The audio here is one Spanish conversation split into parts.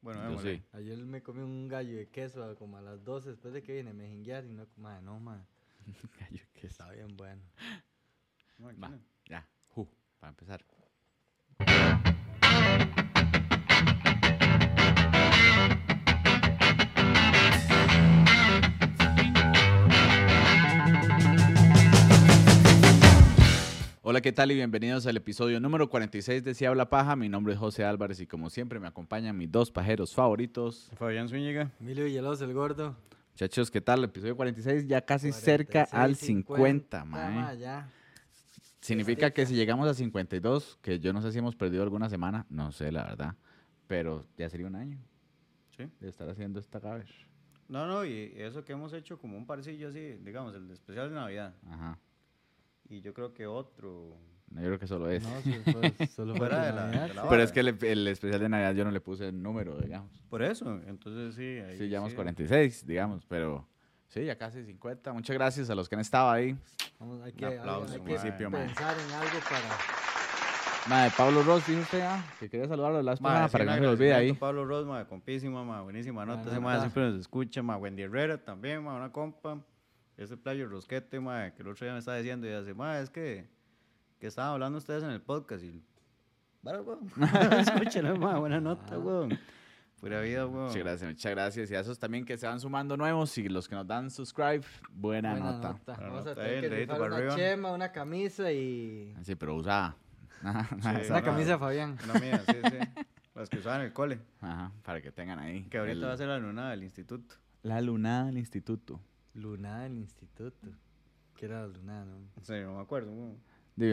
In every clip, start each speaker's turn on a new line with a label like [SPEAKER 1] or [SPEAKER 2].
[SPEAKER 1] Bueno,
[SPEAKER 2] Yo
[SPEAKER 1] démosle.
[SPEAKER 2] sí.
[SPEAKER 3] Ayer me comí un gallo de queso a como a las 12 después de que vine me jinguear y no, madre, no, madre,
[SPEAKER 2] Gallo de queso.
[SPEAKER 3] está bien bueno.
[SPEAKER 1] No, aquí
[SPEAKER 2] Va,
[SPEAKER 1] no.
[SPEAKER 2] ya, ju, para empezar. Hola, ¿qué tal? Y bienvenidos al episodio número 46 de Si Habla Paja. Mi nombre es José Álvarez y como siempre me acompañan mis dos pajeros favoritos.
[SPEAKER 1] Fabián Zúñiga.
[SPEAKER 3] Emilio Villalobos, el gordo.
[SPEAKER 2] Muchachos, ¿qué tal? Episodio 46 ya casi cerca al 50, mae.
[SPEAKER 3] mae, ya.
[SPEAKER 2] Significa que si llegamos a 52, que yo no sé si hemos perdido alguna semana, no sé la verdad, pero ya sería un año
[SPEAKER 1] Sí.
[SPEAKER 2] de estar haciendo esta caber.
[SPEAKER 1] No, no, y eso que hemos hecho como un parcillo así, digamos, el especial de Navidad.
[SPEAKER 2] Ajá.
[SPEAKER 1] Y yo creo que otro.
[SPEAKER 2] No, yo creo que solo es.
[SPEAKER 3] No, solo fue, solo fue
[SPEAKER 1] Fuera
[SPEAKER 3] de
[SPEAKER 1] de la-
[SPEAKER 3] Navidad.
[SPEAKER 1] de la-
[SPEAKER 2] pero es que el, el especial de Navidad yo no le puse el número, digamos.
[SPEAKER 1] Por eso, entonces sí. ahí
[SPEAKER 2] Sí, llevamos
[SPEAKER 1] sí.
[SPEAKER 2] 46, digamos, pero sí, ya casi 50. Muchas gracias a los que han estado ahí.
[SPEAKER 3] Vamos, hay
[SPEAKER 1] Un
[SPEAKER 3] que, hay-
[SPEAKER 1] aplauso,
[SPEAKER 3] hay que
[SPEAKER 1] municipio,
[SPEAKER 2] mae.
[SPEAKER 3] pensar en algo para...
[SPEAKER 2] Madre, Pablo Ross, dijo usted ah, que quería saludarlo de las
[SPEAKER 1] Ma,
[SPEAKER 2] para
[SPEAKER 1] sí,
[SPEAKER 2] que
[SPEAKER 1] un
[SPEAKER 2] no se lo olvide ahí.
[SPEAKER 1] agradecimiento a Pablo Rosma, compísima, ma, buenísima nota.
[SPEAKER 3] Buena
[SPEAKER 1] Ese ma
[SPEAKER 3] nota.
[SPEAKER 1] siempre nos escucha, ma. Wendy Herrera también, ma, una compa. Ese playo Rosquete, ma, que el otro día me estaba diciendo y hace, ma, es que, que estaban hablando ustedes en el podcast y. Vara, weón. Escúchalo, ma, buena nota, weón. Pura vida, weón.
[SPEAKER 2] Ah. Muchas gracias, muchas gracias. Y a esos también que se van sumando nuevos y los que nos dan subscribe, buena,
[SPEAKER 3] Buena
[SPEAKER 2] nota.
[SPEAKER 3] nota.
[SPEAKER 1] Buena
[SPEAKER 3] Vamos a
[SPEAKER 1] nota,
[SPEAKER 3] tener
[SPEAKER 1] eh,
[SPEAKER 3] que
[SPEAKER 1] dedito
[SPEAKER 3] rifar
[SPEAKER 1] para
[SPEAKER 3] una
[SPEAKER 1] arriba.
[SPEAKER 3] chema, una camisa y...
[SPEAKER 2] Sí, pero usada.
[SPEAKER 1] Sí,
[SPEAKER 3] Una
[SPEAKER 1] no,
[SPEAKER 3] camisa, Fabián.
[SPEAKER 1] Una mía, sí, sí. Las que usaban en el cole.
[SPEAKER 2] Ajá, para que tengan ahí.
[SPEAKER 1] Que ahorita
[SPEAKER 2] el-
[SPEAKER 1] va a ser la luna del instituto.
[SPEAKER 2] La lunada del instituto.
[SPEAKER 3] Lunada del instituto. Que era la lunada, ¿no?
[SPEAKER 1] Sí, no me acuerdo, weón.
[SPEAKER 2] Digo,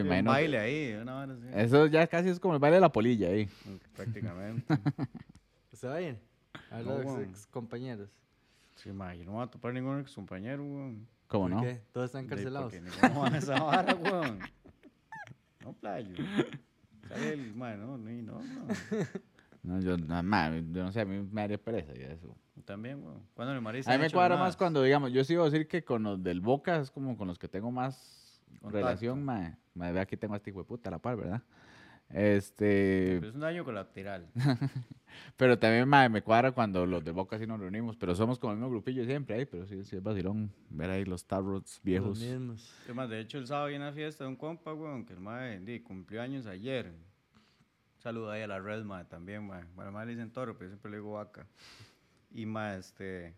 [SPEAKER 1] Sí, un
[SPEAKER 2] imagino-
[SPEAKER 1] baile ahí, una vara así.
[SPEAKER 2] Eso ya casi es como el baile de la polilla ahí.
[SPEAKER 1] Prácticamente.
[SPEAKER 3] ¿Se va bien? A ver
[SPEAKER 1] No,
[SPEAKER 3] los
[SPEAKER 1] weón.
[SPEAKER 3] ex compañeros.
[SPEAKER 1] Sí, ma, yo no voy a topar ningún ex compañero, weón.
[SPEAKER 2] ¿Cómo
[SPEAKER 3] ¿Por
[SPEAKER 2] no?
[SPEAKER 3] qué? Todos están
[SPEAKER 1] De-
[SPEAKER 3] encarcelados.
[SPEAKER 1] porque ni cómo van a esa vara, weón. No, playo. Sale el, ma, no, ni- no, no.
[SPEAKER 2] No, yo, no, ma, yo no sé, a mí me haría pereza y eso.
[SPEAKER 1] También, weón. Cuando le marisa.
[SPEAKER 2] A mí me cuadra más cuando, digamos, yo sí iba a decir que con los del Boca es como con los que tengo más
[SPEAKER 1] Contacto.
[SPEAKER 2] relación, mae. Mae, ve aquí tengo a este hijo de puta a la par, ¿verdad? Este,
[SPEAKER 1] Es un daño colateral.
[SPEAKER 2] pero también mae, me cuadra cuando los del Boca sí nos reunimos, pero somos como el mismo grupillo siempre ahí, pero sí, sí es vacilón ver ahí los tarrots
[SPEAKER 3] Los
[SPEAKER 2] viejos.
[SPEAKER 3] mismos.
[SPEAKER 1] Es más, de hecho, el sábado viene a fiesta de un compa, weón, que el mae di, cumplió años ayer. Un saludo ahí a la red, mae, también, mae. Bueno, mae le dicen toro, pero yo siempre le digo vaca. Y mae, este.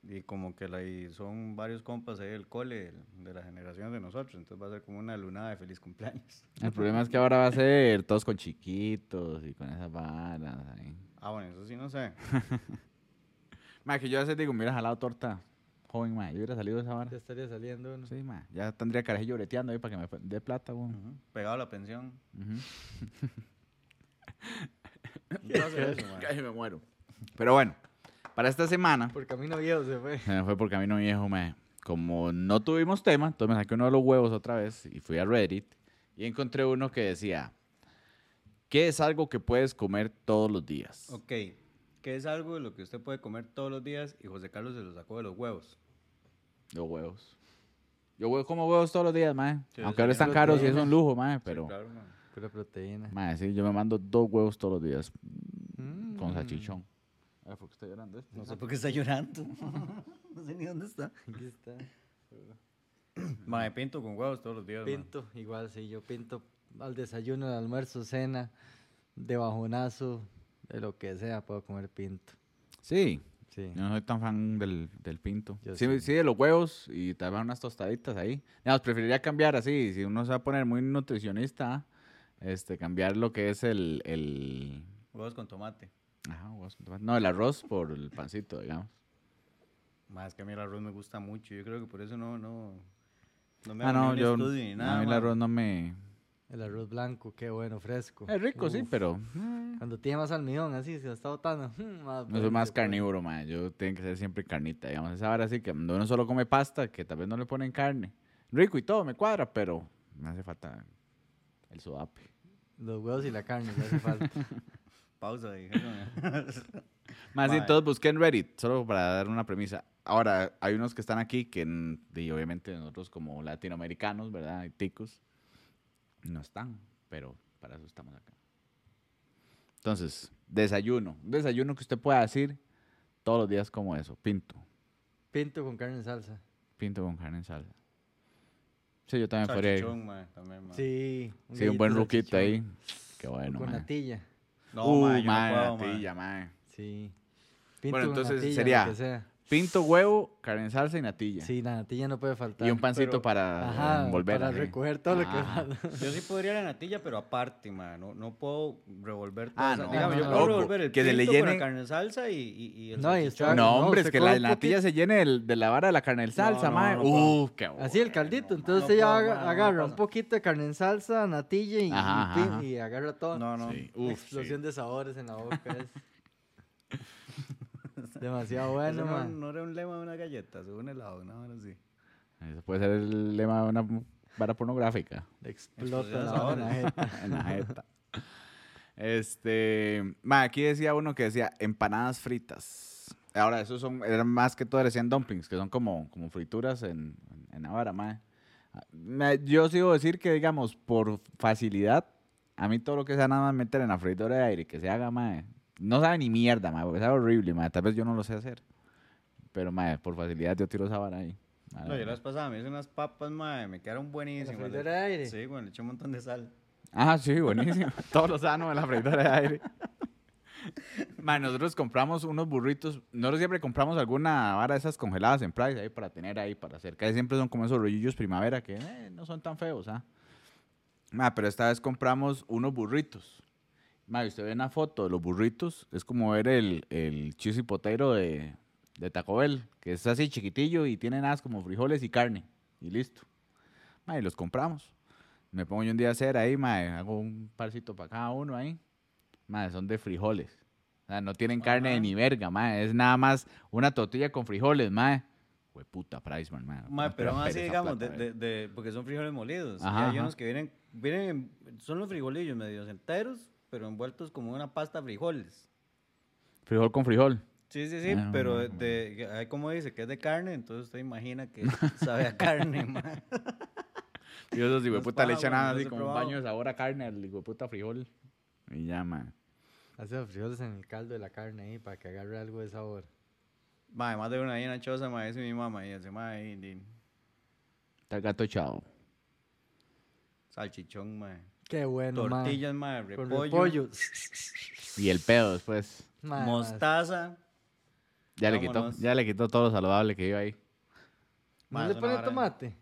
[SPEAKER 1] Y como que la, y son varios compas ahí del cole, del- de la generación de nosotros. Entonces va a ser como una lunada de feliz cumpleaños.
[SPEAKER 2] El problema es que ahora va a ser todos con chiquitos y con esas balas ahí.
[SPEAKER 1] Ah, bueno, eso sí no sé.
[SPEAKER 2] Ma, que yo a veces digo, mira, jalado torta. Joven, ma, yo hubiera salido de esa
[SPEAKER 3] Ya
[SPEAKER 2] vara.
[SPEAKER 3] estaría saliendo uno.
[SPEAKER 2] Sí, ma, ya tendría carajillo breteando ahí para que me fe- dé plata, weón.
[SPEAKER 1] Ujú. Pegado a la pensión.
[SPEAKER 2] Ujú.
[SPEAKER 1] Nunca va a ser eso, mae.
[SPEAKER 2] Casi me muero. Pero bueno, para esta semana,
[SPEAKER 3] Por camino viejo se fue.
[SPEAKER 2] se me fue por camino viejo, ma. Como no tuvimos tema, entonces me saqué uno de los huevos otra vez y fui a Reddit y encontré uno que decía, ¿qué es algo que puedes comer todos los días?
[SPEAKER 1] Ok, ¿qué es algo de lo que usted puede comer todos los días y José Carlos se lo sacó de los huevos?
[SPEAKER 2] Los huevos. Yo hue- como huevos todos los días, mae.
[SPEAKER 1] Sí,
[SPEAKER 2] Aunque ahora
[SPEAKER 1] sí,
[SPEAKER 2] están
[SPEAKER 1] los
[SPEAKER 2] caros y es
[SPEAKER 3] huevos.
[SPEAKER 2] un lujo, mae. Pero,
[SPEAKER 1] Sí, claro, mae.
[SPEAKER 3] Pura proteína.
[SPEAKER 2] mae, sí, yo me mando dos huevos todos los días con
[SPEAKER 3] Mm.
[SPEAKER 2] salchichón.
[SPEAKER 1] Eh,
[SPEAKER 2] Ah, ¿por qué está llorando este?
[SPEAKER 1] No sé por qué está llorando. no sé ni dónde está.
[SPEAKER 3] Aquí está.
[SPEAKER 1] Mae, pinto con huevos todos los días. mae.
[SPEAKER 3] Pinto, igual sí, yo pinto al desayuno, al almuerzo, cena, de bajonazo, de lo que sea, puedo comer pinto.
[SPEAKER 2] Sí,
[SPEAKER 3] Sí.
[SPEAKER 2] yo no soy tan fan del, del pinto.
[SPEAKER 3] Yo
[SPEAKER 2] Sí,
[SPEAKER 3] sí.
[SPEAKER 2] sí, de los huevos y tal vez unas tostaditas ahí. Digamos, preferiría cambiar así. Si uno se va a poner muy nutricionista, este, cambiar lo que es el... el...
[SPEAKER 1] Huevos con tomate.
[SPEAKER 2] Ajá, huevos con tomate. No, el arroz por el pancito, digamos.
[SPEAKER 1] Mae, es que a mí el arroz me gusta mucho. Yo creo que por eso no, no, no me
[SPEAKER 2] Ah,
[SPEAKER 1] hago
[SPEAKER 2] no,
[SPEAKER 1] ni un
[SPEAKER 2] yo...
[SPEAKER 1] estudio ni nada.
[SPEAKER 2] a mí el
[SPEAKER 1] mae.
[SPEAKER 2] arroz no me...
[SPEAKER 3] El arroz blanco, qué bueno, fresco.
[SPEAKER 2] Es rico, sí,
[SPEAKER 3] Uf,
[SPEAKER 2] pero...
[SPEAKER 3] Cuando tiene más almidón, así, se lo está botando. mm, más
[SPEAKER 2] No soy
[SPEAKER 3] bueno
[SPEAKER 2] más
[SPEAKER 3] se pone.
[SPEAKER 2] carnívoro, man. Yo tengo que ser siempre carnita, digamos. Esa hora sí que cuando uno solo come pasta, que tal vez no le ponen carne. Rico y todo, me cuadra, pero me hace falta el sodape.
[SPEAKER 3] Los huevos y la carne, ya hace falta.
[SPEAKER 1] Pausa, dijeron.
[SPEAKER 2] Más
[SPEAKER 1] Mae.
[SPEAKER 2] y todos busqué en Reddit, solo para dar una premisa. Ahora, hay unos que están aquí que, n- y obviamente nosotros como latinoamericanos, ¿verdad? Y ticos, no están, pero para eso estamos acá. Entonces, Desayuno. Un desayuno que usted pueda decir todos los días como eso. Pinto.
[SPEAKER 3] Pinto con carne en salsa.
[SPEAKER 2] Pinto con carne en salsa. Sí, yo también podría ir.
[SPEAKER 1] Salchichón, mae, también, mae.
[SPEAKER 3] Sí.
[SPEAKER 2] Sí, un buen
[SPEAKER 3] gallito
[SPEAKER 2] ruquito
[SPEAKER 3] salchichón.
[SPEAKER 2] ahí. Qué
[SPEAKER 3] O
[SPEAKER 2] bueno,
[SPEAKER 3] Con
[SPEAKER 2] mae.
[SPEAKER 3] natilla.
[SPEAKER 1] No,
[SPEAKER 2] uh,
[SPEAKER 1] mae, yo no
[SPEAKER 2] mae,
[SPEAKER 1] puedo, mae.
[SPEAKER 2] natilla, mae.
[SPEAKER 3] Sí.
[SPEAKER 2] Bueno,
[SPEAKER 3] con
[SPEAKER 2] entonces
[SPEAKER 3] natilla, lo
[SPEAKER 2] sería-
[SPEAKER 3] que sea.
[SPEAKER 2] Pinto, huevo, carne en salsa y natilla.
[SPEAKER 3] Sí, la natilla no puede faltar.
[SPEAKER 2] y un pancito
[SPEAKER 1] pero-
[SPEAKER 2] para
[SPEAKER 3] Ajá,
[SPEAKER 2] envolver.
[SPEAKER 3] para
[SPEAKER 2] así.
[SPEAKER 3] recoger todo
[SPEAKER 2] Ah.
[SPEAKER 3] lo que
[SPEAKER 1] Yo sí podría la natilla, pero aparte, mae, no, no puedo revolver todo
[SPEAKER 2] Ah,
[SPEAKER 1] eso.
[SPEAKER 2] no,
[SPEAKER 1] Dígame,
[SPEAKER 3] no,
[SPEAKER 1] yo
[SPEAKER 3] no,
[SPEAKER 1] puedo
[SPEAKER 2] loco,
[SPEAKER 1] revolver el
[SPEAKER 2] que se le
[SPEAKER 1] pinto con la
[SPEAKER 2] llene-
[SPEAKER 1] carne en salsa y, y, y el
[SPEAKER 3] No, y
[SPEAKER 1] salchichón.
[SPEAKER 3] está-
[SPEAKER 2] No,
[SPEAKER 3] No,
[SPEAKER 2] hombre, es
[SPEAKER 3] usted
[SPEAKER 2] que
[SPEAKER 3] come
[SPEAKER 2] la de
[SPEAKER 3] un
[SPEAKER 2] natilla se llene el- de la vara de la carne en salsa,
[SPEAKER 1] no,
[SPEAKER 2] mae.
[SPEAKER 1] no puedo.
[SPEAKER 2] Uh, qué bueno.
[SPEAKER 3] Así el caldito,
[SPEAKER 1] no,
[SPEAKER 3] entonces
[SPEAKER 1] no
[SPEAKER 3] ella
[SPEAKER 1] puedo,
[SPEAKER 3] aga-
[SPEAKER 1] mano, no
[SPEAKER 3] agarra un
[SPEAKER 1] pasa.
[SPEAKER 3] poquito de carne en salsa, natilla y, y
[SPEAKER 2] Ajá,
[SPEAKER 3] pin-
[SPEAKER 2] ajá.
[SPEAKER 3] y agarra todo.
[SPEAKER 1] No, no.
[SPEAKER 2] Sí,
[SPEAKER 3] Una
[SPEAKER 2] uf,
[SPEAKER 3] explosión
[SPEAKER 2] sí.
[SPEAKER 3] de sabores en la boca. es demasiado
[SPEAKER 1] Eso
[SPEAKER 3] bueno,
[SPEAKER 1] no,
[SPEAKER 3] man.
[SPEAKER 1] no era un lema de una galleta, según el lado, no, ahora sí.
[SPEAKER 2] Eso puede ser el lema de una vara pornográfica.
[SPEAKER 3] Explota
[SPEAKER 1] Explosión de
[SPEAKER 3] la eh. hora en la
[SPEAKER 1] sabores.
[SPEAKER 3] jeta.
[SPEAKER 2] en la jeta. Este, ma, aquí decía uno que decía empanadas fritas. Ahora, esos son, eran más que todo decían dumplings, que son como, como frituras en, en la vara, ma. Ah, ma, Yo sigo decir que, digamos, por facilidad, a mí todo lo que sea nada más meter en la freidora de aire, que se haga, ma, no sabe ni mierda, ma, porque sabe horrible, ma, tal vez yo no lo sé hacer. Pero, ma, por facilidad yo tiro esa vara ahí. A
[SPEAKER 1] No,
[SPEAKER 2] la-
[SPEAKER 1] yo las pasaba, me hice unas papas, mae, me quedaron buenísimas.
[SPEAKER 3] freidora
[SPEAKER 1] Le-
[SPEAKER 3] de aire?
[SPEAKER 1] Sí, bueno, le eché un montón de sal.
[SPEAKER 2] Ah, sí, buenísimo. Todos los sanos de la freidora de aire. Ma, nosotros compramos unos burritos. Nosotros siempre compramos alguna vara de esas congeladas en Price ahí para tener ahí para hacer. Casi siempre son como esos rollillos primavera que eh, no son tan feos, ¿ah? Ma, pero esta vez compramos unos burritos. Ma, y usted ve una foto de los burritos. Es como ver el, el cheesy potato de, de Taco Bell, que es así chiquitillo y tiene nada más como frijoles y carne. Y listo. Ma, y los compramos. Me pongo yo un día a hacer ahí, mae, hago un parcito para cada uno ahí. Mae, son de frijoles. O sea, no tienen carne de
[SPEAKER 1] Ajá.
[SPEAKER 2] ni verga, mae. Es nada más una tortilla con frijoles, mae. Hueputa, Priceman, mae.
[SPEAKER 1] Mae,
[SPEAKER 2] Una
[SPEAKER 1] pero aún así,
[SPEAKER 2] Ah, pereza
[SPEAKER 1] digamos, de,
[SPEAKER 2] plata,
[SPEAKER 1] de-
[SPEAKER 2] verga.
[SPEAKER 1] de- porque son frijoles molidos.
[SPEAKER 2] Ajá,
[SPEAKER 1] y hay
[SPEAKER 2] ajá.
[SPEAKER 1] unos que vienen, vienen, en- son los frijolillos medios enteros, pero envueltos como una pasta frijoles.
[SPEAKER 2] Frijol con frijol.
[SPEAKER 1] Sí, sí, sí,
[SPEAKER 2] Ah, no,
[SPEAKER 1] pero
[SPEAKER 2] no,
[SPEAKER 1] de,
[SPEAKER 2] no.
[SPEAKER 1] de- ahí como dice que es de carne, entonces usted imagina que sabe a carne, mae.
[SPEAKER 2] Y esos
[SPEAKER 1] No es
[SPEAKER 2] hueputa le
[SPEAKER 1] paja,
[SPEAKER 2] echan
[SPEAKER 1] weón,
[SPEAKER 2] nada
[SPEAKER 1] no
[SPEAKER 2] así
[SPEAKER 1] los he
[SPEAKER 2] como un
[SPEAKER 1] probado.
[SPEAKER 2] baño de sabor a carne al hueputa frijol. Y ya, mae.
[SPEAKER 3] Hace los frijoles en el caldo de la carne ahí para que agarre algo de sabor.
[SPEAKER 1] Mae, más de una ahí en la choza, mae, dice mi mamá, y dice, mae, ahí, di,
[SPEAKER 2] Está el gato chao.
[SPEAKER 1] salchichón, mae.
[SPEAKER 3] Qué bueno, man.
[SPEAKER 1] Tortillas, mae,
[SPEAKER 3] Con
[SPEAKER 1] repollo,
[SPEAKER 3] repollo.
[SPEAKER 2] Y el pedo después.
[SPEAKER 3] Man,
[SPEAKER 1] mostaza.
[SPEAKER 2] Ya le, quitó,
[SPEAKER 1] Vámonos.
[SPEAKER 2] ya le quitó todo lo saludable que iba ahí.
[SPEAKER 3] ¿No
[SPEAKER 1] Mae,
[SPEAKER 3] le
[SPEAKER 1] es una
[SPEAKER 3] pone
[SPEAKER 1] vara-
[SPEAKER 3] tomate?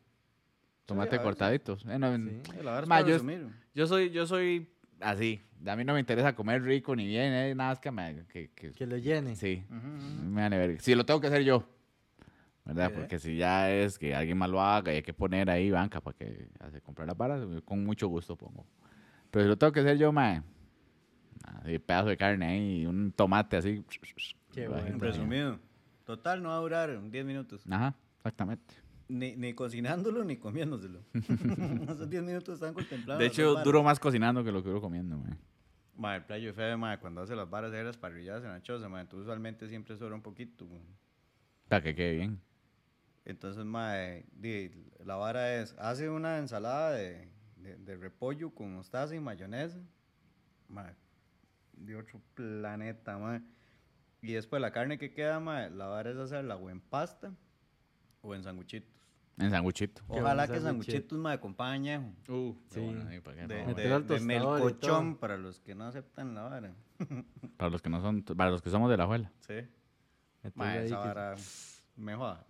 [SPEAKER 2] Tomate
[SPEAKER 1] a veces.
[SPEAKER 2] cortadito. Eh, no,
[SPEAKER 3] Sí.
[SPEAKER 1] Sí, la verdad es
[SPEAKER 2] Mae,
[SPEAKER 1] para
[SPEAKER 2] yo-
[SPEAKER 1] resumir.
[SPEAKER 2] Yo soy, yo soy así. A mí no me interesa comer rico ni bien, eh, nada más que me. Que, que-
[SPEAKER 3] Que lo llene.
[SPEAKER 2] sí,
[SPEAKER 1] Ujú, ujú.
[SPEAKER 2] me vale verga. Si lo tengo que hacer yo, ¿verdad?
[SPEAKER 1] Sí.
[SPEAKER 2] Porque si ya es que alguien más lo haga y hay que poner ahí banca para que hace comprar las varas, yo con mucho gusto pongo. Pero si lo tengo que hacer yo, mae. Así, pedazo de carne ahí, y un tomate así.
[SPEAKER 3] Qué
[SPEAKER 2] bajito
[SPEAKER 3] bueno.
[SPEAKER 2] ahí.
[SPEAKER 1] Resumido. Total, no va a durar 10 minutos.
[SPEAKER 2] Ajá, exactamente.
[SPEAKER 1] Ni, ni cocinándolo ni comiéndoselo. Esos 10 minutos están contemplados.
[SPEAKER 2] De
[SPEAKER 1] las
[SPEAKER 2] hecho,
[SPEAKER 1] dos
[SPEAKER 2] duro
[SPEAKER 1] varas.
[SPEAKER 2] más cocinando que lo que duro comiendo, mae.
[SPEAKER 1] Ma, el playo feo, ma, cuando hace las varas de las parrilladas en la choza, ma, entonces usualmente siempre sobra un poquito. güey.
[SPEAKER 2] Para que quede bien.
[SPEAKER 1] Entonces, ma, eh, di, la vara es, hace una ensalada de, de- de repollo con mostaza y mayonesa. Ma, de otro planeta, ma. Y después la carne que queda, ma, la vara es hacerla o en pasta o en sanguchitos.
[SPEAKER 2] En sanguchito.
[SPEAKER 3] Qué
[SPEAKER 1] Ojalá
[SPEAKER 3] buen
[SPEAKER 1] que
[SPEAKER 3] sándwich.
[SPEAKER 1] sanguchitos me acompañe
[SPEAKER 2] Uh,
[SPEAKER 3] Sí. bueno, sí,
[SPEAKER 2] para,
[SPEAKER 1] de,
[SPEAKER 3] Meter al
[SPEAKER 1] de, de
[SPEAKER 3] tostador y
[SPEAKER 1] melcochón
[SPEAKER 3] todo.
[SPEAKER 1] para los que no aceptan la vara.
[SPEAKER 2] los que no son, para los que somos de la abuela.
[SPEAKER 1] Sí.
[SPEAKER 3] Entonces
[SPEAKER 1] Ma,
[SPEAKER 3] ahí
[SPEAKER 1] esa
[SPEAKER 3] que-
[SPEAKER 1] vara me joda.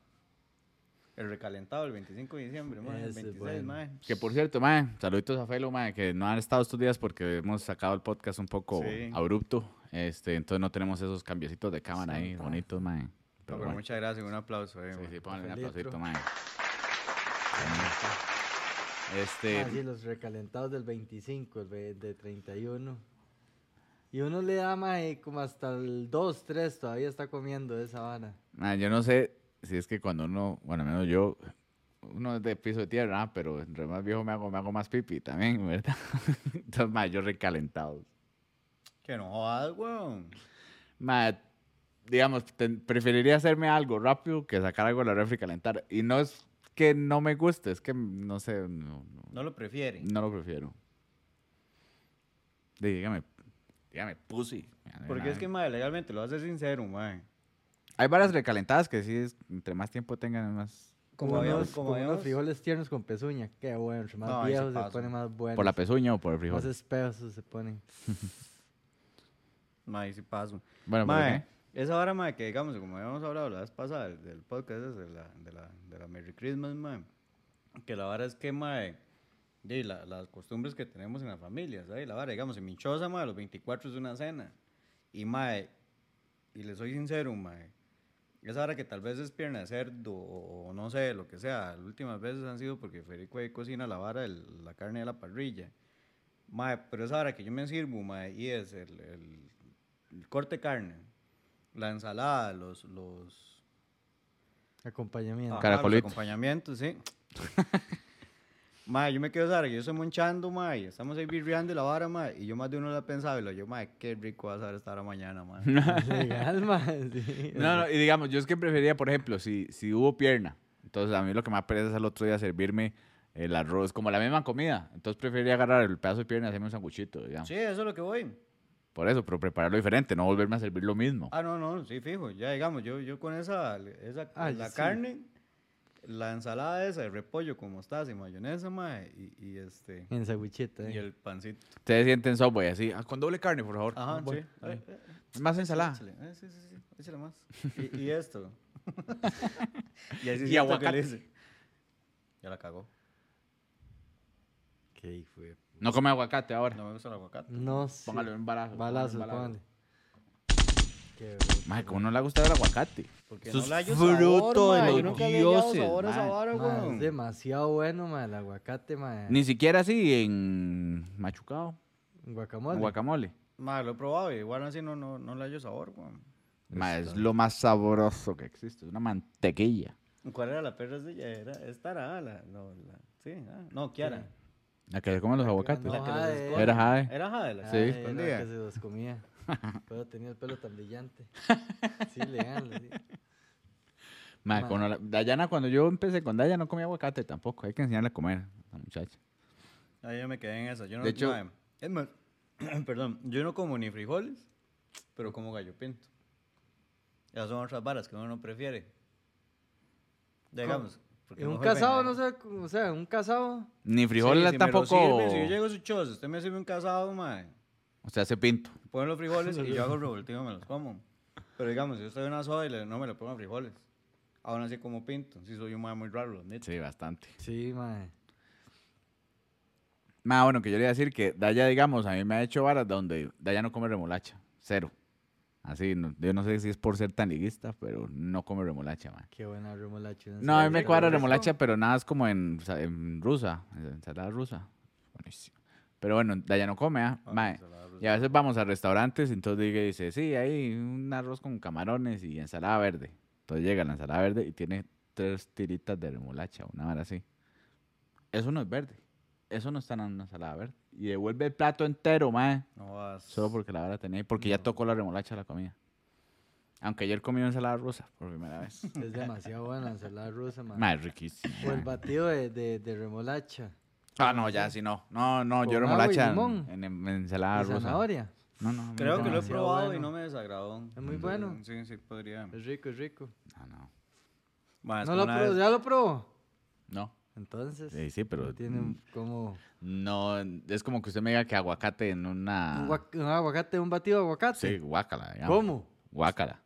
[SPEAKER 1] El recalentado el 25 de diciembre, ma, el
[SPEAKER 3] Ese es
[SPEAKER 1] 26,
[SPEAKER 3] bueno.
[SPEAKER 1] ma.
[SPEAKER 2] Que por cierto, mae, saluditos a Felo, mae, que no han estado estos días porque hemos sacado el podcast un poco
[SPEAKER 1] Sí.
[SPEAKER 2] abrupto. Este, entonces no tenemos esos cambiecitos de cámara ahí
[SPEAKER 3] Santa.
[SPEAKER 2] bonitos, mae. Pero
[SPEAKER 1] No, pero
[SPEAKER 2] bueno,
[SPEAKER 1] muchas gracias, un aplauso. eh, ma.
[SPEAKER 2] sí, sí, pónganle un
[SPEAKER 3] Felito.
[SPEAKER 2] aplausito, mae. Este,
[SPEAKER 3] Ah, sí, los recalentados del 25, el de- de 31. Y uno le da mae, como hasta el 2, 3, todavía está comiendo esa vara.
[SPEAKER 2] mae, yo no sé si es que cuando uno, bueno, al menos yo, uno es de piso de tierra, ah, pero entre más viejo me hago, me hago más pipi también, ¿verdad? Entonces, mae, yo recalentado.
[SPEAKER 1] Que no jodas, weón.
[SPEAKER 2] Ma, digamos, ten- preferiría hacerme algo rápido que sacar algo de la refri y calentar. Y no es que no me guste, es que no sé, no, no-
[SPEAKER 1] No lo prefiere.
[SPEAKER 2] no lo prefiero. Dígame, Ya me puse. ya no hay
[SPEAKER 1] Porque
[SPEAKER 2] nada.
[SPEAKER 1] es que, mae, legalmente lo hace sincero, mae.
[SPEAKER 2] Hay varas recalentadas que sí, es- entre más tiempo tengan, más.
[SPEAKER 1] Como
[SPEAKER 3] unos,
[SPEAKER 1] habíamos, como
[SPEAKER 3] unos
[SPEAKER 1] habíamos,
[SPEAKER 3] frijoles tiernos con pezuña. Qué bueno, entre más
[SPEAKER 1] No, ahí se
[SPEAKER 3] viejos se,
[SPEAKER 1] pasa.
[SPEAKER 3] ponen más buenos.
[SPEAKER 2] Por la pezuña o por el
[SPEAKER 3] Más
[SPEAKER 2] frijol.
[SPEAKER 3] espesos se ponen.
[SPEAKER 1] mae, sí paso.
[SPEAKER 2] Bueno, ¿por
[SPEAKER 1] Mae,
[SPEAKER 2] qué?
[SPEAKER 1] esa hora, mae, que digamos, como habíamos hablado la vez pasada del, del podcast ese, de la, de, la, de la Merry Christmas, mae, que la vara es que, mae, di, la- las costumbres que tenemos en las familias, ¿sabes? La vara, digamos, en Minchosa, mae, los 24 es una cena. Y, mae, y le soy sincero, mae, esa hora que tal vez es pierna de cerdo o, o no sé, lo que sea, las últimas veces han sido porque Federico ahí cocina la vara, el- la carne de la parrilla. Mae, pero esa hora que yo me sirvo, mae, y es el, el- el corte de carne, la ensalada, los, los,
[SPEAKER 3] Acompañamiento.
[SPEAKER 1] ajá, los
[SPEAKER 2] Caracolitos.
[SPEAKER 1] acompañamientos, sí. mae, yo me quedo esa hora que yo estoy monchando, mae, y estamos ahí birreando y la vara, mae, y yo más de uno la pensaba y lo yo, mae, qué rico va a saber esta hora mañana, mae.
[SPEAKER 3] Legal, mae.
[SPEAKER 1] eh,
[SPEAKER 3] sí.
[SPEAKER 2] No, no, y digamos, yo es que prefería, por ejemplo, si, si hubo pierna, entonces a mí lo que me apetece es al otro día servirme el arroz, como la misma comida. Entonces preferiría agarrar el pedazo de pierna y hacerme un sanguchito, digamos.
[SPEAKER 1] sí, eso es lo que voy.
[SPEAKER 2] Por eso, pero prepararlo diferente, no volverme a servir lo mismo.
[SPEAKER 1] Ah, no, no, sí, fijo. Ya digamos, yo, yo con esa, esa
[SPEAKER 3] Ah,
[SPEAKER 1] la
[SPEAKER 3] sí.
[SPEAKER 1] carne, la ensalada esa de repollo con mostaza y mayonesa, mae, y, y este,
[SPEAKER 3] En sandwichita, eh.
[SPEAKER 1] y el pancito.
[SPEAKER 2] Ustedes sienten Subway así, "Ah, con doble carne, por favor.
[SPEAKER 1] Ajá,
[SPEAKER 2] Bueno,
[SPEAKER 1] sí. Ay, eh, eh,
[SPEAKER 2] Más ensalada.
[SPEAKER 1] échale, eh, sí, sí, sí, échale más. Y, y esto. y así
[SPEAKER 2] Y
[SPEAKER 1] siento que
[SPEAKER 2] aguacate.
[SPEAKER 1] le hice. Ya la cagó.
[SPEAKER 3] Qué hijo de-
[SPEAKER 2] No come aguacate ahora.
[SPEAKER 1] No me gusta el aguacate.
[SPEAKER 3] No sé.
[SPEAKER 2] Póngale un balazo.
[SPEAKER 3] Balazos,
[SPEAKER 2] póngale un
[SPEAKER 3] póngale. Qué
[SPEAKER 2] Mae, ¿cómo no le ha gustado el aguacate?
[SPEAKER 1] Porque
[SPEAKER 2] Eso
[SPEAKER 1] no
[SPEAKER 2] es
[SPEAKER 1] le hallo
[SPEAKER 2] fruto
[SPEAKER 1] sabor,
[SPEAKER 2] de
[SPEAKER 1] mae,
[SPEAKER 2] los
[SPEAKER 1] yo nunca le he hallado
[SPEAKER 2] dioses,
[SPEAKER 1] sabor a esa
[SPEAKER 2] mae.
[SPEAKER 1] vara,
[SPEAKER 3] bueno. Mae,
[SPEAKER 1] weón.
[SPEAKER 3] es demasiado bueno, mae, el aguacate, mae.
[SPEAKER 2] Ni siquiera así en machucado,
[SPEAKER 3] Guacamole.
[SPEAKER 2] guacamole.
[SPEAKER 1] Mae, lo he probado y igual así no, no, no le hallo sabor, weón.
[SPEAKER 2] Mae, es lo más sabroso que existe, es una mantequilla.
[SPEAKER 1] ¿Cuál era la perra de ella? Era esta era ah, la, no, la- sí, ah, no, Kiara.
[SPEAKER 2] La que se comen los aguacates.
[SPEAKER 1] La que los
[SPEAKER 3] Jade.
[SPEAKER 1] esconde.
[SPEAKER 2] Era Jade.
[SPEAKER 1] Era Jade la
[SPEAKER 3] Ah,
[SPEAKER 1] que
[SPEAKER 2] Sí.
[SPEAKER 1] los
[SPEAKER 3] era
[SPEAKER 1] escondía.
[SPEAKER 3] que se los comía. Pero tenía el pelo tan brillante. Sí, legal. sí.
[SPEAKER 2] Mae, con la- Dayana, cuando yo empecé con Dayana, no comía aguacate tampoco. Hay que enseñarle a comer a la muchacha.
[SPEAKER 1] Ahí Ah, yo me quedé en eso. Yo no,
[SPEAKER 2] De hecho-
[SPEAKER 1] mae, es más, perdón, yo no como ni frijoles, pero como gallo pinto. Esas son otras varas que uno no prefiere. Digamos. porque
[SPEAKER 3] En un
[SPEAKER 1] juegan
[SPEAKER 3] casado,
[SPEAKER 1] ahí.
[SPEAKER 3] no sé, cómo- o sea, un casado.
[SPEAKER 2] Ni
[SPEAKER 1] Sí,
[SPEAKER 2] frijoles
[SPEAKER 1] si me lo
[SPEAKER 2] tampoco.
[SPEAKER 1] sirve, si yo llego a su choza, usted me sirve un casado, mae.
[SPEAKER 2] O sea, se pinto.
[SPEAKER 1] Ponen los frijoles y yo hago el revoltijo y me los como. Pero digamos, si yo estoy en una soda y le- no me le pongo frijoles. Aún así como pinto. Si soy un mae muy raro, lo admito.
[SPEAKER 2] Sí, bastante.
[SPEAKER 3] Sí, mae.
[SPEAKER 2] Más Ah, bueno, que yo le iba a decir que Daya, digamos, a mí me ha hecho varas donde Daya no come remolacha. Cero. Así, no- yo no sé si es por ser tan liguista, pero no come remolacha, mae.
[SPEAKER 3] Qué buena remolacha. una
[SPEAKER 2] No, a mí me
[SPEAKER 3] ensaladita.
[SPEAKER 2] cuadra
[SPEAKER 1] ¿Refresco?
[SPEAKER 2] remolacha, pero nada, es como en, sa- en rusa, en ensalada rusa. Buenísimo. Pero bueno, Daya no come, ¿ah?
[SPEAKER 1] Ah,
[SPEAKER 2] Mae.
[SPEAKER 1] ensalada rusa.
[SPEAKER 2] Y a veces vamos a restaurantes, entonces llega y dice, sí, hay un arroz con camarones y ensalada verde. Entonces llega la ensalada verde y tiene tres tiritas de remolacha, una vara así. Eso no es verde. Eso no está en una ensalada verde. Y devuelve el plato entero, mae.
[SPEAKER 1] No vas.
[SPEAKER 2] Solo porque la vara tenía y porque ya tocó la remolacha a la comida. Aunque ayer comí una ensalada rusa por primera vez.
[SPEAKER 3] Es demasiado buena la ensalada rusa, mae.
[SPEAKER 2] mae, es riquísimo.
[SPEAKER 3] O el
[SPEAKER 2] mae.
[SPEAKER 3] batido de, de, de remolacha.
[SPEAKER 2] Ah, no, ya, sí, no. No, no, yo
[SPEAKER 3] Con
[SPEAKER 2] remolacha
[SPEAKER 3] agua y
[SPEAKER 2] en,
[SPEAKER 3] limón.
[SPEAKER 2] en- en ensalada
[SPEAKER 3] Y
[SPEAKER 2] Ah, rusa.
[SPEAKER 3] zanahoria.
[SPEAKER 2] No, no, a mí
[SPEAKER 1] Creo
[SPEAKER 2] no
[SPEAKER 1] que lo he
[SPEAKER 2] me-
[SPEAKER 3] Demasiado
[SPEAKER 1] probado y
[SPEAKER 3] bueno.
[SPEAKER 1] no me desagradó.
[SPEAKER 3] Es muy bueno.
[SPEAKER 1] Sí, sí, podría.
[SPEAKER 3] Es rico, es rico.
[SPEAKER 2] No, Ah, no. Ah,
[SPEAKER 1] Mae, es
[SPEAKER 3] No
[SPEAKER 1] que
[SPEAKER 3] lo
[SPEAKER 1] una
[SPEAKER 3] probó,
[SPEAKER 1] vez-
[SPEAKER 3] ya lo probó.
[SPEAKER 2] No. Eh,
[SPEAKER 3] Entonces,
[SPEAKER 2] Sí, sí, pero mm.
[SPEAKER 3] no tiene un- como
[SPEAKER 2] No, es como que usted me diga que aguacate en una.
[SPEAKER 3] un, guac- un aguacate, un batido de
[SPEAKER 2] Ah. Sí,
[SPEAKER 3] aguacate.
[SPEAKER 2] guácala, digamos.
[SPEAKER 3] ¿Cómo?
[SPEAKER 2] Guácala.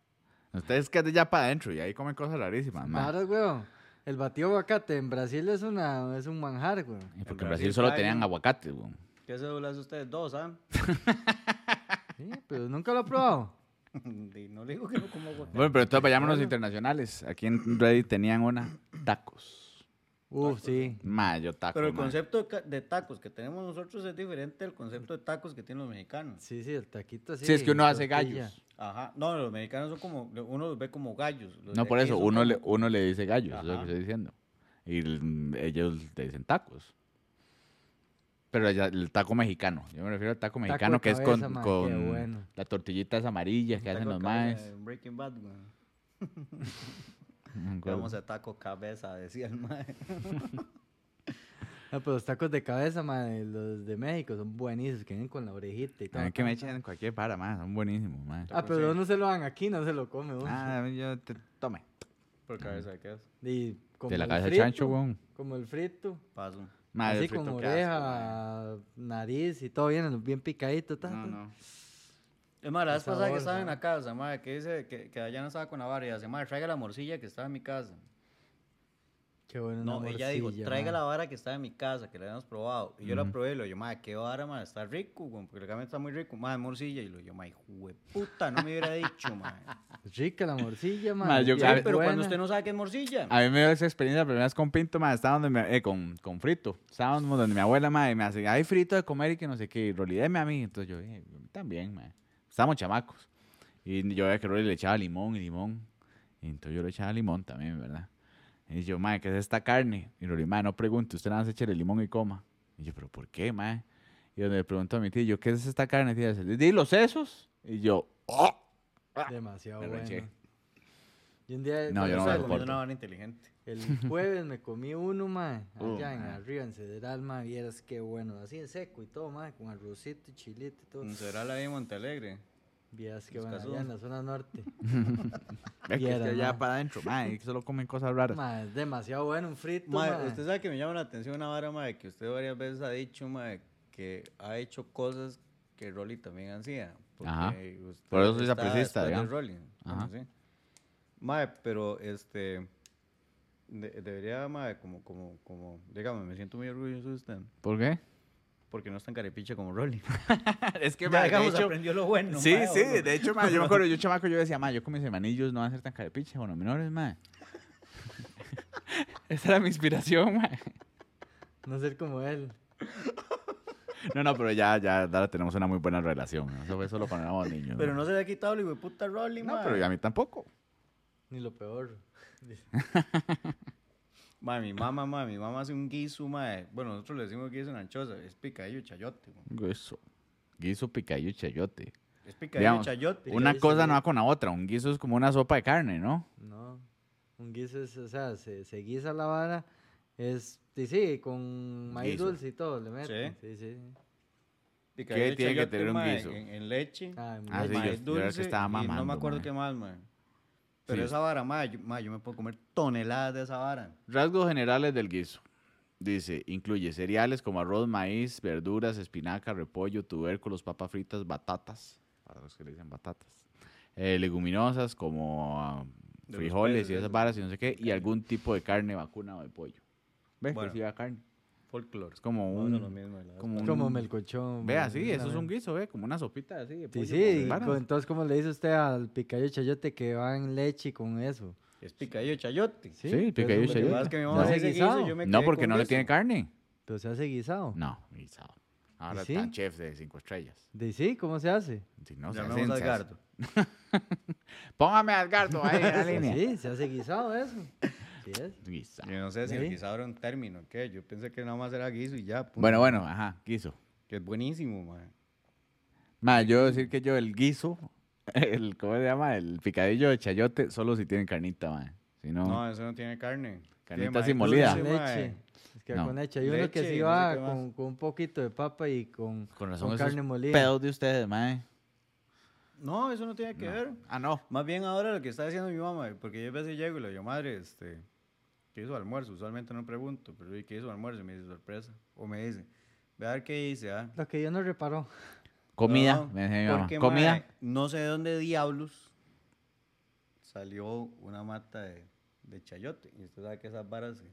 [SPEAKER 2] Ustedes queden ya para adentro y ahí comen cosas rarísimas, man.
[SPEAKER 3] Claro, weón. El batido de aguacate en Brasil es una es un manjar, weón.
[SPEAKER 1] En
[SPEAKER 2] Y porque en
[SPEAKER 1] Brasil
[SPEAKER 2] Brasil solo
[SPEAKER 1] hay-
[SPEAKER 2] tenían aguacate, weón.
[SPEAKER 1] ¿Qué cédula es usted? Dos, ¿ah?
[SPEAKER 3] Sí, pero nunca lo he probado.
[SPEAKER 1] Di, no le digo que no como aguacate.
[SPEAKER 2] Bueno, pero entonces vayámonos internacionales. Aquí en Reddit tenían una tacos.
[SPEAKER 3] Uf, sí.
[SPEAKER 2] Mayo tacos.
[SPEAKER 1] Pero el
[SPEAKER 2] ma.
[SPEAKER 1] concepto de ca- de tacos que tenemos nosotros es diferente al concepto de tacos que tienen los mexicanos.
[SPEAKER 3] Sí, sí, el taquito así.
[SPEAKER 2] Sí, es que uno hace
[SPEAKER 3] tortilla.
[SPEAKER 2] gallos.
[SPEAKER 1] Ajá. No, los mexicanos son como, uno los ve como gallos. Los
[SPEAKER 2] No,
[SPEAKER 1] de
[SPEAKER 2] por
[SPEAKER 1] aquí
[SPEAKER 2] eso,
[SPEAKER 1] son
[SPEAKER 2] uno
[SPEAKER 1] como-
[SPEAKER 2] le, uno le dice gallos, eso es lo
[SPEAKER 1] Ajá.
[SPEAKER 2] que estoy diciendo. Y el- ellos te dicen tacos. Pero allá, el taco mexicano, yo me refiero al taco
[SPEAKER 3] de
[SPEAKER 2] mexicano que es
[SPEAKER 3] cabeza,
[SPEAKER 2] con,
[SPEAKER 3] ma, qué
[SPEAKER 2] con
[SPEAKER 3] bueno.
[SPEAKER 2] las tortillitas amarillas que hacen
[SPEAKER 1] Taco
[SPEAKER 2] los
[SPEAKER 1] cabeza
[SPEAKER 2] maes.
[SPEAKER 3] eh,
[SPEAKER 1] de Breaking Bad, güey.
[SPEAKER 2] No me acuerdo.
[SPEAKER 1] Vamos a taco cabeza, decía el mae.
[SPEAKER 3] No, pero los tacos de cabeza, mae, los de México son buenísimos, que vienen con la orejita y todo.
[SPEAKER 2] También que me echen cualquier para más, son buenísimos, man.
[SPEAKER 3] Ah, pero no se lo dan aquí, no se lo come, uno.
[SPEAKER 2] Ah, yo te tome.
[SPEAKER 1] Por cabeza, ¿qué haces?
[SPEAKER 3] Y como
[SPEAKER 2] De la
[SPEAKER 3] el
[SPEAKER 2] cabeza de
[SPEAKER 3] frito,
[SPEAKER 2] chancho, weón.
[SPEAKER 3] Como el frito.
[SPEAKER 1] Paso.
[SPEAKER 2] Madre,
[SPEAKER 3] así
[SPEAKER 2] el frito,
[SPEAKER 3] como
[SPEAKER 2] qué asco,
[SPEAKER 3] oreja, nariz y todo bien, bien picadito. ta,
[SPEAKER 2] mae. No,
[SPEAKER 3] ta.
[SPEAKER 2] no.
[SPEAKER 1] Es más, la
[SPEAKER 3] El
[SPEAKER 1] vez pasada que
[SPEAKER 3] sabor,
[SPEAKER 1] estaba en
[SPEAKER 3] ¿no?
[SPEAKER 1] la casa, madre, que dice que, que allá no estaba con la vara y dice, madre, traiga la morcilla que estaba en mi casa.
[SPEAKER 3] Qué bueno.
[SPEAKER 1] No,
[SPEAKER 3] una
[SPEAKER 1] ella dijo,
[SPEAKER 3] morcilla,
[SPEAKER 1] traiga
[SPEAKER 3] mae.
[SPEAKER 1] la vara que estaba en mi casa, que la habíamos probado. Y yo la probé y lo yo, madre, qué vara, madre, está rico, güey, porque realmente está muy rico, madre, morcilla. Y lo yo, madre, puta, no me hubiera dicho, madre.
[SPEAKER 3] Rica la morcilla, man.
[SPEAKER 2] Mae, yo-
[SPEAKER 1] Sí,
[SPEAKER 2] a ver,
[SPEAKER 1] pero cuando usted no sabe qué es morcilla.
[SPEAKER 2] A mí me dio esa experiencia la primera vez con Pinto, ma, estaba donde mi- eh, con, con Frito. Estábamos donde mi abuela, ma, y me hace, hay frito de comer y que no sé qué, y rolideme a mí. Entonces yo dije, también, ma. Estábamos chamacos. Y yo veía que Rolly le echaba limón y limón. Y entonces yo le echaba limón también, ¿verdad? Y yo, ma, ¿qué es esta carne? Y Rolly, ma, no pregunte, usted nada más echa el limón y coma. Y yo, ¿pero por qué, ma? Y donde le pregunto a mi tía, yo, ¿qué es esta carne? Tía, dice, di los sesos. Y yo, ¡oh!
[SPEAKER 3] Demasiado
[SPEAKER 2] Me lo
[SPEAKER 3] bueno.
[SPEAKER 2] eché.
[SPEAKER 3] Y un día, pues,
[SPEAKER 2] No, yo no
[SPEAKER 1] Estaba comiendo
[SPEAKER 2] lo soporto.
[SPEAKER 1] una vara inteligente.
[SPEAKER 3] el jueves me comí uno, mae. Allá
[SPEAKER 2] Uh,
[SPEAKER 3] en
[SPEAKER 2] mae.
[SPEAKER 3] arriba, en Cederal, mae. Vieras qué bueno. Así en seco y todo, mae. Con arrocito y chilito y todo.
[SPEAKER 2] Mm.
[SPEAKER 1] Será la de Montalegre.
[SPEAKER 3] Vieras qué
[SPEAKER 1] Los
[SPEAKER 3] bueno. Allá
[SPEAKER 1] casudos.
[SPEAKER 3] en la zona norte.
[SPEAKER 2] Es que, es
[SPEAKER 3] Viera,
[SPEAKER 2] que allá
[SPEAKER 3] ma.
[SPEAKER 2] para adentro, ma, y solo comen cosas raras.
[SPEAKER 3] mae, es demasiado bueno. Un frito,
[SPEAKER 1] Mae,
[SPEAKER 3] mae.
[SPEAKER 1] usted sabe que me llama la atención una vara, mae, que usted varias veces ha dicho, mae, que ha hecho cosas que Rolly también hacía. porque
[SPEAKER 2] Ajá.
[SPEAKER 1] usted
[SPEAKER 2] Por eso soy
[SPEAKER 1] estaba después
[SPEAKER 2] sapricista,
[SPEAKER 1] de
[SPEAKER 2] digamos.
[SPEAKER 1] Rolly. bueno,
[SPEAKER 2] Ajá.
[SPEAKER 1] sí. Mae, pero este. de- debería, mae, como, como, como. Dígame, me siento muy orgulloso de usted.
[SPEAKER 2] ¿Por qué?
[SPEAKER 1] Porque no es tan carepicha como Rolly.
[SPEAKER 2] es que,
[SPEAKER 1] Ya,
[SPEAKER 2] ma, de
[SPEAKER 1] digamos,
[SPEAKER 2] hecho-
[SPEAKER 1] aprendió lo bueno.
[SPEAKER 2] sí,
[SPEAKER 1] mae,
[SPEAKER 2] sí,
[SPEAKER 1] bueno.
[SPEAKER 2] de hecho, ma, yo me acuerdo, yo chamaco, yo decía, ma, yo con mis hermanillos no van a ser tan carepiche, bueno, menores, ma. Esa era mi inspiración, ma.
[SPEAKER 3] No ser como él.
[SPEAKER 2] No, no, pero ya, ya, ahora tenemos una muy buena relación. ¿no? Eso fue solo cuando éramos niños.
[SPEAKER 1] Pero no se le ha quitado el hijo de puta Rolly,
[SPEAKER 2] No,
[SPEAKER 1] mae.
[SPEAKER 2] pero a mí tampoco.
[SPEAKER 3] Ni lo peor.
[SPEAKER 1] Mae, mi mamá, mae, mi mamá hace un guiso, mae. Bueno, nosotros le decimos guiso en anchosa. Es picadillo, chayote, mae.
[SPEAKER 2] Guiso. Guiso, picadillo, chayote.
[SPEAKER 1] Es picadillo,
[SPEAKER 2] Digamos,
[SPEAKER 1] chayote.
[SPEAKER 2] Una
[SPEAKER 3] Picadillo,
[SPEAKER 2] cosa no va
[SPEAKER 3] chayote.
[SPEAKER 2] con la otra. Un guiso es como una sopa de carne, ¿no?
[SPEAKER 3] No. Un guiso es, o sea, se, se guisa la vara. Es, y sí, con maíz
[SPEAKER 2] Guiso.
[SPEAKER 3] dulce y todo le meten. Sí, sí.
[SPEAKER 1] Picadillo,
[SPEAKER 2] ¿Qué tiene que
[SPEAKER 1] chayote,
[SPEAKER 2] tener un
[SPEAKER 1] mae,
[SPEAKER 2] guiso?
[SPEAKER 1] En, en leche,
[SPEAKER 3] Ah,
[SPEAKER 2] Ah, sí,
[SPEAKER 3] maíz.
[SPEAKER 1] maíz
[SPEAKER 2] yo- yo era el que
[SPEAKER 1] dulce
[SPEAKER 2] estaba
[SPEAKER 1] y no me
[SPEAKER 2] mamando,
[SPEAKER 1] acuerdo
[SPEAKER 2] mae.
[SPEAKER 1] qué más, mae. Pero
[SPEAKER 2] Sí.
[SPEAKER 1] esa vara, mae, yo, mae, yo me puedo comer toneladas de esa vara.
[SPEAKER 2] Rasgos generales del guiso. Dice, incluye cereales como arroz, maíz, verduras, espinaca, repollo, tubérculos, papas fritas, batatas, para los que le dicen batatas, eh, leguminosas como ah,
[SPEAKER 1] De los
[SPEAKER 2] frijoles
[SPEAKER 1] peces,
[SPEAKER 2] y esas
[SPEAKER 1] esos.
[SPEAKER 2] varas y no sé qué, y algún tipo de carne vacuna o de pollo. ¿Ves?
[SPEAKER 1] Bueno.
[SPEAKER 2] Que sí lleva carne.
[SPEAKER 1] Folklore.
[SPEAKER 2] Es como un... como un-
[SPEAKER 3] Como melcochón.
[SPEAKER 2] Ve
[SPEAKER 3] mae,
[SPEAKER 2] así, eso es un
[SPEAKER 3] una-
[SPEAKER 2] guiso, ve, como una sopita así de
[SPEAKER 3] Sí,
[SPEAKER 2] pollo con
[SPEAKER 3] sí.
[SPEAKER 2] varas.
[SPEAKER 3] con- entonces, ¿cómo le dice usted al picayo chayote que va en leche y con eso?
[SPEAKER 1] Es picadillo, chayote.
[SPEAKER 3] Sí,
[SPEAKER 2] Sí,
[SPEAKER 3] pero
[SPEAKER 2] picadillo
[SPEAKER 1] Lo que
[SPEAKER 3] eso es
[SPEAKER 2] chayote.
[SPEAKER 1] pasa es que mi
[SPEAKER 3] ¿Se
[SPEAKER 1] mamá
[SPEAKER 3] hace
[SPEAKER 1] hace guiso y
[SPEAKER 3] guisado?
[SPEAKER 1] yo me
[SPEAKER 2] No,
[SPEAKER 1] quedé
[SPEAKER 2] porque
[SPEAKER 1] con
[SPEAKER 2] no le
[SPEAKER 1] guiso.
[SPEAKER 2] tiene carne.
[SPEAKER 3] Pero se hace guisado.
[SPEAKER 2] No, guisado. Ahora
[SPEAKER 3] sí?
[SPEAKER 2] están chefs de cinco estrellas.
[SPEAKER 3] De sí, ¿cómo se hace?
[SPEAKER 2] Si no, se
[SPEAKER 1] Llamemos
[SPEAKER 2] hacen-
[SPEAKER 1] a
[SPEAKER 2] se hacen-
[SPEAKER 1] Edgardo.
[SPEAKER 2] Póngame al Gardo ahí en la línea.
[SPEAKER 3] Sí, se hace guisado eso. Sí es.
[SPEAKER 2] Guisa.
[SPEAKER 1] Yo no sé si
[SPEAKER 3] ¿Sí?
[SPEAKER 1] el guisado era un término, ¿qué? Yo pensé que nada más era guiso y ya. punto.
[SPEAKER 2] Bueno, bueno, ajá, guiso.
[SPEAKER 1] Que es buenísimo, mae.
[SPEAKER 2] Ma, yo decir que yo el guiso, el, ¿cómo se llama? El picadillo de chayote, solo si tienen carnita, ma. Si no,
[SPEAKER 1] No, eso no tiene carne. Tiene
[SPEAKER 2] Carnita así
[SPEAKER 1] maíz
[SPEAKER 2] molida.
[SPEAKER 1] dulce, mae.
[SPEAKER 3] leche. Es que
[SPEAKER 2] No.
[SPEAKER 3] con leche. Hay uno que
[SPEAKER 1] Leche y
[SPEAKER 3] sí
[SPEAKER 1] no sé
[SPEAKER 3] va
[SPEAKER 1] qué más.
[SPEAKER 3] con, con un poquito de papa y con,
[SPEAKER 2] con razón
[SPEAKER 3] con
[SPEAKER 2] esos
[SPEAKER 3] carne molida.
[SPEAKER 2] pedos de ustedes, ma.
[SPEAKER 1] No, eso no tiene que ver.
[SPEAKER 2] Ah, no.
[SPEAKER 1] Más bien ahora lo que está diciendo mi mamá, porque yo a veces llego y le digo, madre, este, ¿qué hizo de almuerzo? Usualmente no pregunto, pero ¿y ¿qué hizo de almuerzo? Y me dice, sorpresa. O me dice, ve a ver qué hice, ¿ah?
[SPEAKER 3] Lo que yo no reparo.
[SPEAKER 2] Comida,
[SPEAKER 1] No,
[SPEAKER 2] me decía mi mamá.
[SPEAKER 1] porque,
[SPEAKER 2] Comida.
[SPEAKER 1] mae, no sé de dónde diablos salió una mata de, de chayote. Y usted sabe que esas varas se,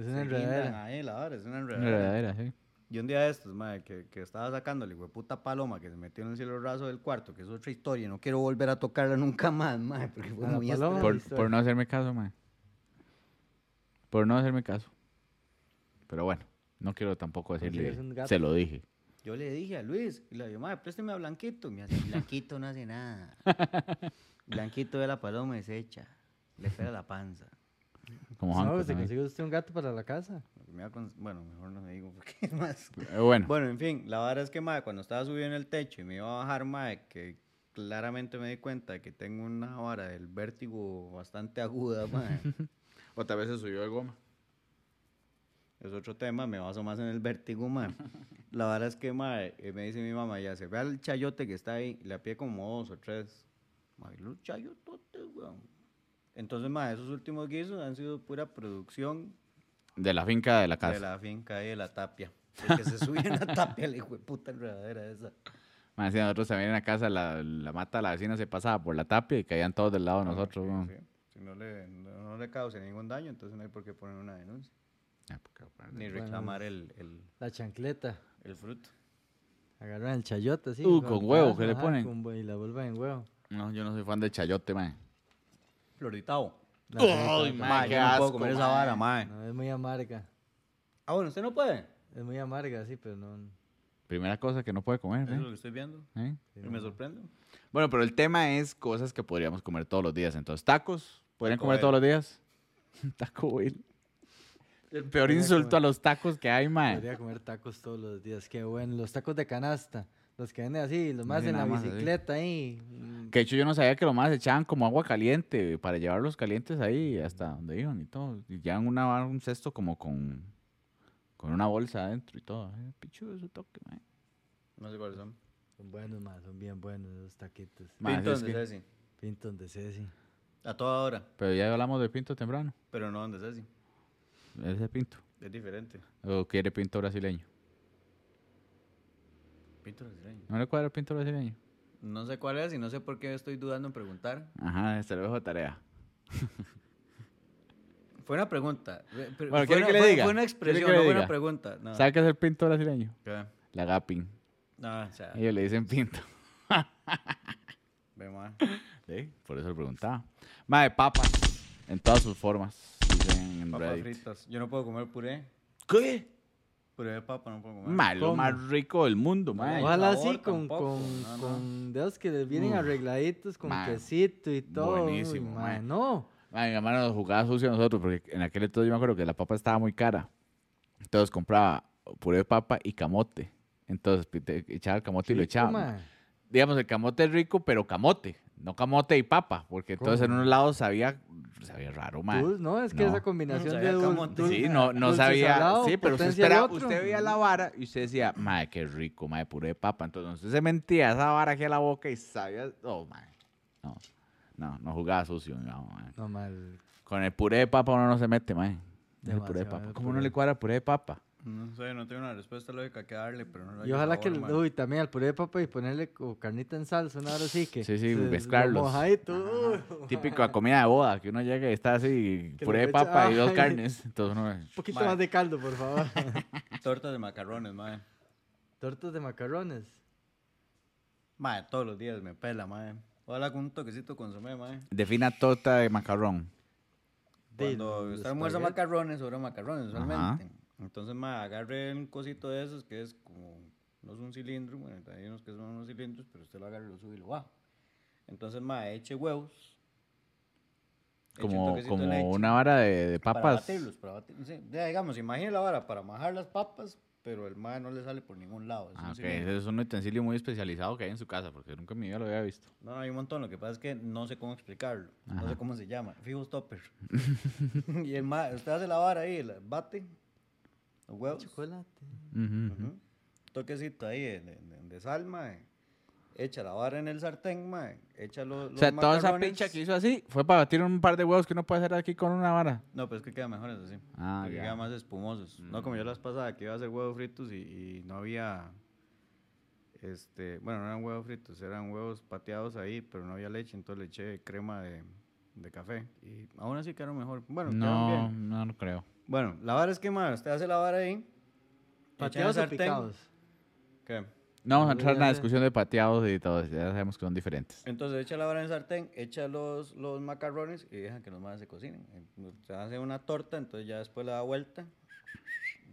[SPEAKER 3] Es
[SPEAKER 1] se ah.
[SPEAKER 3] una
[SPEAKER 1] guindan
[SPEAKER 3] enredadera.
[SPEAKER 1] ahí, la vara, es una enredadera.
[SPEAKER 2] Verdadera, sí.
[SPEAKER 1] Y un día de estos, madre, que, que estaba sacándole, güey, puta paloma que se metió en el cielo raso del cuarto, que es otra historia, y no quiero volver a tocarla nunca más, madre, porque fue
[SPEAKER 3] ¿A la
[SPEAKER 1] muy
[SPEAKER 3] paloma?
[SPEAKER 1] estresante.
[SPEAKER 2] Por,
[SPEAKER 3] historia.
[SPEAKER 2] por no hacerme caso, ma. Por no hacerme caso. Pero bueno, no quiero tampoco
[SPEAKER 3] Porque
[SPEAKER 2] decirle.
[SPEAKER 3] eres un gato.
[SPEAKER 2] Se lo dije.
[SPEAKER 1] Yo le dije a Luis, y le dije, madre, présteme a Blanquito. Me hace, Blanquito no hace nada. Blanquito ve la paloma deshecha, le pega la panza.
[SPEAKER 2] Como
[SPEAKER 3] No,
[SPEAKER 2] Hanco
[SPEAKER 3] se
[SPEAKER 2] también.
[SPEAKER 3] consigue usted un gato para la casa.
[SPEAKER 1] Me va con- Bueno, mejor no me digo, porque es más.
[SPEAKER 2] Eh, bueno,
[SPEAKER 1] Bueno, en fin, la vara es que, madre, cuando estaba subido en el techo y me iba a bajar, madre, que claramente me di cuenta de que tengo una vara del vértigo bastante aguda, madre.
[SPEAKER 2] o tal vez se subió de goma.
[SPEAKER 1] es otro tema, me baso más en el vértigo, mae. La verdad es que, mae, eh, me dice mi mamá, ya se ve al chayote que está ahí, le apié como dos o tres. Mae, los chayototes, weón. Entonces, mae, esos últimos guisos han sido pura producción
[SPEAKER 2] De la finca de la casa.
[SPEAKER 1] de la finca y de la tapia. Porque se sube en la tapia, le hijo de puta enredadera esa.
[SPEAKER 2] Más decía, nosotros también en la casa, la, la mata de la vecina se pasaba por la tapia y caían todos del lado de nosotros.
[SPEAKER 1] Ah, Sí,
[SPEAKER 2] weón.
[SPEAKER 1] sí. Si no le, no, no le causa ningún daño, entonces no hay por qué poner una denuncia.
[SPEAKER 2] Ah, porque, bueno,
[SPEAKER 1] Ni
[SPEAKER 3] Bueno,
[SPEAKER 1] reclamar el, el,
[SPEAKER 3] La chancleta.
[SPEAKER 1] el fruto.
[SPEAKER 3] Agarran el chayote así.
[SPEAKER 2] Uh, con huevo,
[SPEAKER 3] pedazo,
[SPEAKER 2] ¿qué le
[SPEAKER 3] ajá,
[SPEAKER 2] ponen?
[SPEAKER 3] con hue- y la vuelven en huevo.
[SPEAKER 2] No, yo no soy fan del chayote, man.
[SPEAKER 1] Floritao.
[SPEAKER 3] La frita,
[SPEAKER 2] Ay,
[SPEAKER 3] ta-
[SPEAKER 2] ma,
[SPEAKER 1] Mae,
[SPEAKER 2] qué
[SPEAKER 1] yo no puedo
[SPEAKER 2] asco,
[SPEAKER 1] comer esa
[SPEAKER 2] mae.
[SPEAKER 1] vara, mae.
[SPEAKER 3] no, es muy amarga.
[SPEAKER 1] Ah, bueno, usted no puede.
[SPEAKER 3] Es muy amarga, sí, pero no.
[SPEAKER 2] Primera cosa que no puede comer,
[SPEAKER 1] Eso es lo
[SPEAKER 2] ¿eh?
[SPEAKER 1] que estoy viendo.
[SPEAKER 2] ¿Eh?
[SPEAKER 1] Y me sorprende.
[SPEAKER 2] Bueno, pero el tema es cosas que podríamos comer todos los días. Entonces, tacos, ¿podrían
[SPEAKER 1] Taco
[SPEAKER 2] comer
[SPEAKER 1] Bell.
[SPEAKER 2] todos los días? Taco Bell. El peor
[SPEAKER 3] Podría
[SPEAKER 2] insulto a
[SPEAKER 3] comer.
[SPEAKER 2] los tacos que hay, man.
[SPEAKER 3] Podría comer tacos todos los días. Qué bueno. Los tacos de canasta. Los que venden así, los más
[SPEAKER 2] Venden
[SPEAKER 3] en la
[SPEAKER 2] nada más ¿eh? así.
[SPEAKER 3] bicicleta ahí. mm,
[SPEAKER 2] Que de hecho yo no sabía que lo más echaban como agua caliente para llevarlos calientes ahí hasta donde iban y todo. Y llevan una, vara, un cesto como con, con una bolsa adentro y todo. Eh, Pichudo ese toque, man.
[SPEAKER 1] No sé cuáles son.
[SPEAKER 3] Son buenos, más, son bien buenos esos taquitos.
[SPEAKER 2] Ma,
[SPEAKER 1] Pinto
[SPEAKER 2] es
[SPEAKER 1] donde
[SPEAKER 2] que-
[SPEAKER 1] Ceci.
[SPEAKER 3] Pinton de Ceci.
[SPEAKER 1] A toda hora,
[SPEAKER 2] Pero ya hablamos de pinto temprano.
[SPEAKER 1] pero no donde Ceci.
[SPEAKER 2] Ese pinto.
[SPEAKER 1] Es diferente.
[SPEAKER 2] ¿O quiere pinto brasileño?
[SPEAKER 1] Pinto brasileño.
[SPEAKER 2] ¿No le cuadra el pinto brasileño?
[SPEAKER 1] No sé cuál es y no sé por qué estoy dudando en preguntar.
[SPEAKER 2] Ajá, se lo dejo de tarea.
[SPEAKER 1] Fue una pregunta. Re- pero fue,
[SPEAKER 2] Bueno, ¿quiere
[SPEAKER 1] una,
[SPEAKER 2] que le
[SPEAKER 1] fue-
[SPEAKER 2] diga?
[SPEAKER 1] fue una
[SPEAKER 2] ¿Quiere
[SPEAKER 1] expresión,
[SPEAKER 2] que le
[SPEAKER 1] no fue una
[SPEAKER 2] diga?
[SPEAKER 1] pregunta. No.
[SPEAKER 2] ¿Sabe qué es el pinto brasileño?
[SPEAKER 1] ¿Qué?
[SPEAKER 2] La gapping.
[SPEAKER 1] No, o sea,
[SPEAKER 2] Ellos le dicen pinto.
[SPEAKER 1] ve mal.
[SPEAKER 2] ¿Sí? Por eso le preguntaba. Madre, papas. En todas sus formas. Dicen en
[SPEAKER 1] Papas
[SPEAKER 2] Reddit.
[SPEAKER 1] fritas. Yo no puedo comer puré.
[SPEAKER 2] ¿Qué?
[SPEAKER 1] Puré de papa no puedo comer.
[SPEAKER 2] Mae, lo
[SPEAKER 3] ¿Cómo?
[SPEAKER 2] más rico del mundo, mae.
[SPEAKER 1] Ojalá.
[SPEAKER 3] Ojalá
[SPEAKER 1] sabor
[SPEAKER 3] así, con,
[SPEAKER 1] tampoco,
[SPEAKER 3] con,
[SPEAKER 1] no, no.
[SPEAKER 3] con dedos que les vienen arregladitos, con
[SPEAKER 2] Ma,
[SPEAKER 3] quesito y todo. uy,
[SPEAKER 2] buenísimo,
[SPEAKER 3] ma,
[SPEAKER 2] ma.
[SPEAKER 3] No,
[SPEAKER 2] Mae, mi hermano nos jugaba sucio a nosotros porque en aquel entonces yo me acuerdo que la papa estaba muy cara. Entonces compraba puré de papa y camote. Entonces pite- echaba el camote y lo
[SPEAKER 3] rico,
[SPEAKER 2] echaba.
[SPEAKER 3] ma.
[SPEAKER 2] digamos, el camote es rico, pero camote, no camote y papa, porque entonces en
[SPEAKER 3] ¿Cómo?
[SPEAKER 2] unos lados sabía, sabía raro, man.
[SPEAKER 3] Dulce, no, es que
[SPEAKER 2] no.
[SPEAKER 3] esa combinación
[SPEAKER 1] Sabía
[SPEAKER 3] de dul-
[SPEAKER 1] camote.
[SPEAKER 3] dulce.
[SPEAKER 2] Sí, no, no
[SPEAKER 3] dulce
[SPEAKER 2] sabía.
[SPEAKER 3] salado,
[SPEAKER 2] sí, pero usted,
[SPEAKER 3] potencia el
[SPEAKER 2] espera-
[SPEAKER 3] otro.
[SPEAKER 2] usted veía la vara y usted decía, madre, qué rico, madre, puré de papa. Entonces usted se mentía esa vara aquí a la boca y sabía, oh, madre. No, no, no jugaba sucio, no, mae.
[SPEAKER 3] No, mal.
[SPEAKER 2] Con el puré de papa uno no se mete, man. El puré de
[SPEAKER 3] Demasiado
[SPEAKER 2] papa.
[SPEAKER 3] el
[SPEAKER 2] ¿Cómo no
[SPEAKER 3] puré.
[SPEAKER 2] le cuadra puré de papa?
[SPEAKER 1] No sé, no tengo una respuesta lógica que darle, pero no la
[SPEAKER 3] Y ojalá que, le- uy, también al puré de papa y ponerle co- carnita en salsa, una hora así que.
[SPEAKER 2] Sí, sí,
[SPEAKER 3] se- lo
[SPEAKER 2] mezclarlos.
[SPEAKER 3] Mojadito. uy,
[SPEAKER 2] Típico a comida de boda, que uno llega y está así,
[SPEAKER 3] Que le
[SPEAKER 2] puré de
[SPEAKER 3] echa-
[SPEAKER 2] papa y dos
[SPEAKER 3] ay.
[SPEAKER 2] carnes. Entonces uno...
[SPEAKER 3] Un poquito
[SPEAKER 1] Ma.
[SPEAKER 3] más de caldo, por favor.
[SPEAKER 1] Tortas de macarrones, madre.
[SPEAKER 3] Tortas de macarrones.
[SPEAKER 1] Madre, todos los días me pela, madre. Ojalá con un toquecito consomé, madre.
[SPEAKER 2] Defina torta de macarrón.
[SPEAKER 3] Del-
[SPEAKER 1] Cuando
[SPEAKER 3] del
[SPEAKER 1] usted almuerza
[SPEAKER 3] espagueti.
[SPEAKER 1] macarrones, sobra macarrones
[SPEAKER 2] Ajá.
[SPEAKER 1] usualmente. Entonces, ma, agarre un cosito de esos que es como, no es un cilindro, bueno, hay unos que son unos cilindros, pero usted lo agarra, lo sube y lo baja. Entonces, ma, eche huevos. eche un
[SPEAKER 2] como,
[SPEAKER 1] toquecito de leche
[SPEAKER 2] como una vara de, de
[SPEAKER 1] Para
[SPEAKER 2] papas.
[SPEAKER 1] batirlos, para batirlos. sí. Ya, digamos, imagine la vara para majar las papas, pero el ma no le sale por ningún lado. es un
[SPEAKER 2] Ah, ok,
[SPEAKER 1] cilindro.
[SPEAKER 2] ese es un utensilio muy especializado que hay en su casa, porque nunca en mi vida lo había visto.
[SPEAKER 1] No, no, hay un montón. Lo que pasa es que no sé cómo explicarlo. No sé
[SPEAKER 2] Ajá.
[SPEAKER 1] cómo se llama. Fijo stopper. y el ma, usted hace la vara ahí, la- bate, los huevos.
[SPEAKER 3] Chocolate.
[SPEAKER 2] Ujú, ujú.
[SPEAKER 1] ujú, Toquecito ahí de, de, de- de sal, mae, Echa la vara en el sartén, mae. Echa los,
[SPEAKER 2] O sea,
[SPEAKER 1] los
[SPEAKER 2] toda esa
[SPEAKER 1] macarrones.
[SPEAKER 2] pincha que hizo así fue para batir un par de huevos que uno puede hacer aquí con una vara.
[SPEAKER 1] No, pero es que queda mejor eso sí.
[SPEAKER 2] Ah,
[SPEAKER 1] porque
[SPEAKER 2] ya. Mm.
[SPEAKER 1] queda más espumosos. No, como yo las pasaba, que iba a hacer huevos fritos y, y no había... Este, bueno, no eran huevos fritos, eran huevos pateados ahí, pero no había leche, entonces le eché crema de, de café. Y aún así quedaron mejor. Bueno, quedaron
[SPEAKER 2] No,
[SPEAKER 1] bien.
[SPEAKER 2] no, no creo.
[SPEAKER 1] Bueno, la vara es que, mae, usted hace la vara ahí. echa en el
[SPEAKER 3] Pateados o
[SPEAKER 1] sartén.
[SPEAKER 3] picados.
[SPEAKER 1] ¿Qué?
[SPEAKER 2] No vamos a
[SPEAKER 3] No
[SPEAKER 2] entrar en la
[SPEAKER 3] debería
[SPEAKER 2] discusión de pateados y todo, ya sabemos que son diferentes.
[SPEAKER 1] Entonces echa la vara en el sartén, echa los, los macarrones y deja que los más se cocinen. Eh, Se hace una torta, entonces ya después la da vuelta,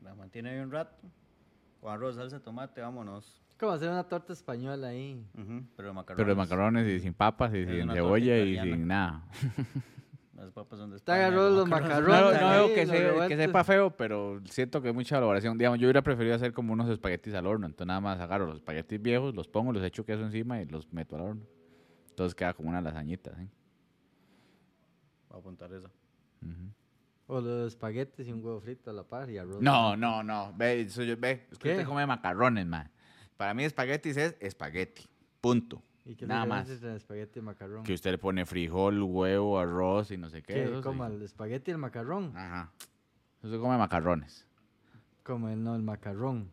[SPEAKER 1] la mantiene ahí un rato. Con arroz, salsa, tomate, vámonos.
[SPEAKER 3] Como hacer una torta española ahí.
[SPEAKER 1] Ujú, Pero los macarrones.
[SPEAKER 2] Pero de macarrones y sin papas y
[SPEAKER 1] Es
[SPEAKER 2] sin
[SPEAKER 1] una torta
[SPEAKER 2] cebolla y
[SPEAKER 1] italiana.
[SPEAKER 2] sin nada.
[SPEAKER 1] Las papas son de
[SPEAKER 3] Te
[SPEAKER 1] España,
[SPEAKER 3] agarró los
[SPEAKER 2] No,
[SPEAKER 3] macarrones.
[SPEAKER 2] no
[SPEAKER 3] ahí,
[SPEAKER 2] veo que,
[SPEAKER 3] los
[SPEAKER 2] se- que
[SPEAKER 3] revueltos.
[SPEAKER 2] sepa feo, pero siento que hay mucha elaboración. Digamos, yo hubiera preferido hacer como unos espaguetis al horno. Entonces nada más agarro los espaguetis viejos, los pongo, los echo queso encima y los meto al horno. Entonces queda como una lasañita. ¿sí?
[SPEAKER 1] Voy a apuntar esa.
[SPEAKER 2] Ujú.
[SPEAKER 3] O los espaguetes y un huevo frito a la par y arroz.
[SPEAKER 2] No, no, no. Ve, eso yo- ve, es que
[SPEAKER 3] ¿Qué?
[SPEAKER 2] usted come macarrones, ma. Para mí espaguetis es espagueti. Punto.
[SPEAKER 3] ¿Y qué
[SPEAKER 2] nada
[SPEAKER 3] nada
[SPEAKER 2] más.
[SPEAKER 3] más. entre espagueti y macarrón?
[SPEAKER 2] Que usted le pone frijol, huevo, arroz y no sé qué.
[SPEAKER 3] ¿Qué?
[SPEAKER 2] eso sí. Ah.
[SPEAKER 3] Como el espagueti y el macarrón.
[SPEAKER 2] Ajá. Usted come macarrones.
[SPEAKER 3] Como el, no, el macarrón.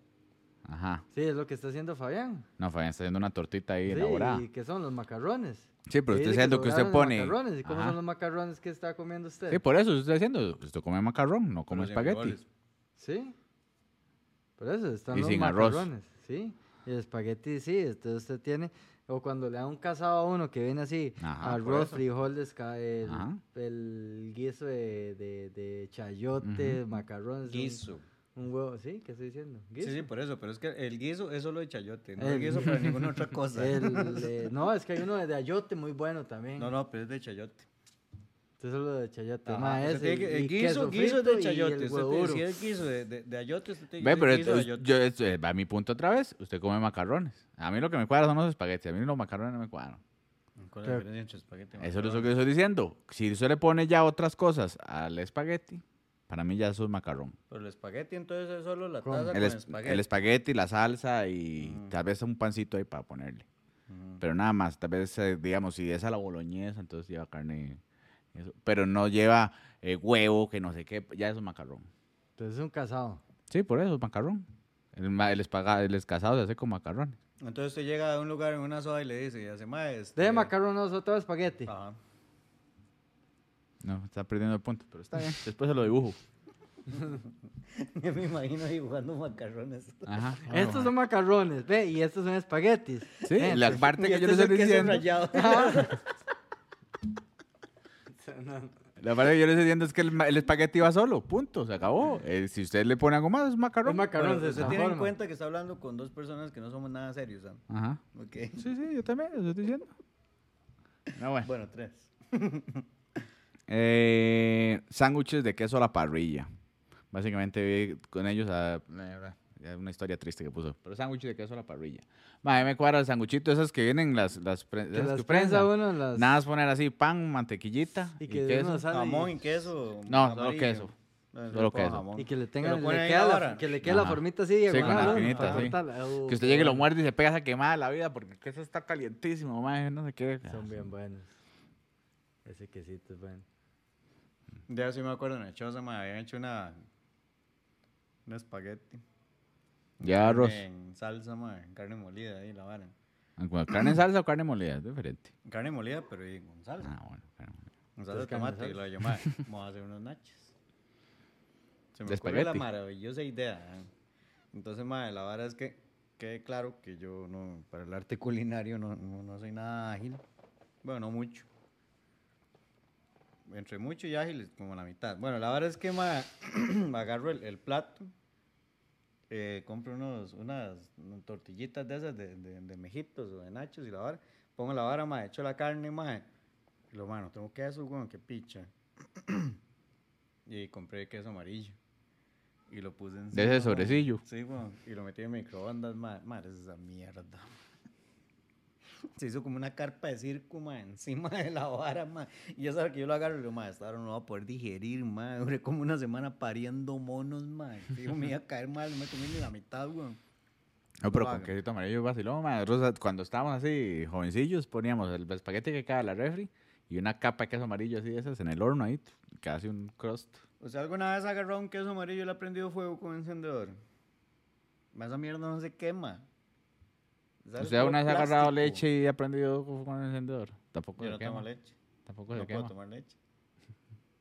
[SPEAKER 2] Ajá.
[SPEAKER 3] Sí, es lo que está haciendo Fabián.
[SPEAKER 2] No, Fabián está haciendo una tortita ahí
[SPEAKER 3] Sí,
[SPEAKER 2] elaborada.
[SPEAKER 3] ¿y qué son los macarrones?
[SPEAKER 2] Sí, pero
[SPEAKER 3] Sí,
[SPEAKER 2] usted
[SPEAKER 3] de
[SPEAKER 2] sabe lo que usted
[SPEAKER 3] sobraron los
[SPEAKER 2] pone.
[SPEAKER 3] Macarrones. ¿Y cómo
[SPEAKER 2] Ajá.
[SPEAKER 3] son los macarrones que está comiendo usted?
[SPEAKER 2] Sí, pues. por eso usted está diciendo, usted come macarrón, no come
[SPEAKER 1] Los
[SPEAKER 2] espagueti.
[SPEAKER 1] frijoles.
[SPEAKER 3] Sí. Por eso están
[SPEAKER 2] Y
[SPEAKER 3] los
[SPEAKER 2] sin arroz.
[SPEAKER 3] macarrones, sí. Y el espagueti sí, entonces usted tiene o cuando le da un casado a uno que viene así,
[SPEAKER 2] Ajá, por
[SPEAKER 3] arroz,
[SPEAKER 2] eso.
[SPEAKER 3] frijoles, ca- el,
[SPEAKER 2] Ajá.
[SPEAKER 3] el guiso de, de, de chayote, macarrones, un-
[SPEAKER 1] Guiso.
[SPEAKER 3] Un, huevo, sí, ¿qué estoy diciendo?
[SPEAKER 1] Sí,
[SPEAKER 3] Guiso.
[SPEAKER 1] sí, por eso, pero es que el guiso es solo de chayote, no
[SPEAKER 3] El-
[SPEAKER 1] es guiso para ninguna otra cosa.
[SPEAKER 3] El, eh, no, es que hay uno de ayote muy bueno también.
[SPEAKER 1] No, no, pero es de chayote.
[SPEAKER 3] Entonces lo de chayote.
[SPEAKER 1] Ajá,
[SPEAKER 3] ma,
[SPEAKER 1] usted
[SPEAKER 3] Ah, ese,
[SPEAKER 1] tiene que-
[SPEAKER 3] y-
[SPEAKER 1] el
[SPEAKER 3] y
[SPEAKER 1] guiso,
[SPEAKER 3] queso
[SPEAKER 1] guiso es
[SPEAKER 3] frito
[SPEAKER 1] de
[SPEAKER 3] y
[SPEAKER 1] chayote.
[SPEAKER 3] el
[SPEAKER 1] usted
[SPEAKER 3] huevo
[SPEAKER 1] tiene-
[SPEAKER 3] duro.
[SPEAKER 1] si es guiso de, de, de ayote, usted tiene
[SPEAKER 2] Ve,
[SPEAKER 1] que
[SPEAKER 2] pero
[SPEAKER 1] decir guiso de
[SPEAKER 2] es-
[SPEAKER 1] ayote.
[SPEAKER 2] yo, es- eh, a mi punto otra vez, usted come macarrones. A mí lo que me cuadra son los espaguetis, a mí los macarrones no me cuadran.
[SPEAKER 1] ¿Cuál es
[SPEAKER 3] Pero-
[SPEAKER 1] la diferencia entre espagueti y
[SPEAKER 2] Eso es lo
[SPEAKER 1] macarrón?
[SPEAKER 2] que estoy diciendo. Si usted le pone ya otras cosas al espagueti, para mí ya eso es macarrón.
[SPEAKER 1] Pero el espagueti entonces es solo la
[SPEAKER 3] Con-
[SPEAKER 1] taza
[SPEAKER 2] El,
[SPEAKER 1] con
[SPEAKER 2] es-
[SPEAKER 1] espagueti.
[SPEAKER 2] el espagueti, Mm. la salsa y
[SPEAKER 1] Ujú.
[SPEAKER 2] tal vez un pancito ahí para ponerle.
[SPEAKER 1] Ujú.
[SPEAKER 2] Pero nada más, tal vez, eh, digamos, si es a la boloñesa, entonces lleva carne. eso. Pero no lleva eh, huevo, que no sé qué, ya eso es macarrón.
[SPEAKER 3] Entonces es un casado.
[SPEAKER 2] Sí, por eso es macarrón. El, ma- el, espaga- el escasado se hace con macarrones.
[SPEAKER 1] Entonces usted llega a un lugar en una soda y le dice, y hace más. Este...
[SPEAKER 3] De macarrones otro espagueti.
[SPEAKER 2] Ah,
[SPEAKER 1] Ajá.
[SPEAKER 2] No, está perdiendo el punto, pero está bien. Después se lo dibujo.
[SPEAKER 1] Yo me imagino dibujando macarrones.
[SPEAKER 2] Ajá.
[SPEAKER 3] estos son macarrones, ve, y estos son espaguetis.
[SPEAKER 2] Sí,
[SPEAKER 3] Ve,
[SPEAKER 2] la
[SPEAKER 3] entonces-
[SPEAKER 2] parte
[SPEAKER 1] Y
[SPEAKER 2] que
[SPEAKER 1] este
[SPEAKER 2] yo le
[SPEAKER 1] es
[SPEAKER 2] estoy
[SPEAKER 1] el queso
[SPEAKER 2] diciendo.
[SPEAKER 1] rallado.
[SPEAKER 2] La parte que yo le estoy diciendo es que el, ma- el espagueti va solo, punto, se acabó. Eh, si usted le pone algo más, es macarrón.
[SPEAKER 3] Es macarrón
[SPEAKER 1] Pero
[SPEAKER 3] de
[SPEAKER 1] usted
[SPEAKER 3] esa
[SPEAKER 1] tiene en
[SPEAKER 3] forma.
[SPEAKER 1] cuenta que está hablando con dos personas que no somos nada serios, ¿ah?
[SPEAKER 2] Ajá.
[SPEAKER 1] Ok.
[SPEAKER 2] Sí, sí, yo también, lo estoy diciendo. No, bueno.
[SPEAKER 1] Bueno, tres.
[SPEAKER 2] Eh, sándwiches de queso a la parrilla. Básicamente vi con ellos a- eh, una historia triste que puso. Pero sándwiches de queso a la parrilla. Ma, a mí me cuadra el sanguchito, esas que vienen las, las, pre-
[SPEAKER 3] Que
[SPEAKER 2] esas
[SPEAKER 3] las
[SPEAKER 2] que
[SPEAKER 3] prensa
[SPEAKER 2] prensan.
[SPEAKER 3] uno en las...
[SPEAKER 2] Nada más poner así pan, mantequillita y,
[SPEAKER 3] y que
[SPEAKER 2] queso.
[SPEAKER 3] uno sale y-
[SPEAKER 1] Jamón y queso.
[SPEAKER 2] No, solo
[SPEAKER 1] amarillo.
[SPEAKER 2] queso.
[SPEAKER 1] No, yo
[SPEAKER 2] Solo
[SPEAKER 1] pongo
[SPEAKER 2] queso.
[SPEAKER 1] jamón.
[SPEAKER 3] y que le
[SPEAKER 1] Pero
[SPEAKER 3] tengan le
[SPEAKER 1] ponen ahí
[SPEAKER 3] queda
[SPEAKER 1] la
[SPEAKER 3] la,
[SPEAKER 1] vara.
[SPEAKER 3] que le quede la
[SPEAKER 2] Ajá.
[SPEAKER 3] formita así
[SPEAKER 2] con la
[SPEAKER 3] diagonal, ¿no?
[SPEAKER 2] espinita,
[SPEAKER 3] Para
[SPEAKER 2] sí.
[SPEAKER 3] cortarla. Uh,
[SPEAKER 2] Que usted
[SPEAKER 3] qué
[SPEAKER 2] llegue y lo
[SPEAKER 3] bueno.
[SPEAKER 2] muerde y se pega esa quemada de la vida porque el queso está calientísimo, ma, no sé qué.
[SPEAKER 3] Son bien buenos. Ese quesito es bueno.
[SPEAKER 1] Ya sí me acuerdo, en el Choza me habían hecho una. Un espagueti.
[SPEAKER 2] Ya arroz.
[SPEAKER 1] En salsa, ma, en carne molida, ahí la vara.
[SPEAKER 2] Bueno, carne en salsa o carne molida, es diferente.
[SPEAKER 1] Carne molida, pero y con salsa.
[SPEAKER 2] Ah, bueno, carne molida.
[SPEAKER 1] Un salsa de
[SPEAKER 3] Entonces, carne
[SPEAKER 1] tomate y
[SPEAKER 3] salsa.
[SPEAKER 1] lo llamaba. Vamos a hacer unos nachos. Se me
[SPEAKER 2] De
[SPEAKER 1] ocurrió la
[SPEAKER 2] espagueti.
[SPEAKER 1] maravillosa idea. ¿eh? Entonces, madre, la verdad es que quede claro que yo no, para el arte culinario no, no, no soy nada ágil. Bueno, no mucho. Entre mucho y ágil, es como la mitad. Bueno, la verdad es que madre, agarro el, el plato, eh, compro unos, unas tortillitas de esas de, de- de mejitos o de nachos y la vara. Pongo la vara, madre, echo la carne, madre. Y lo mano, tengo queso, weón, que picha. y compré queso amarillo. Y lo puse en
[SPEAKER 2] De ese sobrecillo.
[SPEAKER 1] Sí, weón. Y lo metí en microondas, madre. Madre, es esa mierda. Se hizo como una carpa de circo, ma, encima de la vara, ma. Y ya sabes que yo lo agarro y le digo, ma, esta vara no la voy a poder digerir, ma. Duré como una semana pariendo monos, ma. Digo, me iba a caer mal, no me comí ni la mitad, weón.
[SPEAKER 2] No, pero
[SPEAKER 1] lo
[SPEAKER 2] con
[SPEAKER 1] hagan.
[SPEAKER 2] quesito amarillo es vacilón, ma. Nosotros, eh, cuando estábamos así, jovencillos, poníamos el espagueti que cae a la refri y una capa de queso amarillo así de esas en el horno ahí, casi un crust.
[SPEAKER 1] O sea, alguna vez agarró un queso amarillo y le ha prendido fuego con un encendedor. Ma, esa mierda no se quema. Esa es
[SPEAKER 2] ¿Usted alguna
[SPEAKER 1] puro
[SPEAKER 2] vez ha agarrado
[SPEAKER 1] plástico.
[SPEAKER 2] leche y ha prendido con el encendedor? Tampoco
[SPEAKER 1] Yo
[SPEAKER 2] se
[SPEAKER 1] no
[SPEAKER 2] quema.
[SPEAKER 1] tomo leche.
[SPEAKER 2] Tampoco se
[SPEAKER 1] No puedo
[SPEAKER 2] quema.
[SPEAKER 1] tomar leche.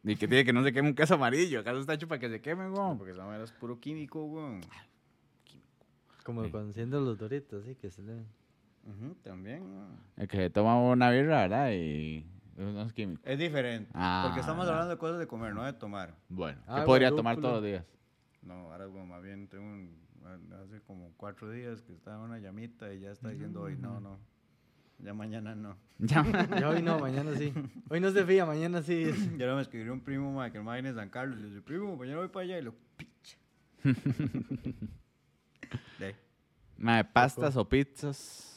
[SPEAKER 2] Y que tiene que no se queme un queso amarillo. ¿Acaso está hecho para que se queme,
[SPEAKER 1] No,
[SPEAKER 2] weón?
[SPEAKER 1] porque esa mierda es puro químico, weón.
[SPEAKER 3] Como
[SPEAKER 2] Sí.
[SPEAKER 3] cuando siendo los doritos, sí, que se le...
[SPEAKER 1] Ujú, también, ma.
[SPEAKER 2] El que se toma una birra, ¿verdad? Y no es químico.
[SPEAKER 1] Es diferente.
[SPEAKER 2] Ah,
[SPEAKER 1] porque estamos
[SPEAKER 2] ya.
[SPEAKER 1] hablando de cosas de comer, no de tomar.
[SPEAKER 2] Bueno,
[SPEAKER 3] Ah,
[SPEAKER 2] ¿qué podría
[SPEAKER 3] guarúculo.
[SPEAKER 2] tomar todos los días?
[SPEAKER 1] No, ahora como más bien tengo un, hace como cuatro días que estaba en una llamita y ya está diciendo
[SPEAKER 2] Mm.
[SPEAKER 1] hoy no, no. Ya mañana no.
[SPEAKER 2] Ya, ma.
[SPEAKER 3] Ya hoy no, mañana sí. Hoy no se fía, mañana sí. dice.
[SPEAKER 1] Ya no me escribió un primo, ma, que el ma viene de San Carlos. Y yo dice, primo, mañana voy para allá y lo picha. De,
[SPEAKER 2] Ma, pastas o pizzas.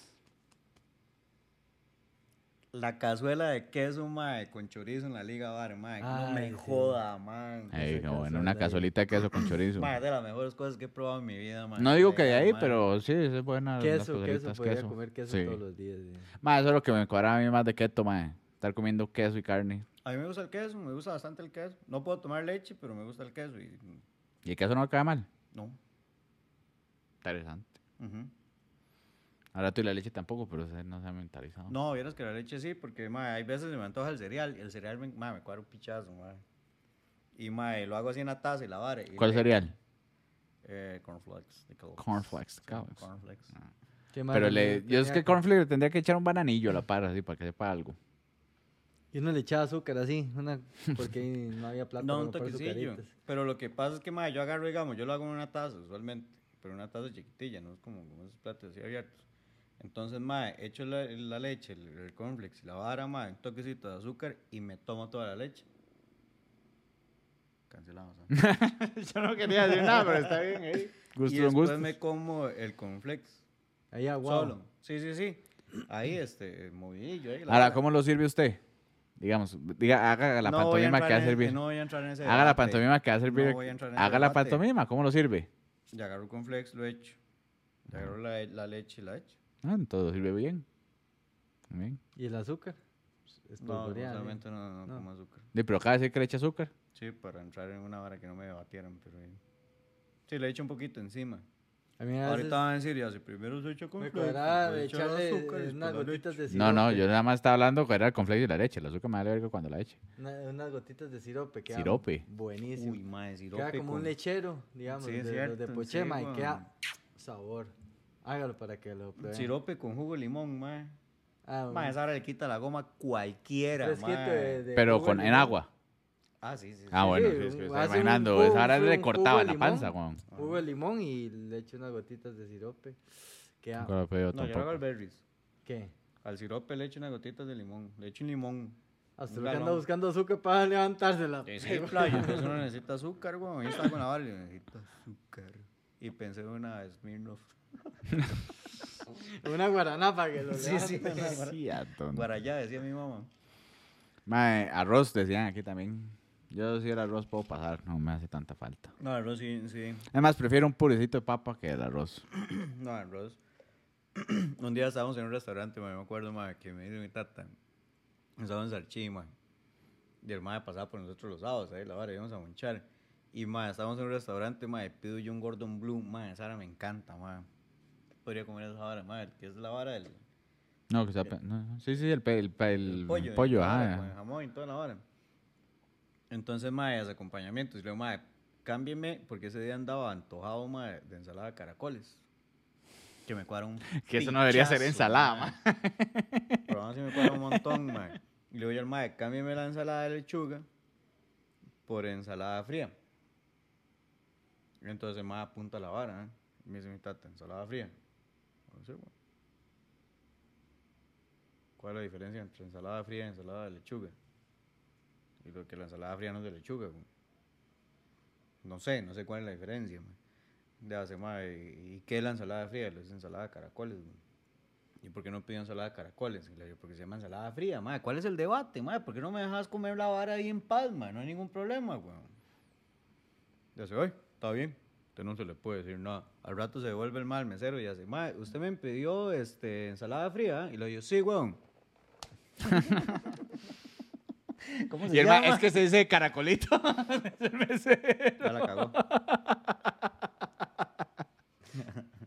[SPEAKER 1] la cazuela de queso, mae, con chorizo en la Liga Bar, mae.
[SPEAKER 2] Ah,
[SPEAKER 1] No
[SPEAKER 3] Ay,
[SPEAKER 1] me
[SPEAKER 3] sí.
[SPEAKER 1] joda, mae.
[SPEAKER 2] Ey, qué
[SPEAKER 3] esa
[SPEAKER 2] bueno, una
[SPEAKER 3] cazuela ahí.
[SPEAKER 2] cazuelita de queso con chorizo.
[SPEAKER 1] Mae, es de las mejores cosas que he probado en mi vida, mae.
[SPEAKER 2] No digo que de
[SPEAKER 1] Legal,
[SPEAKER 2] ahí,
[SPEAKER 1] mae.
[SPEAKER 2] pero sí, es buena. las
[SPEAKER 3] Queso, queso,
[SPEAKER 2] cazuelitas,
[SPEAKER 3] podría comer queso
[SPEAKER 2] Sí.
[SPEAKER 3] todos los días. sí.
[SPEAKER 2] Mae, eso es lo que me cuadra a mí más de keto, mae. Estar comiendo queso y carne.
[SPEAKER 1] A mí me gusta el queso, me gusta bastante el queso. No puedo tomar leche, pero me gusta el queso y
[SPEAKER 2] Y el queso no me cae mal.
[SPEAKER 1] no.
[SPEAKER 2] Interesante.
[SPEAKER 1] Ujú.
[SPEAKER 2] Ahora tú y la leche tampoco, pero ese no se ha mentalizado.
[SPEAKER 1] No, vieras que la leche sí, porque mae, hay veces se me antoja el cereal y el cereal me, mae, me cuadra un pichazo, mae. Y mae, lo hago así en la taza y la vara. y
[SPEAKER 2] ¿Cuál
[SPEAKER 1] le-
[SPEAKER 2] cereal?
[SPEAKER 1] Eh, cornflakes. de Kellogg's.
[SPEAKER 2] Cornflakes,
[SPEAKER 1] Sí,
[SPEAKER 2] Kellogg's. Ah.
[SPEAKER 1] cornflakes.
[SPEAKER 3] ¿Qué más
[SPEAKER 2] Pero
[SPEAKER 3] uno
[SPEAKER 2] le, yo es
[SPEAKER 3] tenía
[SPEAKER 2] que
[SPEAKER 3] con-
[SPEAKER 2] cornflakes le tendría que echar un bananillo a la par, así, para que sepa algo.
[SPEAKER 3] Y uno le echaba azúcar así, una, porque ahí no había plata
[SPEAKER 1] No,
[SPEAKER 3] para
[SPEAKER 1] un
[SPEAKER 3] comprar
[SPEAKER 1] toquecillo.
[SPEAKER 3] azucaritas.
[SPEAKER 1] Pero lo que pasa es que, mae, yo agarro, digamos, yo lo hago en una taza usualmente, pero una taza chiquitilla, no es como, como esos platos así abiertos. Entonces, mae, echo la, la leche, el, el cornflakes, y la vara, mae, un toquecito de azúcar y me tomo toda la leche. Cancelamos. ¿ah?
[SPEAKER 2] yo no quería decir nada, pero está bien, ahí.
[SPEAKER 1] y
[SPEAKER 2] Gusto
[SPEAKER 1] después
[SPEAKER 2] un gusto.
[SPEAKER 1] me como el cornflakes
[SPEAKER 3] Ahí agua.
[SPEAKER 1] solo. Sí, sí, sí. Ahí, este, movidillo. Ahí, la
[SPEAKER 2] Ahora,
[SPEAKER 1] vara.
[SPEAKER 2] ¿cómo lo sirve usted? Digamos, diga, haga la
[SPEAKER 1] No voy a
[SPEAKER 2] pantomima que
[SPEAKER 1] entrar
[SPEAKER 2] va a
[SPEAKER 1] en-
[SPEAKER 2] servir.
[SPEAKER 1] No voy a entrar en ese
[SPEAKER 2] haga la
[SPEAKER 1] debate.
[SPEAKER 2] pantomima que va a servir.
[SPEAKER 1] voy a entrar en ese
[SPEAKER 2] haga la
[SPEAKER 1] debate.
[SPEAKER 2] pantomima, ¿cómo lo sirve?
[SPEAKER 1] Y agarro con flex, lo echo. Y agarro la, la leche y la echo.
[SPEAKER 2] Ah, entonces sirve bien. Bien.
[SPEAKER 3] ¿Y el azúcar? Es
[SPEAKER 1] No,
[SPEAKER 3] polvoreada, ¿eh?
[SPEAKER 1] solamente no, no,
[SPEAKER 3] No.
[SPEAKER 1] como azúcar.
[SPEAKER 2] De, pero acaba de decir que le echa azúcar.
[SPEAKER 1] Sí, para entrar en una hora que no me debatieran, pero... eh, Sí, le echo un poquito encima.
[SPEAKER 3] A mí a veces
[SPEAKER 1] Ahorita van a decir, ya, si primero se echa con
[SPEAKER 3] me
[SPEAKER 1] flex,
[SPEAKER 3] cuadraba
[SPEAKER 1] después
[SPEAKER 3] de
[SPEAKER 1] echa
[SPEAKER 3] echarle
[SPEAKER 1] azúcar y
[SPEAKER 3] eh,
[SPEAKER 1] después
[SPEAKER 3] unas
[SPEAKER 1] la
[SPEAKER 3] gotitas
[SPEAKER 1] leche".
[SPEAKER 3] de sirope.
[SPEAKER 2] No, no, yo nada más estaba hablando que era el conflicto y la leche. El azúcar me vale verga cuando la eche.
[SPEAKER 3] una- unas gotitas de sirope. quedan
[SPEAKER 2] Sirope.
[SPEAKER 3] Buenísimo.
[SPEAKER 1] Uy, madre, sirope
[SPEAKER 3] queda como
[SPEAKER 1] con-
[SPEAKER 3] un lechero, digamos,
[SPEAKER 1] Sí,
[SPEAKER 3] de,
[SPEAKER 1] es
[SPEAKER 3] los de
[SPEAKER 1] cierto, sí,
[SPEAKER 3] Pochema. y
[SPEAKER 1] weón.
[SPEAKER 3] queda sabor. Hágalo para que lo prueben.
[SPEAKER 1] Sirope con jugo de limón, madre.
[SPEAKER 3] eh. Ah, un
[SPEAKER 1] Madre, esa hora le quita la goma a cualquiera,
[SPEAKER 3] fresquito
[SPEAKER 1] mae.
[SPEAKER 3] de- de
[SPEAKER 2] Pero
[SPEAKER 3] jugo de
[SPEAKER 2] con, en
[SPEAKER 3] limón.
[SPEAKER 2] agua.
[SPEAKER 1] Ah, sí, sí.
[SPEAKER 2] Ah,
[SPEAKER 1] sí.
[SPEAKER 2] bueno,
[SPEAKER 3] sí,
[SPEAKER 2] sí, es que me
[SPEAKER 3] un-
[SPEAKER 2] estaba
[SPEAKER 3] hace un
[SPEAKER 2] imaginando.
[SPEAKER 3] jugo-
[SPEAKER 2] esa ahora
[SPEAKER 3] un-
[SPEAKER 2] le
[SPEAKER 3] un
[SPEAKER 2] cortaba
[SPEAKER 3] jugo
[SPEAKER 2] en la
[SPEAKER 3] de
[SPEAKER 2] panza,
[SPEAKER 3] limón.
[SPEAKER 2] Juan.
[SPEAKER 3] Jugo de limón y le echo unas gotitas de sirope. Queda,
[SPEAKER 2] Nunca lo he pedido
[SPEAKER 1] No, yo lo hago al
[SPEAKER 2] tampoco.
[SPEAKER 1] berries.
[SPEAKER 3] ¿qué?
[SPEAKER 1] Al sirope le echo unas gotitas de limón. Le echo un limón.
[SPEAKER 3] Hasta
[SPEAKER 1] Un
[SPEAKER 3] lo que anda
[SPEAKER 1] galón.
[SPEAKER 3] buscando azúcar para levantársela.
[SPEAKER 1] Sí, sí, playo, entonces uno necesita azúcar, weón. Yo estaba con la barra y necesito azúcar. Y pensé en una Smirnoff.
[SPEAKER 3] Una guaraná para que lo
[SPEAKER 1] Sí, sí.
[SPEAKER 3] levante.
[SPEAKER 2] Sí, a dónde.
[SPEAKER 1] Guarayá, decía mi mamá.
[SPEAKER 2] Mae, arroz decían aquí también. Yo si el arroz puedo pasar, no me hace tanta falta.
[SPEAKER 1] No, arroz sí, sí.
[SPEAKER 2] Además, prefiero un purecito de papa que el arroz.
[SPEAKER 1] No, arroz. un día estábamos en un restaurante, mae, me acuerdo, mae, que me dijo mi tata. Estábamos en Sarchí, mae. Y el mae pasaba por nosotros los sábados, ahí la vara, íbamos a monchar. Y, mae, estábamos en un restaurante, mae, pido yo un Gordon Blue, mae, esa vara me encanta, mae. Podría comer esa vara, mae, que es la vara del...
[SPEAKER 2] No, que sea pe- no, no, Sí, sí, el, pe- el, pe- el pollo.
[SPEAKER 1] y
[SPEAKER 2] pollo ah,
[SPEAKER 1] toda la
[SPEAKER 2] ajá.
[SPEAKER 1] vara, con el jamón y toda la vara. Entonces, mae, los acompañamientos. Y luego, mae, cámbieme, porque ese día andaba antojado, mae, de ensalada de caracoles. Que me cuadra un
[SPEAKER 2] Que eso no debería ser
[SPEAKER 1] pichazo,
[SPEAKER 2] ensalada,
[SPEAKER 1] Pero vamos, si me cuadra un montón, mae. Y luego yo al mae, cámbieme la ensalada de lechuga por ensalada fría. Y entonces, mae, apunta la vara, ¿eh? Y me dice mi tata, ensalada fría. No sé, weón. ¿Cuál es la diferencia entre ensalada fría y ensalada de lechuga? Y lo que la ensalada fría no es de lechuga. güey. No sé, no sé cuál es la diferencia. mae. De hace mae, ¿y qué es la ensalada fría? Es ensalada de caracoles. güey. ¿Y por qué no pidió ensalada de caracoles? Y le digo, porque se llama ensalada fría. mae. ¿Cuál es el debate? mae? ¿Por qué no me dejas comer la vara ahí en paz? mae? No hay ningún problema. güey. Ya se hoy, está bien. Usted no se le puede decir nada. Al rato se devuelve el mal mesero y hace, mae, usted me pidió este, ensalada fría. Y le digo, sí, weón. ¿Cómo
[SPEAKER 2] Y el mae, es que se dice caracolito.
[SPEAKER 1] Ya la cagó.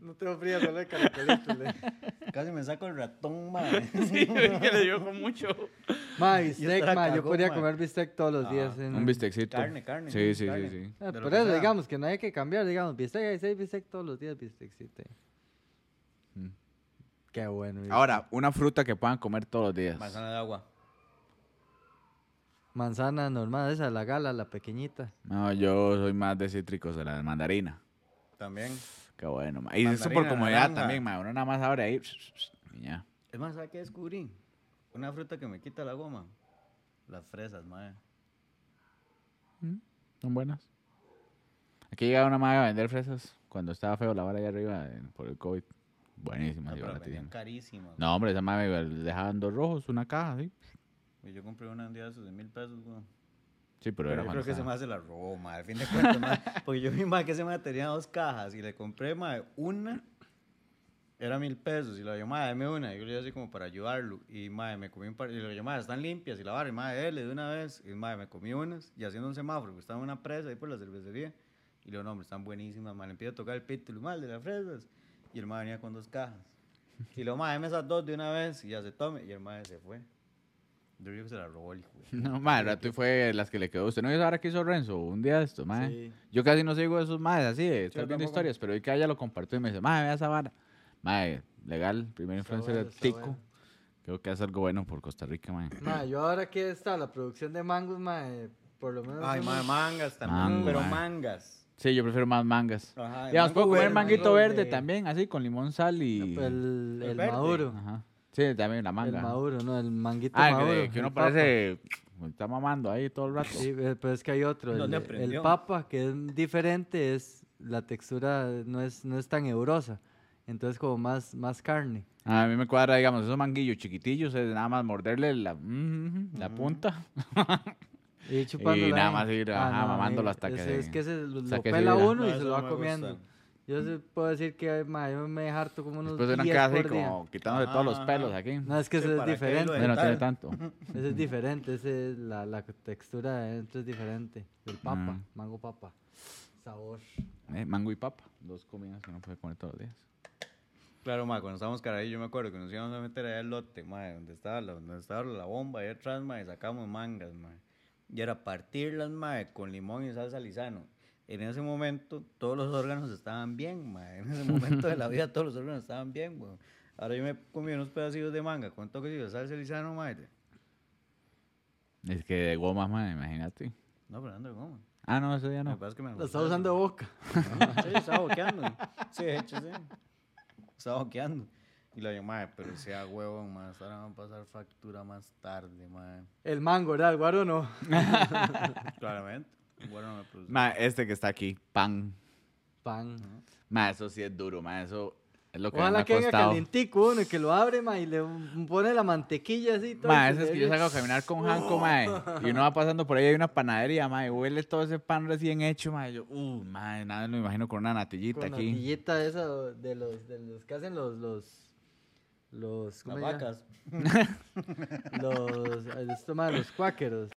[SPEAKER 3] No tengo frío, solo de caracolitos. le-
[SPEAKER 1] Casi me saco el ratón, madre.
[SPEAKER 2] que le dio con mucho.
[SPEAKER 3] Ma,
[SPEAKER 1] Y
[SPEAKER 3] bistec,
[SPEAKER 1] esta la
[SPEAKER 3] ma, yo
[SPEAKER 1] cagó,
[SPEAKER 3] podría
[SPEAKER 1] ma.
[SPEAKER 3] comer bistec todos los
[SPEAKER 1] Ah,
[SPEAKER 3] días. en-
[SPEAKER 2] Un bistecito.
[SPEAKER 1] Carne, carne,
[SPEAKER 2] Sí, sí,
[SPEAKER 1] carne.
[SPEAKER 2] sí, sí.
[SPEAKER 3] Ah,
[SPEAKER 1] de lo
[SPEAKER 3] por
[SPEAKER 1] que
[SPEAKER 3] eso,
[SPEAKER 1] sea.
[SPEAKER 3] digamos que no hay que cambiar, digamos, bistec, hay seis bistec todos los días, bistecito. ahí.
[SPEAKER 2] Mm.
[SPEAKER 3] Qué bueno. bistec.
[SPEAKER 2] Ahora, una fruta que puedan comer todos los días.
[SPEAKER 1] Manzana de agua.
[SPEAKER 3] Manzana normal, esa, la gala, la pequeñita.
[SPEAKER 2] No, yo soy más de cítricos, de la de mandarina.
[SPEAKER 1] También.
[SPEAKER 2] Qué bueno, mae. Y eso por
[SPEAKER 1] Mandarina,
[SPEAKER 2] comodidad
[SPEAKER 1] naranja.
[SPEAKER 2] también, mae. Uno nada más abre ahí. y ya.
[SPEAKER 1] Es más, ¿sabes qué descubrí? Una fruta que me quita la goma. Las fresas, madre.
[SPEAKER 2] Son buenas. Aquí llegaba una madre a vender fresas cuando estaba feo la vara allá arriba en- por el COVID. Buenísima,
[SPEAKER 1] No,
[SPEAKER 2] sí,
[SPEAKER 1] pero la
[SPEAKER 2] baratísima.
[SPEAKER 1] vendían carísima.
[SPEAKER 2] No, hombre, esa madre le dejaban dos rojos, una caja, sí.
[SPEAKER 1] güey. Yo compré una un día de esos de mil pesos, güey.
[SPEAKER 2] Sí,
[SPEAKER 1] Pero
[SPEAKER 2] pero, era
[SPEAKER 1] yo
[SPEAKER 2] cuando
[SPEAKER 1] creo que ese
[SPEAKER 2] estaba-
[SPEAKER 1] más se la robó, ma, al fin de cuentas, ma, porque yo vi más que ese más tenía dos cajas y le compré ma, una, era mil pesos, y la llamaba, dame una, y yo le dije así como para ayudarlo, y ma, me comí un par, y le llamaba, están limpias, y la barra, y ma, dele de una vez, y ma, me comí unas, y haciendo un semáforo, que estaba en una presa ahí por la cervecería, y le digo, no, hombre, están buenísimas, ma, le empiezo a tocar el pítulo mal de las fresas, y el ma venía con dos cajas, y lo ma, deme esas dos de una vez, y ya se tome, y el ma se fue. Yo creo que se la robó el hijo. de-
[SPEAKER 2] No, madre, al rato fue las que le quedó. Usted no vio ahora que hizo Renzo un día de esto, madre.
[SPEAKER 3] Sí.
[SPEAKER 2] Yo casi no sigo esos madres así, de estar viendo
[SPEAKER 1] tampoco.
[SPEAKER 2] historias, pero hoy que ella lo compartió y me dice, madre, vea esa vara. Madre, legal, primer
[SPEAKER 3] Está
[SPEAKER 2] influencer
[SPEAKER 3] bueno,
[SPEAKER 2] de
[SPEAKER 3] está
[SPEAKER 2] Tico.
[SPEAKER 3] bueno.
[SPEAKER 2] Creo que es algo bueno por Costa Rica, madre.
[SPEAKER 3] Ma, yo ahora que está la producción de mangos, ma, eh, por lo menos.
[SPEAKER 1] Ay,
[SPEAKER 3] hemos-
[SPEAKER 1] ma, mangas también,
[SPEAKER 2] Mango,
[SPEAKER 1] pero
[SPEAKER 2] ma.
[SPEAKER 1] mangas.
[SPEAKER 2] Sí, yo prefiero más mangas.
[SPEAKER 1] Ajá, el
[SPEAKER 2] Ya, os
[SPEAKER 1] mango
[SPEAKER 2] puedo comer
[SPEAKER 1] verde.
[SPEAKER 2] manguito
[SPEAKER 3] Ah, mango
[SPEAKER 2] verde
[SPEAKER 3] de- pues,
[SPEAKER 2] también, así, con limón, sal y...
[SPEAKER 3] el,
[SPEAKER 1] El
[SPEAKER 3] el
[SPEAKER 1] verde. Ah,
[SPEAKER 3] maduro.
[SPEAKER 2] Ajá. Sí, también la manga.
[SPEAKER 3] El maduro, no, el manguito
[SPEAKER 2] Ah, que,
[SPEAKER 3] maduro.
[SPEAKER 2] de- que
[SPEAKER 3] el
[SPEAKER 2] uno
[SPEAKER 3] papa.
[SPEAKER 2] parece... Está mamando ahí todo el rato.
[SPEAKER 3] Sí, eh, pero es que hay otro. El,
[SPEAKER 1] ¿Dónde
[SPEAKER 3] el
[SPEAKER 1] aprendió?
[SPEAKER 3] papa, que es diferente, es la textura no es, no es tan eurosa. Entonces, como más, más carne.
[SPEAKER 2] A mí me cuadra, digamos, esos manguillos chiquitillos, es nada más morderle la, mm, la punta.
[SPEAKER 3] Y chupándola.
[SPEAKER 2] nada
[SPEAKER 3] ahí.
[SPEAKER 2] más ir, ajá,
[SPEAKER 3] a mí
[SPEAKER 2] mamándolo hasta que
[SPEAKER 3] ese-
[SPEAKER 2] se-
[SPEAKER 3] Es que se lo,
[SPEAKER 2] hasta
[SPEAKER 3] lo
[SPEAKER 2] que se
[SPEAKER 3] pela
[SPEAKER 2] vira.
[SPEAKER 3] uno
[SPEAKER 1] No, Ah,
[SPEAKER 3] y
[SPEAKER 1] eso
[SPEAKER 3] se lo
[SPEAKER 1] no
[SPEAKER 3] va
[SPEAKER 1] me
[SPEAKER 3] comiendo.
[SPEAKER 1] gusta.
[SPEAKER 3] Yo sí puedo decir que ma, yo me harto como unos
[SPEAKER 2] Después eran
[SPEAKER 3] 10
[SPEAKER 2] que así,
[SPEAKER 3] por día.
[SPEAKER 2] como quitándose todos los
[SPEAKER 1] Ajá,
[SPEAKER 2] pelos
[SPEAKER 1] ajá.
[SPEAKER 2] aquí.
[SPEAKER 3] No, es que
[SPEAKER 1] Sí,
[SPEAKER 3] ese es
[SPEAKER 1] ¿para qué lo
[SPEAKER 3] diferente.
[SPEAKER 1] de-
[SPEAKER 2] Bueno, no tiene
[SPEAKER 1] tal.
[SPEAKER 2] tanto.
[SPEAKER 3] Ese es diferente, ese, es la, la textura adentro es diferente. Del papa,
[SPEAKER 2] Ah.
[SPEAKER 3] mango papa. Sabor.
[SPEAKER 2] Eh, mango y papa, dos comidas que no puede comer todos los días.
[SPEAKER 1] Claro, ma, cuando estábamos carajillos, yo me acuerdo que nos íbamos a meter allá al lote, ma, donde estaba la, donde estaba la bomba, ahí atrás, ma, y sacamos mangas, ma. Y era partirlas, ma, con limón y salsa lisano. En ese momento, todos los órganos estaban bien, ma. En ese momento de la vida, todos los órganos estaban bien, weón. Ahora yo me comí unos pedacitos de manga con toques de salsa lisano, ma. y de-
[SPEAKER 2] Es que de goma, man, imagínate.
[SPEAKER 1] No, pero ando de goma.
[SPEAKER 2] Ah, no, ese día
[SPEAKER 1] Lo que
[SPEAKER 2] no.
[SPEAKER 1] pasa es que me
[SPEAKER 3] Lo está
[SPEAKER 1] engordaron.
[SPEAKER 3] usando boca.
[SPEAKER 1] Sí, estaba boqueando. Sí, de hecho, sí. Estaba boqueando. Y la llamada, pero sea huevón, más. Ahora van a pasar factura más tarde, más.
[SPEAKER 3] El mango, ¿verdad? El guaro no.
[SPEAKER 1] Claramente. Bueno, pues, me produce.
[SPEAKER 2] Ma, este que está aquí, pan.
[SPEAKER 3] Pan.
[SPEAKER 2] Ma, eso sí es duro, ma, eso es lo que
[SPEAKER 3] Ojalá
[SPEAKER 2] me ha
[SPEAKER 3] que venga
[SPEAKER 2] costado.
[SPEAKER 3] calientico uno y que lo abre, ma, y le um, pone la mantequilla así. todo,
[SPEAKER 2] Ma,
[SPEAKER 3] y
[SPEAKER 2] eso es
[SPEAKER 3] se
[SPEAKER 2] que yo
[SPEAKER 3] le- Oh.
[SPEAKER 2] salgo a caminar con Hanco, ma, y uno va pasando por ahí, hay una panadería, ma, y huele todo ese pan recién hecho, ma, y yo, uh, ma, nada, me imagino con una natillita
[SPEAKER 3] Con la
[SPEAKER 2] aquí.
[SPEAKER 3] natillita esa do- de los, de los que hacen los, los,
[SPEAKER 1] Las
[SPEAKER 3] los, ¿cómo se llama?
[SPEAKER 1] vacas.
[SPEAKER 3] Los, esto, ma, los cuáqueros,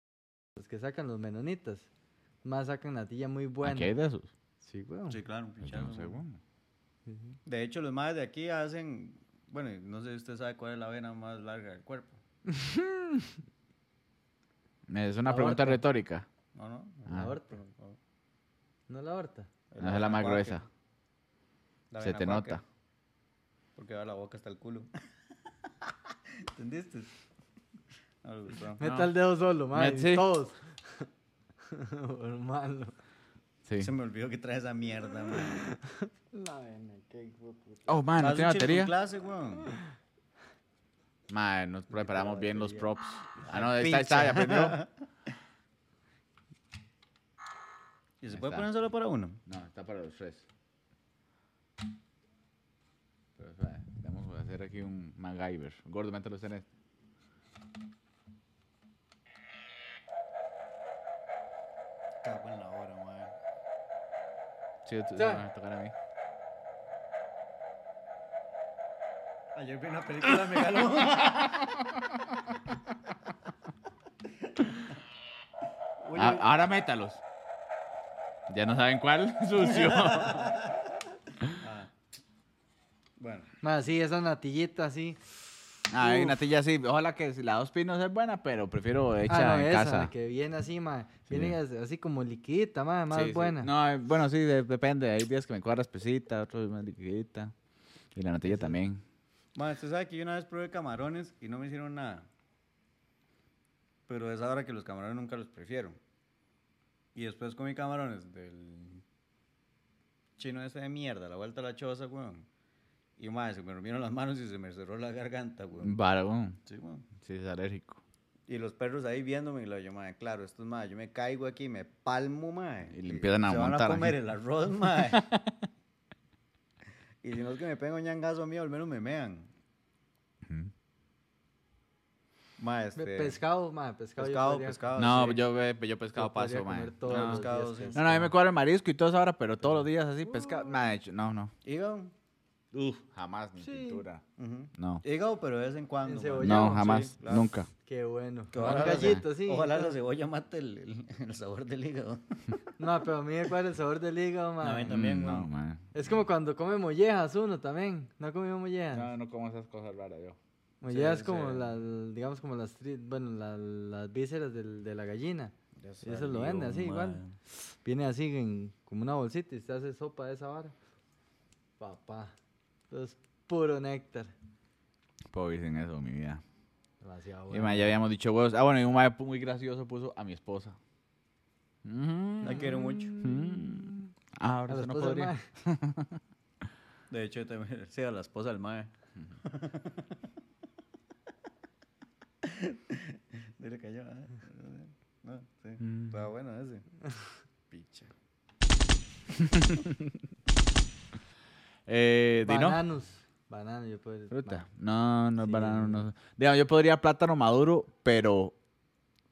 [SPEAKER 3] los que sacan los menonitas. Más sacan natilla muy buena.
[SPEAKER 2] Aquí hay de esos.
[SPEAKER 3] Sí, weón.
[SPEAKER 1] Sí, claro, un
[SPEAKER 2] Yo
[SPEAKER 1] pichazo,
[SPEAKER 2] no sé,
[SPEAKER 1] ma.
[SPEAKER 2] bueno.
[SPEAKER 1] De hecho, los más de aquí hacen. Bueno, no sé si usted sabe cuál es la vena más larga del cuerpo.
[SPEAKER 2] Es una
[SPEAKER 3] Aorta.
[SPEAKER 2] pregunta retórica.
[SPEAKER 1] No, no.
[SPEAKER 3] La
[SPEAKER 2] Ah.
[SPEAKER 3] aorta, no la aorta.
[SPEAKER 2] No es la más
[SPEAKER 1] vena
[SPEAKER 2] gruesa.
[SPEAKER 1] cuáquer. La
[SPEAKER 2] Se
[SPEAKER 1] vena
[SPEAKER 2] te
[SPEAKER 1] cuáquer,
[SPEAKER 2] nota.
[SPEAKER 1] Porque va la boca hasta el culo. ¿Entendiste? No, pues, le gustó.
[SPEAKER 3] Meta el dedo solo, ma,
[SPEAKER 2] Met-
[SPEAKER 3] y
[SPEAKER 2] sí.
[SPEAKER 3] todos. Hermano.
[SPEAKER 2] Sí.
[SPEAKER 1] Se me olvidó que trae esa mierda, man.
[SPEAKER 3] La vena, qué hijo de puta.
[SPEAKER 2] Oh, man, no
[SPEAKER 1] ¿Sabes
[SPEAKER 2] tiene
[SPEAKER 1] un chip con
[SPEAKER 2] batería.
[SPEAKER 1] clase, weón?
[SPEAKER 2] Man, nos preparamos bien los props. Ah, no, ahí está,
[SPEAKER 1] Pinche.
[SPEAKER 2] ahí está, ya aprendió.
[SPEAKER 1] ¿Y se
[SPEAKER 2] Ahí
[SPEAKER 1] puede
[SPEAKER 2] está.
[SPEAKER 1] poner solo para uno?
[SPEAKER 2] No, está para los tres. Pero espera, vamos a hacer aquí un MacGyver. Gordo, mételo en este. el.
[SPEAKER 1] Cago en la hora, man.
[SPEAKER 2] Sí, tú-
[SPEAKER 3] Ya.
[SPEAKER 2] me vas a tocar a mí.
[SPEAKER 1] Ayer vi una película de Megalón. Oye,
[SPEAKER 2] Ah, ahora métalos. Ya no saben cuál, sucio.
[SPEAKER 1] bueno,
[SPEAKER 3] Ma, sí, esa natillita así.
[SPEAKER 2] Ay, Natilla, sí. Ojalá que la dos pinos es buena, pero prefiero hecha
[SPEAKER 3] ah, no,
[SPEAKER 2] en
[SPEAKER 3] esa,
[SPEAKER 2] casa.
[SPEAKER 3] la que viene así, ma.
[SPEAKER 2] Sí.
[SPEAKER 3] Viene as- así como liquidita, ma, más
[SPEAKER 2] Sí, sí.
[SPEAKER 3] buena.
[SPEAKER 2] No, eh, bueno, sí, de- depende. Hay días que me cuadra espesita, otros más liquidita. Y la natilla también.
[SPEAKER 1] man, usted sabe que yo una vez probé camarones y no me hicieron nada. Pero es ahora que los camarones nunca los prefiero. Y después comí camarones del chino ese de mierda, la vuelta a la choza, weón. Y más, se me durmieron las manos y se me cerró la garganta,
[SPEAKER 2] Mm.
[SPEAKER 1] weón.
[SPEAKER 2] Varón,
[SPEAKER 1] Sí, weón.
[SPEAKER 2] sí, es alérgico.
[SPEAKER 1] Y los perros ahí viéndome y lo yo, madre, claro, esto es madre, yo me caigo aquí, me palmo, madre.
[SPEAKER 2] Y le empiezan a ¿eh?
[SPEAKER 1] Se van a
[SPEAKER 2] montar
[SPEAKER 1] comer
[SPEAKER 2] aquí.
[SPEAKER 1] el arroz, madre. y Y si no es que me peguen un ñangazo a mí, al menos me mean. Ma, este,
[SPEAKER 3] Pe- Pescado, ma, pescado. yo
[SPEAKER 1] pescado,
[SPEAKER 3] podría-
[SPEAKER 1] pescado,
[SPEAKER 2] No,
[SPEAKER 1] sí.
[SPEAKER 2] yo, ve- yo pescado
[SPEAKER 3] yo podría
[SPEAKER 2] paso, man.
[SPEAKER 3] comer todos
[SPEAKER 1] No,
[SPEAKER 3] los
[SPEAKER 1] pescado,
[SPEAKER 3] días pues.
[SPEAKER 1] sí.
[SPEAKER 2] No, no, a mí me
[SPEAKER 3] pescado.
[SPEAKER 2] cuadra el marisco y todo eso ahora, pero todos los días así, pescado. Nada, hecho, no, no.
[SPEAKER 1] Hígado.
[SPEAKER 2] Jamás, ni
[SPEAKER 3] Sí.
[SPEAKER 2] pintura.
[SPEAKER 1] ujú.
[SPEAKER 2] No.
[SPEAKER 1] Hígado, pero de vez en cuando. ma.
[SPEAKER 3] Encebollado.
[SPEAKER 2] No,
[SPEAKER 3] Sí,
[SPEAKER 2] jamás,
[SPEAKER 1] claro.
[SPEAKER 2] nunca.
[SPEAKER 3] Qué bueno.
[SPEAKER 1] Que
[SPEAKER 3] Un
[SPEAKER 1] ojalá la ce-
[SPEAKER 3] gallito, sí.
[SPEAKER 1] Ojalá la cebolla mate el, el- el sabor del hígado.
[SPEAKER 3] No, pero a mí me cuadra el sabor del hígado,
[SPEAKER 1] No, a
[SPEAKER 3] ma.
[SPEAKER 1] mí También,
[SPEAKER 2] Mm, no,
[SPEAKER 1] weón.
[SPEAKER 2] man.
[SPEAKER 3] Es como cuando come mollejas uno también. ¿No ha comido mollejas?
[SPEAKER 2] No, no como esas cosas raras yo.
[SPEAKER 3] Mollejas
[SPEAKER 1] Sí,
[SPEAKER 3] como
[SPEAKER 1] sí.
[SPEAKER 3] las, digamos, como las, tri- bueno, la- las vísceras del- de la gallina.
[SPEAKER 1] Ya
[SPEAKER 3] Eso lo vende así,
[SPEAKER 1] salió,
[SPEAKER 3] igual.
[SPEAKER 1] ma.
[SPEAKER 3] Viene así en, como una bolsita y se hace sopa de esa vara. Papá, eso es puro néctar.
[SPEAKER 2] Pobres en eso, mi vida.
[SPEAKER 3] Demasiado
[SPEAKER 2] Y,
[SPEAKER 3] bueno.
[SPEAKER 2] man, ya habíamos dicho huevos. Ah, bueno, y un mae muy gracioso puso a mi esposa. Mm.
[SPEAKER 1] La quiero mucho.
[SPEAKER 2] Mm. Ah,
[SPEAKER 3] A
[SPEAKER 2] ahora
[SPEAKER 3] la
[SPEAKER 2] eso no
[SPEAKER 3] esposa del
[SPEAKER 2] podría.
[SPEAKER 3] mae.
[SPEAKER 1] De hecho, también, sí, a la esposa del mae. Dile que yo. ¿eh? No, sí.
[SPEAKER 2] Mm.
[SPEAKER 1] Estaba bueno ese. Picha.
[SPEAKER 2] Eh, di no.
[SPEAKER 3] Bananos. Bananos, yo puedo
[SPEAKER 2] Fruta.
[SPEAKER 3] ma-
[SPEAKER 2] No, no es
[SPEAKER 3] Sí.
[SPEAKER 2] banano. No. Digamos, yo podría plátano maduro, pero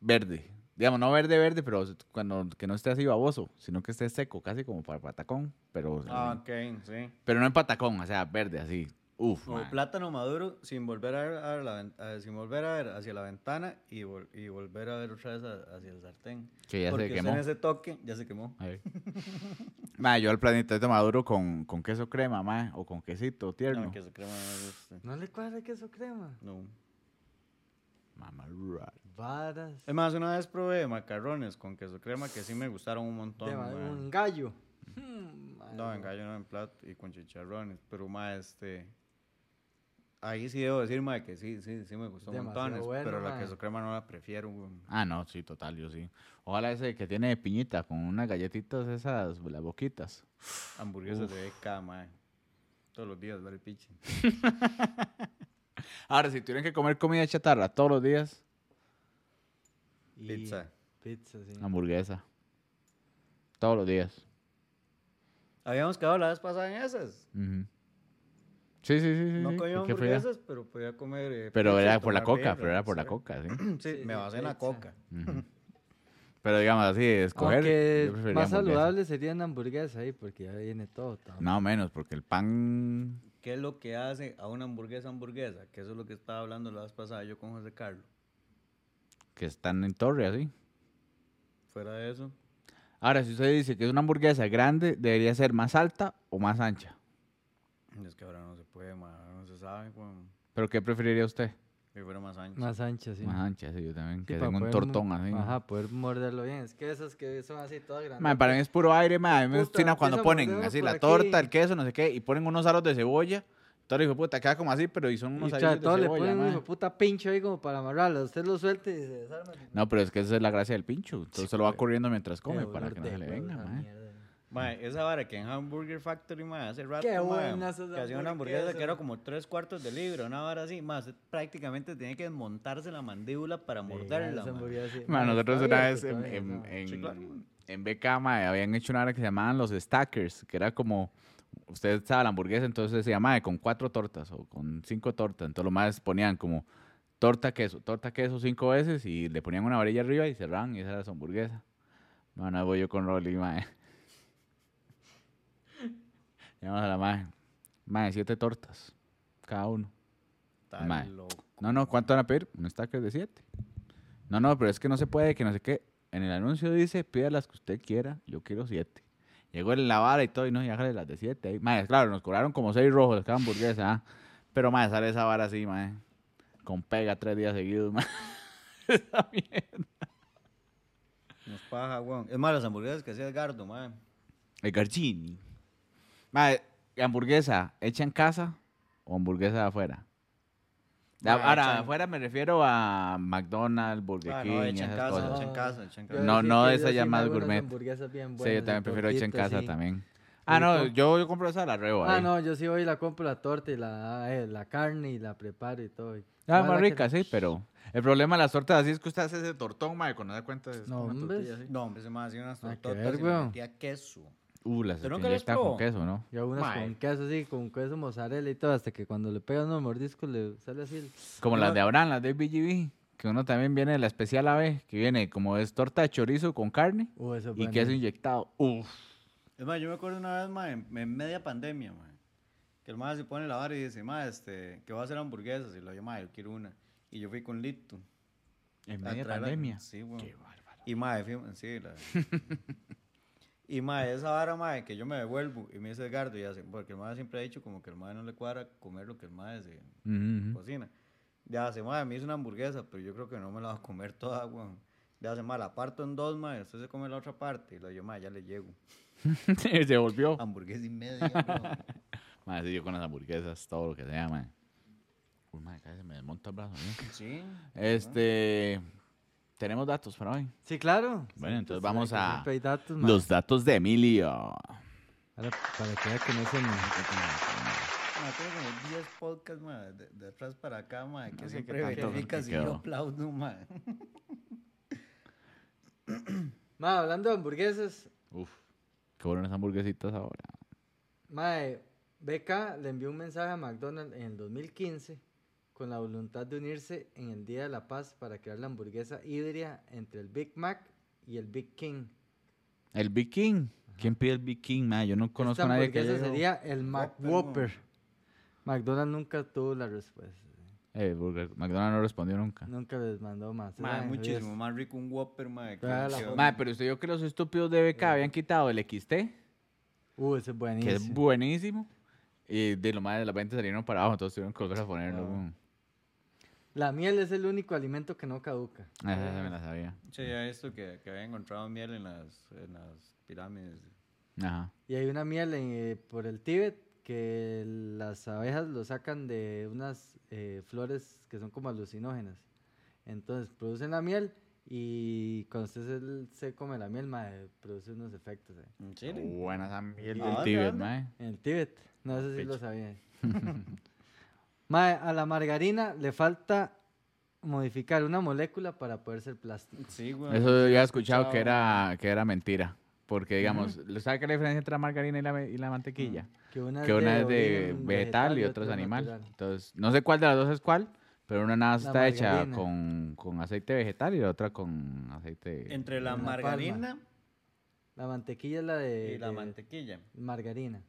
[SPEAKER 2] verde. Digamos, no verde, verde, pero cuando que no esté así baboso, sino que esté seco, casi como para patacón. Pero,
[SPEAKER 1] Ah, ok, sí.
[SPEAKER 2] pero no en patacón, o sea, verde, así. Uf,
[SPEAKER 1] O
[SPEAKER 2] mae.
[SPEAKER 1] plátano maduro sin volver a ver, a ver la ven- a- sin volver a ver hacia la ventana y, vol- y volver a ver otra vez a- hacia el sartén.
[SPEAKER 2] Que ya se
[SPEAKER 1] Porque usted
[SPEAKER 2] quemó.
[SPEAKER 1] en ese toque ya se quemó.
[SPEAKER 2] Ahí. Mae, yo el planetito maduro con, con queso crema, mae, o con quesito tierno.
[SPEAKER 1] No, que se crema no me gusta.
[SPEAKER 3] ¿No le cuadra queso crema?
[SPEAKER 1] No.
[SPEAKER 2] Mamá rara.
[SPEAKER 3] Varas.
[SPEAKER 1] Es más, una vez probé macarrones con queso crema que sí me gustaron un montón.
[SPEAKER 3] de ma-
[SPEAKER 1] mae.
[SPEAKER 3] un gallo. Mm, ma-
[SPEAKER 1] No, en Hmm, gallo no, en plato y con chicharrones. Pero, ma, este. Ahí sí debo decir, ma, que sí, sí, sí me gustó
[SPEAKER 3] Demasiado
[SPEAKER 1] montones.
[SPEAKER 3] bueno,
[SPEAKER 1] pero la
[SPEAKER 3] ma.
[SPEAKER 1] queso crema no la prefiero, weón.
[SPEAKER 2] Ah, no, sí, total, yo sí. Ojalá ese que tiene piñita con unas galletitas esas, las boquitas.
[SPEAKER 1] Hamburguesas de BK, ma. Todos los días, vale, piche.
[SPEAKER 2] Ahora, si tuvieran que comer comida chatarra todos los días,
[SPEAKER 3] Y
[SPEAKER 1] Pizza.
[SPEAKER 3] Pizza, sí.
[SPEAKER 2] hamburguesa. Todos los días.
[SPEAKER 1] Habíamos quedado la vez pasada en esas.
[SPEAKER 2] Ujú. Sí, sí, sí, sí.
[SPEAKER 1] No
[SPEAKER 2] sí,
[SPEAKER 1] comía
[SPEAKER 2] qué fea.
[SPEAKER 1] hamburguesas, pero podía comer. eh,
[SPEAKER 2] Pero
[SPEAKER 1] pizza y
[SPEAKER 2] era por la
[SPEAKER 1] tomar
[SPEAKER 2] coca,
[SPEAKER 1] birra,
[SPEAKER 2] pero era por la
[SPEAKER 1] sí.
[SPEAKER 2] coca, sí.
[SPEAKER 1] Sí,
[SPEAKER 3] Sí,
[SPEAKER 1] me
[SPEAKER 3] sí,
[SPEAKER 1] basé en la
[SPEAKER 3] pizza.
[SPEAKER 1] coca.
[SPEAKER 2] Ujú. Pero digamos así, escoger. yo
[SPEAKER 3] Aunque
[SPEAKER 2] preferiría
[SPEAKER 3] más
[SPEAKER 2] hamburguesa.
[SPEAKER 3] saludable sería una hamburguesa ahí, porque ya viene todo. todo.
[SPEAKER 2] No, menos, porque el pan.
[SPEAKER 1] ¿Qué es lo que hace a una hamburguesa hamburguesa? Que eso es lo que estaba hablando la vez pasada yo con José Carlos.
[SPEAKER 2] que están en torre así.
[SPEAKER 1] Fuera de eso,
[SPEAKER 2] Ahora, si usted dice que es una hamburguesa grande, debería ser más alta o más ancha.
[SPEAKER 1] es que ahora no se puede, ma, ahora no se sabe, weón.
[SPEAKER 2] ¿Pero qué preferiría usted?
[SPEAKER 1] Que fuera más ancho.
[SPEAKER 3] Más ancha, sí.
[SPEAKER 2] Más ancha, sí, yo también.
[SPEAKER 3] Sí,
[SPEAKER 2] que
[SPEAKER 3] para
[SPEAKER 2] tenga un
[SPEAKER 3] poder mo-
[SPEAKER 2] tortón así.
[SPEAKER 3] Ajá, poder morderlo bien. Es que esas que son así todas grandes.
[SPEAKER 2] Ma, para mí es puro aire, ma. A mí me
[SPEAKER 3] Puta,
[SPEAKER 2] obstina cuando
[SPEAKER 3] empieza a
[SPEAKER 2] ponen
[SPEAKER 3] morder
[SPEAKER 2] así
[SPEAKER 3] por
[SPEAKER 2] la
[SPEAKER 3] aquí.
[SPEAKER 2] torta, el queso, no sé qué, y ponen unos aros de cebolla. Todo hijo de puta queda como así, pero y son unos
[SPEAKER 3] Y
[SPEAKER 2] aros
[SPEAKER 3] tras
[SPEAKER 2] de
[SPEAKER 3] de todo le
[SPEAKER 2] cebolla,
[SPEAKER 3] ponen un
[SPEAKER 2] ma.
[SPEAKER 3] hijo de puta pincho ahí como para amarrarlo. Usted lo suelta y se desarma.
[SPEAKER 2] No, pero es que esa es la gracia del pincho. Entonces se lo va corriendo mientras come
[SPEAKER 3] pues. Qué pues,
[SPEAKER 2] para
[SPEAKER 3] olor
[SPEAKER 2] que no se
[SPEAKER 3] de
[SPEAKER 2] le
[SPEAKER 3] huevos
[SPEAKER 2] venga,
[SPEAKER 3] esa
[SPEAKER 2] ma.
[SPEAKER 3] mierda.
[SPEAKER 1] Ma, esa vara que en Hamburger Factory, ma, hace rato,
[SPEAKER 3] Qué
[SPEAKER 1] ma,
[SPEAKER 3] buenas esas
[SPEAKER 1] que hacía una hamburguesa que
[SPEAKER 3] hamburguesas.
[SPEAKER 1] era como tres cuartos de libro, una vara así, más prácticamente tenía que desmontarse la mandíbula para
[SPEAKER 3] Sí,
[SPEAKER 1] morderla,
[SPEAKER 3] esa
[SPEAKER 1] ma.
[SPEAKER 3] hamburguesa, sí. pues,
[SPEAKER 2] Ma,
[SPEAKER 3] Ma,
[SPEAKER 2] nosotros
[SPEAKER 3] está
[SPEAKER 2] una
[SPEAKER 3] abierto
[SPEAKER 2] vez en,
[SPEAKER 3] todavía,
[SPEAKER 2] en,
[SPEAKER 3] no.
[SPEAKER 2] en,
[SPEAKER 1] Sí, claro.
[SPEAKER 2] en BK, mae, habían hecho una hora que se llamaban los stackers, que era como, usted estaba la hamburguesa, entonces se llamaba con cuatro tortas o con cinco tortas. Entonces los más ponían como torta queso, torta queso cinco veces y le ponían una varilla arriba y cerraban y esa era su hamburguesa. Bueno, ahí voy yo con Rolly, mae. Llamamos a la mae. Mae, siete tortas, cada uno.
[SPEAKER 1] Está
[SPEAKER 2] Ma.
[SPEAKER 1] loco.
[SPEAKER 2] No, no, ¿cuánto van a pedir? Un stacker de 7. No, no, pero es que no se puede, que no sé qué. En el anuncio dice, pida las que usted quiera, yo quiero 7. Llegó en la vara y todo, y no, y hágale las de 7. Mae, claro, nos cobraron como 6 rojos cada hamburguesa, ah. Pero, mae, sale esa vara así, mae. Con pega tres días seguidos, mae. Esa mierda.
[SPEAKER 1] Nos paja, weón. Es más, las hamburguesas que hacía Edgardo, ma.
[SPEAKER 2] El garchini. Mae, ¿hamburguesa hecha en casa o hamburguesa de afuera?
[SPEAKER 1] Mae,
[SPEAKER 2] Ahora,
[SPEAKER 1] hecha en-
[SPEAKER 2] afuera me refiero a McDonald's, Burger
[SPEAKER 1] Ah,
[SPEAKER 2] King,
[SPEAKER 1] no, hecha en
[SPEAKER 2] esas
[SPEAKER 1] casa,
[SPEAKER 2] cosas.
[SPEAKER 1] hecha en casa, hecha en
[SPEAKER 3] Yo voy a
[SPEAKER 1] casa.
[SPEAKER 2] No,
[SPEAKER 3] decir
[SPEAKER 2] no,
[SPEAKER 3] que yo
[SPEAKER 2] esa
[SPEAKER 3] sí
[SPEAKER 2] ya
[SPEAKER 3] me
[SPEAKER 2] más
[SPEAKER 3] hago unas
[SPEAKER 2] gourmet.
[SPEAKER 3] hamburguesas bien
[SPEAKER 2] Sí, yo
[SPEAKER 3] buenas,
[SPEAKER 2] también
[SPEAKER 3] de
[SPEAKER 2] prefiero hecha en
[SPEAKER 3] tortito,
[SPEAKER 2] casa
[SPEAKER 3] sí.
[SPEAKER 2] también. Ah, no,
[SPEAKER 3] Rico.
[SPEAKER 2] yo, yo compro esa a la reo
[SPEAKER 3] Ah,
[SPEAKER 2] ahí.
[SPEAKER 3] no, yo sí voy y la compro la torta y la, eh, la carne y la preparo y todo. y-
[SPEAKER 2] Ah,
[SPEAKER 3] Ojalá
[SPEAKER 2] más
[SPEAKER 3] que-
[SPEAKER 2] rica, sí, pero el problema de las tortas así es que usted hace ese tortón, madre, cuando se da cuenta es
[SPEAKER 3] No,
[SPEAKER 2] como una
[SPEAKER 3] hombre.
[SPEAKER 2] tortilla así.
[SPEAKER 1] No, hombre, se me hacía unas
[SPEAKER 3] Nada que
[SPEAKER 1] tortotas
[SPEAKER 3] ver,
[SPEAKER 1] y le
[SPEAKER 3] weón.
[SPEAKER 1] metía queso.
[SPEAKER 2] Uh, las
[SPEAKER 4] Pero
[SPEAKER 2] que
[SPEAKER 4] nunca las
[SPEAKER 2] inyectan con
[SPEAKER 4] probó.
[SPEAKER 2] queso, ¿no?
[SPEAKER 3] Yo hago unas
[SPEAKER 4] Mae.
[SPEAKER 3] con queso así, con queso mozzarella y todo, hasta que cuando le pegan unos mordiscos le sale así. el-
[SPEAKER 2] Como
[SPEAKER 1] Yo
[SPEAKER 2] las
[SPEAKER 1] no-
[SPEAKER 2] de Abraham, las de BGB, que uno también viene de la especial AB, que viene como es torta de chorizo con carne
[SPEAKER 3] Uh, eso es
[SPEAKER 2] y
[SPEAKER 3] bueno.
[SPEAKER 2] queso inyectado. Uf.
[SPEAKER 1] Es más, yo me acuerdo una vez, mae, en, en media pandemia, mae, que el mae se pone la vara y dice, mae, este, que voy a hacer hamburguesas. Y lo llama, mae, yo quiero una. Y yo fui con Lito.
[SPEAKER 2] En
[SPEAKER 1] a
[SPEAKER 2] media
[SPEAKER 1] traer la-
[SPEAKER 2] pandemia.
[SPEAKER 1] Sí, weón. Y mae, fuimos- sí, la- Y mae, esa vara, mae, que yo me devuelvo y me dice Edgardo, y hace, porque el mae siempre ha dicho como que el mae no le cuadra comer lo que el mae se
[SPEAKER 2] Ujú, ujú.
[SPEAKER 1] cocina. Ya hace, mae, me hizo una hamburguesa, pero yo creo que no me la va a comer toda, weón. Ya hace, mae, la parto en dos, mae, usted se come la otra parte. Y lo yo, mae, ya le llego.
[SPEAKER 2] Sí, Se volvió.
[SPEAKER 1] Hamburguesa y media, weón.
[SPEAKER 2] Madre, sí, yo con las hamburguesas, todo lo que sea, man. Uy, madre, casi se me desmonta el brazo. ¿no?
[SPEAKER 1] Sí.
[SPEAKER 2] Este. Tenemos datos para hoy.
[SPEAKER 3] Sí, claro.
[SPEAKER 2] Bueno, entonces
[SPEAKER 3] Pues,
[SPEAKER 2] vamos
[SPEAKER 3] que
[SPEAKER 2] a
[SPEAKER 3] siempre hay datos, mae.
[SPEAKER 2] los datos de Emilio.
[SPEAKER 3] Ahora, para que vea que no se
[SPEAKER 1] Mae, tengo como 10 podcasts, mae, de, de atrás para acá, mae, que
[SPEAKER 2] No sé
[SPEAKER 1] siempre
[SPEAKER 2] qué tanto
[SPEAKER 1] verifica
[SPEAKER 2] te
[SPEAKER 1] si yo
[SPEAKER 2] quedó.
[SPEAKER 1] aplaudo, mae.
[SPEAKER 3] Ma, hablando de hamburguesas,
[SPEAKER 2] Uf, qué buenas hamburguesitas ahora.
[SPEAKER 3] Mae, Beca le envió un mensaje a McDonald's en el 2015 con la voluntad de unirse en el Día de la Paz para crear la hamburguesa híbrida entre el Big Mac y el Big King.
[SPEAKER 2] El Big King. ¿Quién pide el Big King, man? Yo no conozco
[SPEAKER 3] Esta
[SPEAKER 2] a nadie que
[SPEAKER 3] hamburguesa
[SPEAKER 2] haya-
[SPEAKER 3] sería el McWhopper. McDonald's nunca tuvo la respuesta.
[SPEAKER 2] Eh, Burger- McDonald's no respondió nunca.
[SPEAKER 3] Nunca les mandó más.
[SPEAKER 1] Mae,
[SPEAKER 3] Eran
[SPEAKER 1] muchísimo
[SPEAKER 3] jodidos.
[SPEAKER 1] más rico un Whopper, mae. que-
[SPEAKER 3] Ah, la
[SPEAKER 1] que-
[SPEAKER 3] joda.
[SPEAKER 2] Madre, pero usted vio que los estúpidos de BK habían quitado el XT,
[SPEAKER 3] Uh, ese es
[SPEAKER 2] que
[SPEAKER 3] buenísimo.
[SPEAKER 2] es buenísimo. Y de lo más de la venta salieron para abajo, entonces tuvieron que volver a ponerlo.
[SPEAKER 1] Wow.
[SPEAKER 2] weón.
[SPEAKER 3] la miel es el único alimento que no caduca.
[SPEAKER 2] Ah, esa se me la sabía.
[SPEAKER 1] Sí, ya esto que, que había encontrado miel en las, en las pirámides.
[SPEAKER 2] Ajá.
[SPEAKER 3] Y hay una miel eh, por el Tíbet que las abejas lo sacan de unas eh, flores que son como alucinógenas. Entonces producen la miel y cuando usted se, se come la miel, mae, produce unos efectos ahí.
[SPEAKER 1] ¿En
[SPEAKER 2] Buenas miel
[SPEAKER 1] ¿A
[SPEAKER 2] del
[SPEAKER 1] dónde,
[SPEAKER 2] Tíbet,
[SPEAKER 1] dónde?
[SPEAKER 2] mae.
[SPEAKER 3] En el Tíbet, no sé si lo sabía. mae, a la margarina le falta modificar una molécula para poder ser plástico.
[SPEAKER 1] Sí, güey.
[SPEAKER 2] Eso yo he escuchado que era, que era mentira. Porque, digamos, ¿sabes qué es la diferencia entre la margarina y la, ve- y la mantequilla?
[SPEAKER 3] Que una
[SPEAKER 2] Que una es de
[SPEAKER 3] origen
[SPEAKER 2] vegetal y otra es animal.
[SPEAKER 3] natural.
[SPEAKER 2] Entonces, no sé cuál de las dos es cuál, pero una nada más
[SPEAKER 3] La
[SPEAKER 2] está hecha
[SPEAKER 3] margarina.
[SPEAKER 2] con, con aceite vegetal y la otra con aceite...
[SPEAKER 1] Entre la
[SPEAKER 3] Una palma.
[SPEAKER 1] margarina
[SPEAKER 3] La mantequilla es la de,
[SPEAKER 1] y la
[SPEAKER 3] de
[SPEAKER 1] mantequilla.
[SPEAKER 3] margarina.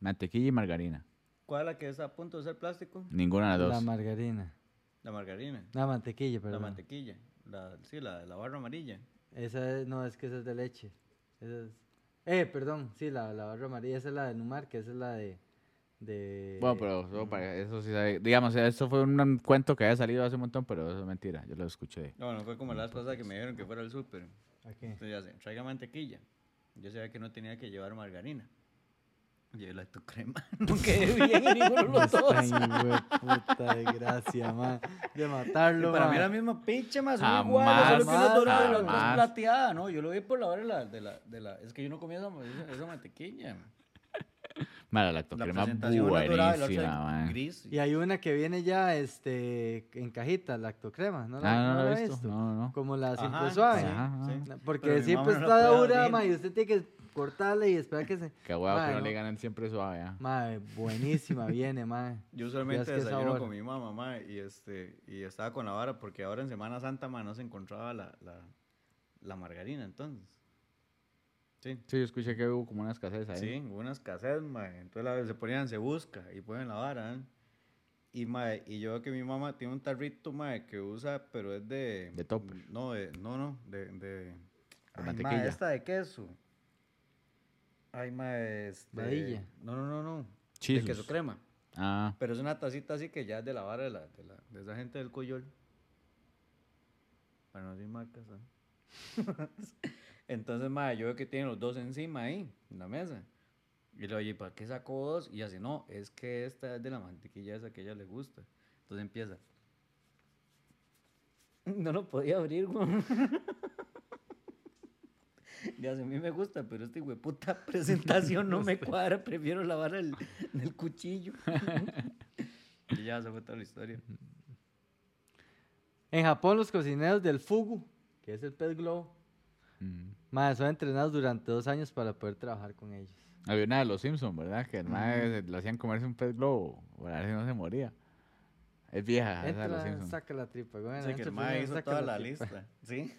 [SPEAKER 2] Mantequilla y margarina.
[SPEAKER 1] ¿Cuál es la que está a punto de ser plástico?
[SPEAKER 2] Ninguna de las
[SPEAKER 3] La
[SPEAKER 2] dos.
[SPEAKER 3] margarina.
[SPEAKER 1] La margarina.
[SPEAKER 3] La mantequilla,
[SPEAKER 1] La
[SPEAKER 3] perdón.
[SPEAKER 1] mantequilla. La, sí, la, la barra amarilla.
[SPEAKER 3] esa es- no, es que esa es de leche. Esa es- Eh, perdón, sí, la, la barra amarilla, esa es la de Numar, que esa es la de... de...
[SPEAKER 2] Bueno, pero eso, para- eso sí sabe- Digamos, eso fue un, un cuento que había salido hace un montón, pero eso es mentira. Yo lo escuché.
[SPEAKER 1] No, no fue como las cosas que me dijeron que fuera el súper.
[SPEAKER 3] Aquí.
[SPEAKER 1] Entonces ya sé, traiga mantequilla. Yo sabía que no tenía que llevar margarina. Llevé la tu crema. No quedé bien en ninguno de los dos.
[SPEAKER 3] Ay, güey, puta desgracia, ma. De
[SPEAKER 1] Y
[SPEAKER 3] matarlo,
[SPEAKER 1] para
[SPEAKER 3] ma.
[SPEAKER 1] mí la misma pinche más son iguales, solo que una es
[SPEAKER 3] Jamás,
[SPEAKER 1] dorada y la otra es
[SPEAKER 2] jamás.
[SPEAKER 1] plateada, ¿no? Yo lo vi por la hora de la, de la, de la- es que yo no comía esa, esa- esa mantequilla.
[SPEAKER 2] Mala
[SPEAKER 1] La
[SPEAKER 2] lactocrema
[SPEAKER 1] presentación una es dorada y la
[SPEAKER 2] buenísima,
[SPEAKER 1] otra es
[SPEAKER 2] mae.
[SPEAKER 1] gris.
[SPEAKER 3] Y hay una que viene ya este, en cajita, lactocrema, ¿no? la-
[SPEAKER 2] Ah, no,
[SPEAKER 3] la
[SPEAKER 2] lo
[SPEAKER 3] ha
[SPEAKER 2] he visto. No, no.
[SPEAKER 3] Como la simple
[SPEAKER 1] Ajá,
[SPEAKER 3] suave.
[SPEAKER 1] sí,
[SPEAKER 2] Ajá,
[SPEAKER 1] sí.
[SPEAKER 2] ajá.
[SPEAKER 3] Na-
[SPEAKER 1] Pero
[SPEAKER 3] Porque
[SPEAKER 1] mi mamá
[SPEAKER 3] siempre
[SPEAKER 1] no
[SPEAKER 3] está
[SPEAKER 1] la puede
[SPEAKER 3] dura,
[SPEAKER 1] abrir.
[SPEAKER 3] ma, y usted tiene que cortarle y esperar que se...
[SPEAKER 2] Qué huevo que
[SPEAKER 3] Mae,
[SPEAKER 2] no le
[SPEAKER 3] no.
[SPEAKER 2] ganan siempre suave, ¿ah?
[SPEAKER 3] Mae, buenísima viene, mae.
[SPEAKER 1] Yo usualmente
[SPEAKER 3] Veas qué
[SPEAKER 1] desayuno
[SPEAKER 3] sabor.
[SPEAKER 1] con mi mamá, mae, y, este, y estaba con la vara, porque ahora en Semana Santa, mae, no se encontraba la, la, la margarina, entonces. Sí,
[SPEAKER 2] Sí, yo escuché que hubo como una escasez pues, ahí.
[SPEAKER 1] sí, hubo una escasez, mae, entonces la- se ponían, se busca, y ponen la vara, ¿eh? Y, mae, y yo veo que mi mamá tiene un tarrito, mae, que usa, pero es de... mm,
[SPEAKER 2] De topper.
[SPEAKER 1] No, de, no, no, de... de ay, mae,
[SPEAKER 2] mantequilla.
[SPEAKER 1] esta de queso. Ay, mae, este...
[SPEAKER 3] Vainilla.
[SPEAKER 1] No, no, no, no. De queso
[SPEAKER 2] Chismos.
[SPEAKER 1] crema.
[SPEAKER 2] Ah,
[SPEAKER 1] Pero es una tacita así que ya es de la vara de, la, de, la- de esa gente del Coyol. Para no decir marcas, ¿ah? Entonces, madre, yo veo que tienen los dos encima ahí, en la mesa. Y le oye, ¿para qué sacó dos? Y así, no, es que esta es de la mantequilla esa que a ella le gusta. Entonces empieza. No lo podía abrir, güey. Ya, a mí me gusta, pero esta hueputa presentación no me cuadra, prefiero lavar el, el cuchillo. y ya se fue toda la historia.
[SPEAKER 3] En Japón, los cocineros del fugu, que es el pez globo,
[SPEAKER 2] Mm.
[SPEAKER 3] Madre, son entrenados durante dos años para poder trabajar con ellos.
[SPEAKER 2] Había una de los Simpsons, ¿verdad? Que el mae se- lo hacían comerse un pez globo para ver si no se moría. Es vieja Ah, esa de los
[SPEAKER 3] Entra,
[SPEAKER 2] Simpsons.
[SPEAKER 3] saca la tripa, güey.
[SPEAKER 1] Dice que el mae hizo toda la lista. ¿Sí?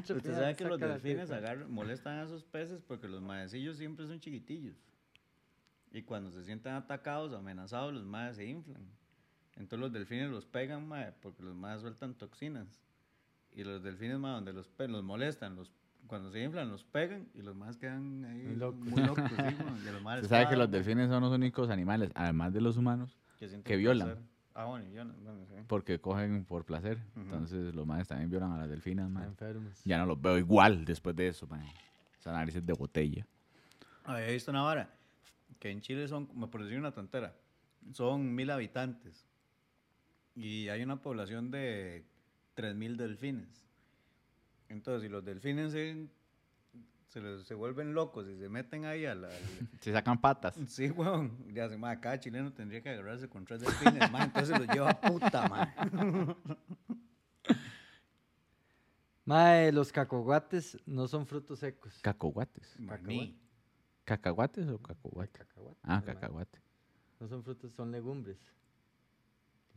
[SPEAKER 1] Ustedes saben que los delfines agarran- molestan a esos peces porque los maecillos siempre son chiquitillos. Y cuando se sienten atacados, amenazados, los maes se inflan. Entonces los delfines los pegan, mae, porque los maes sueltan toxinas. Y los delfines, mae, donde los, pe- los molestan, los, cuando se inflan, los pegan y los maes quedan ahí
[SPEAKER 3] Muy locos.
[SPEAKER 1] muy locos. sí, mae, y a los maes
[SPEAKER 2] Se
[SPEAKER 1] les
[SPEAKER 2] sabe que
[SPEAKER 1] pagan,
[SPEAKER 2] los
[SPEAKER 1] mae,
[SPEAKER 2] delfines son los únicos animales, además de los humanos,
[SPEAKER 1] sienten
[SPEAKER 2] que violan.
[SPEAKER 1] placer. Ah, bueno, y violan, bueno, sí.
[SPEAKER 2] porque cogen por placer.
[SPEAKER 1] Ujú.
[SPEAKER 2] Entonces los maes también violan a las delfinas, mae.
[SPEAKER 3] Enfermos.
[SPEAKER 2] Ya no los veo igual después de eso, mae. Esas narices de botella.
[SPEAKER 1] Había visto una vara que en Chile son, me por decir una tontera, son mil habitantes y hay una población de tres mil delfines. Entonces, si los delfines se, se, les- se vuelven locos y se meten ahí a la. al-
[SPEAKER 2] Se sacan patas.
[SPEAKER 1] sí, weón. Ya se ma, cada chileno tendría que agarrarse con tres delfines, ma, entonces los lleva a puta, ma.
[SPEAKER 3] Madre, los cacahuates no son frutos secos.
[SPEAKER 2] Cacahuates.
[SPEAKER 1] Maní.
[SPEAKER 2] ¿Cacahuates o cacahuates?
[SPEAKER 3] Cacahuate,
[SPEAKER 2] Ah,
[SPEAKER 3] mae.
[SPEAKER 2] cacahuate.
[SPEAKER 3] No son frutos, son legumbres.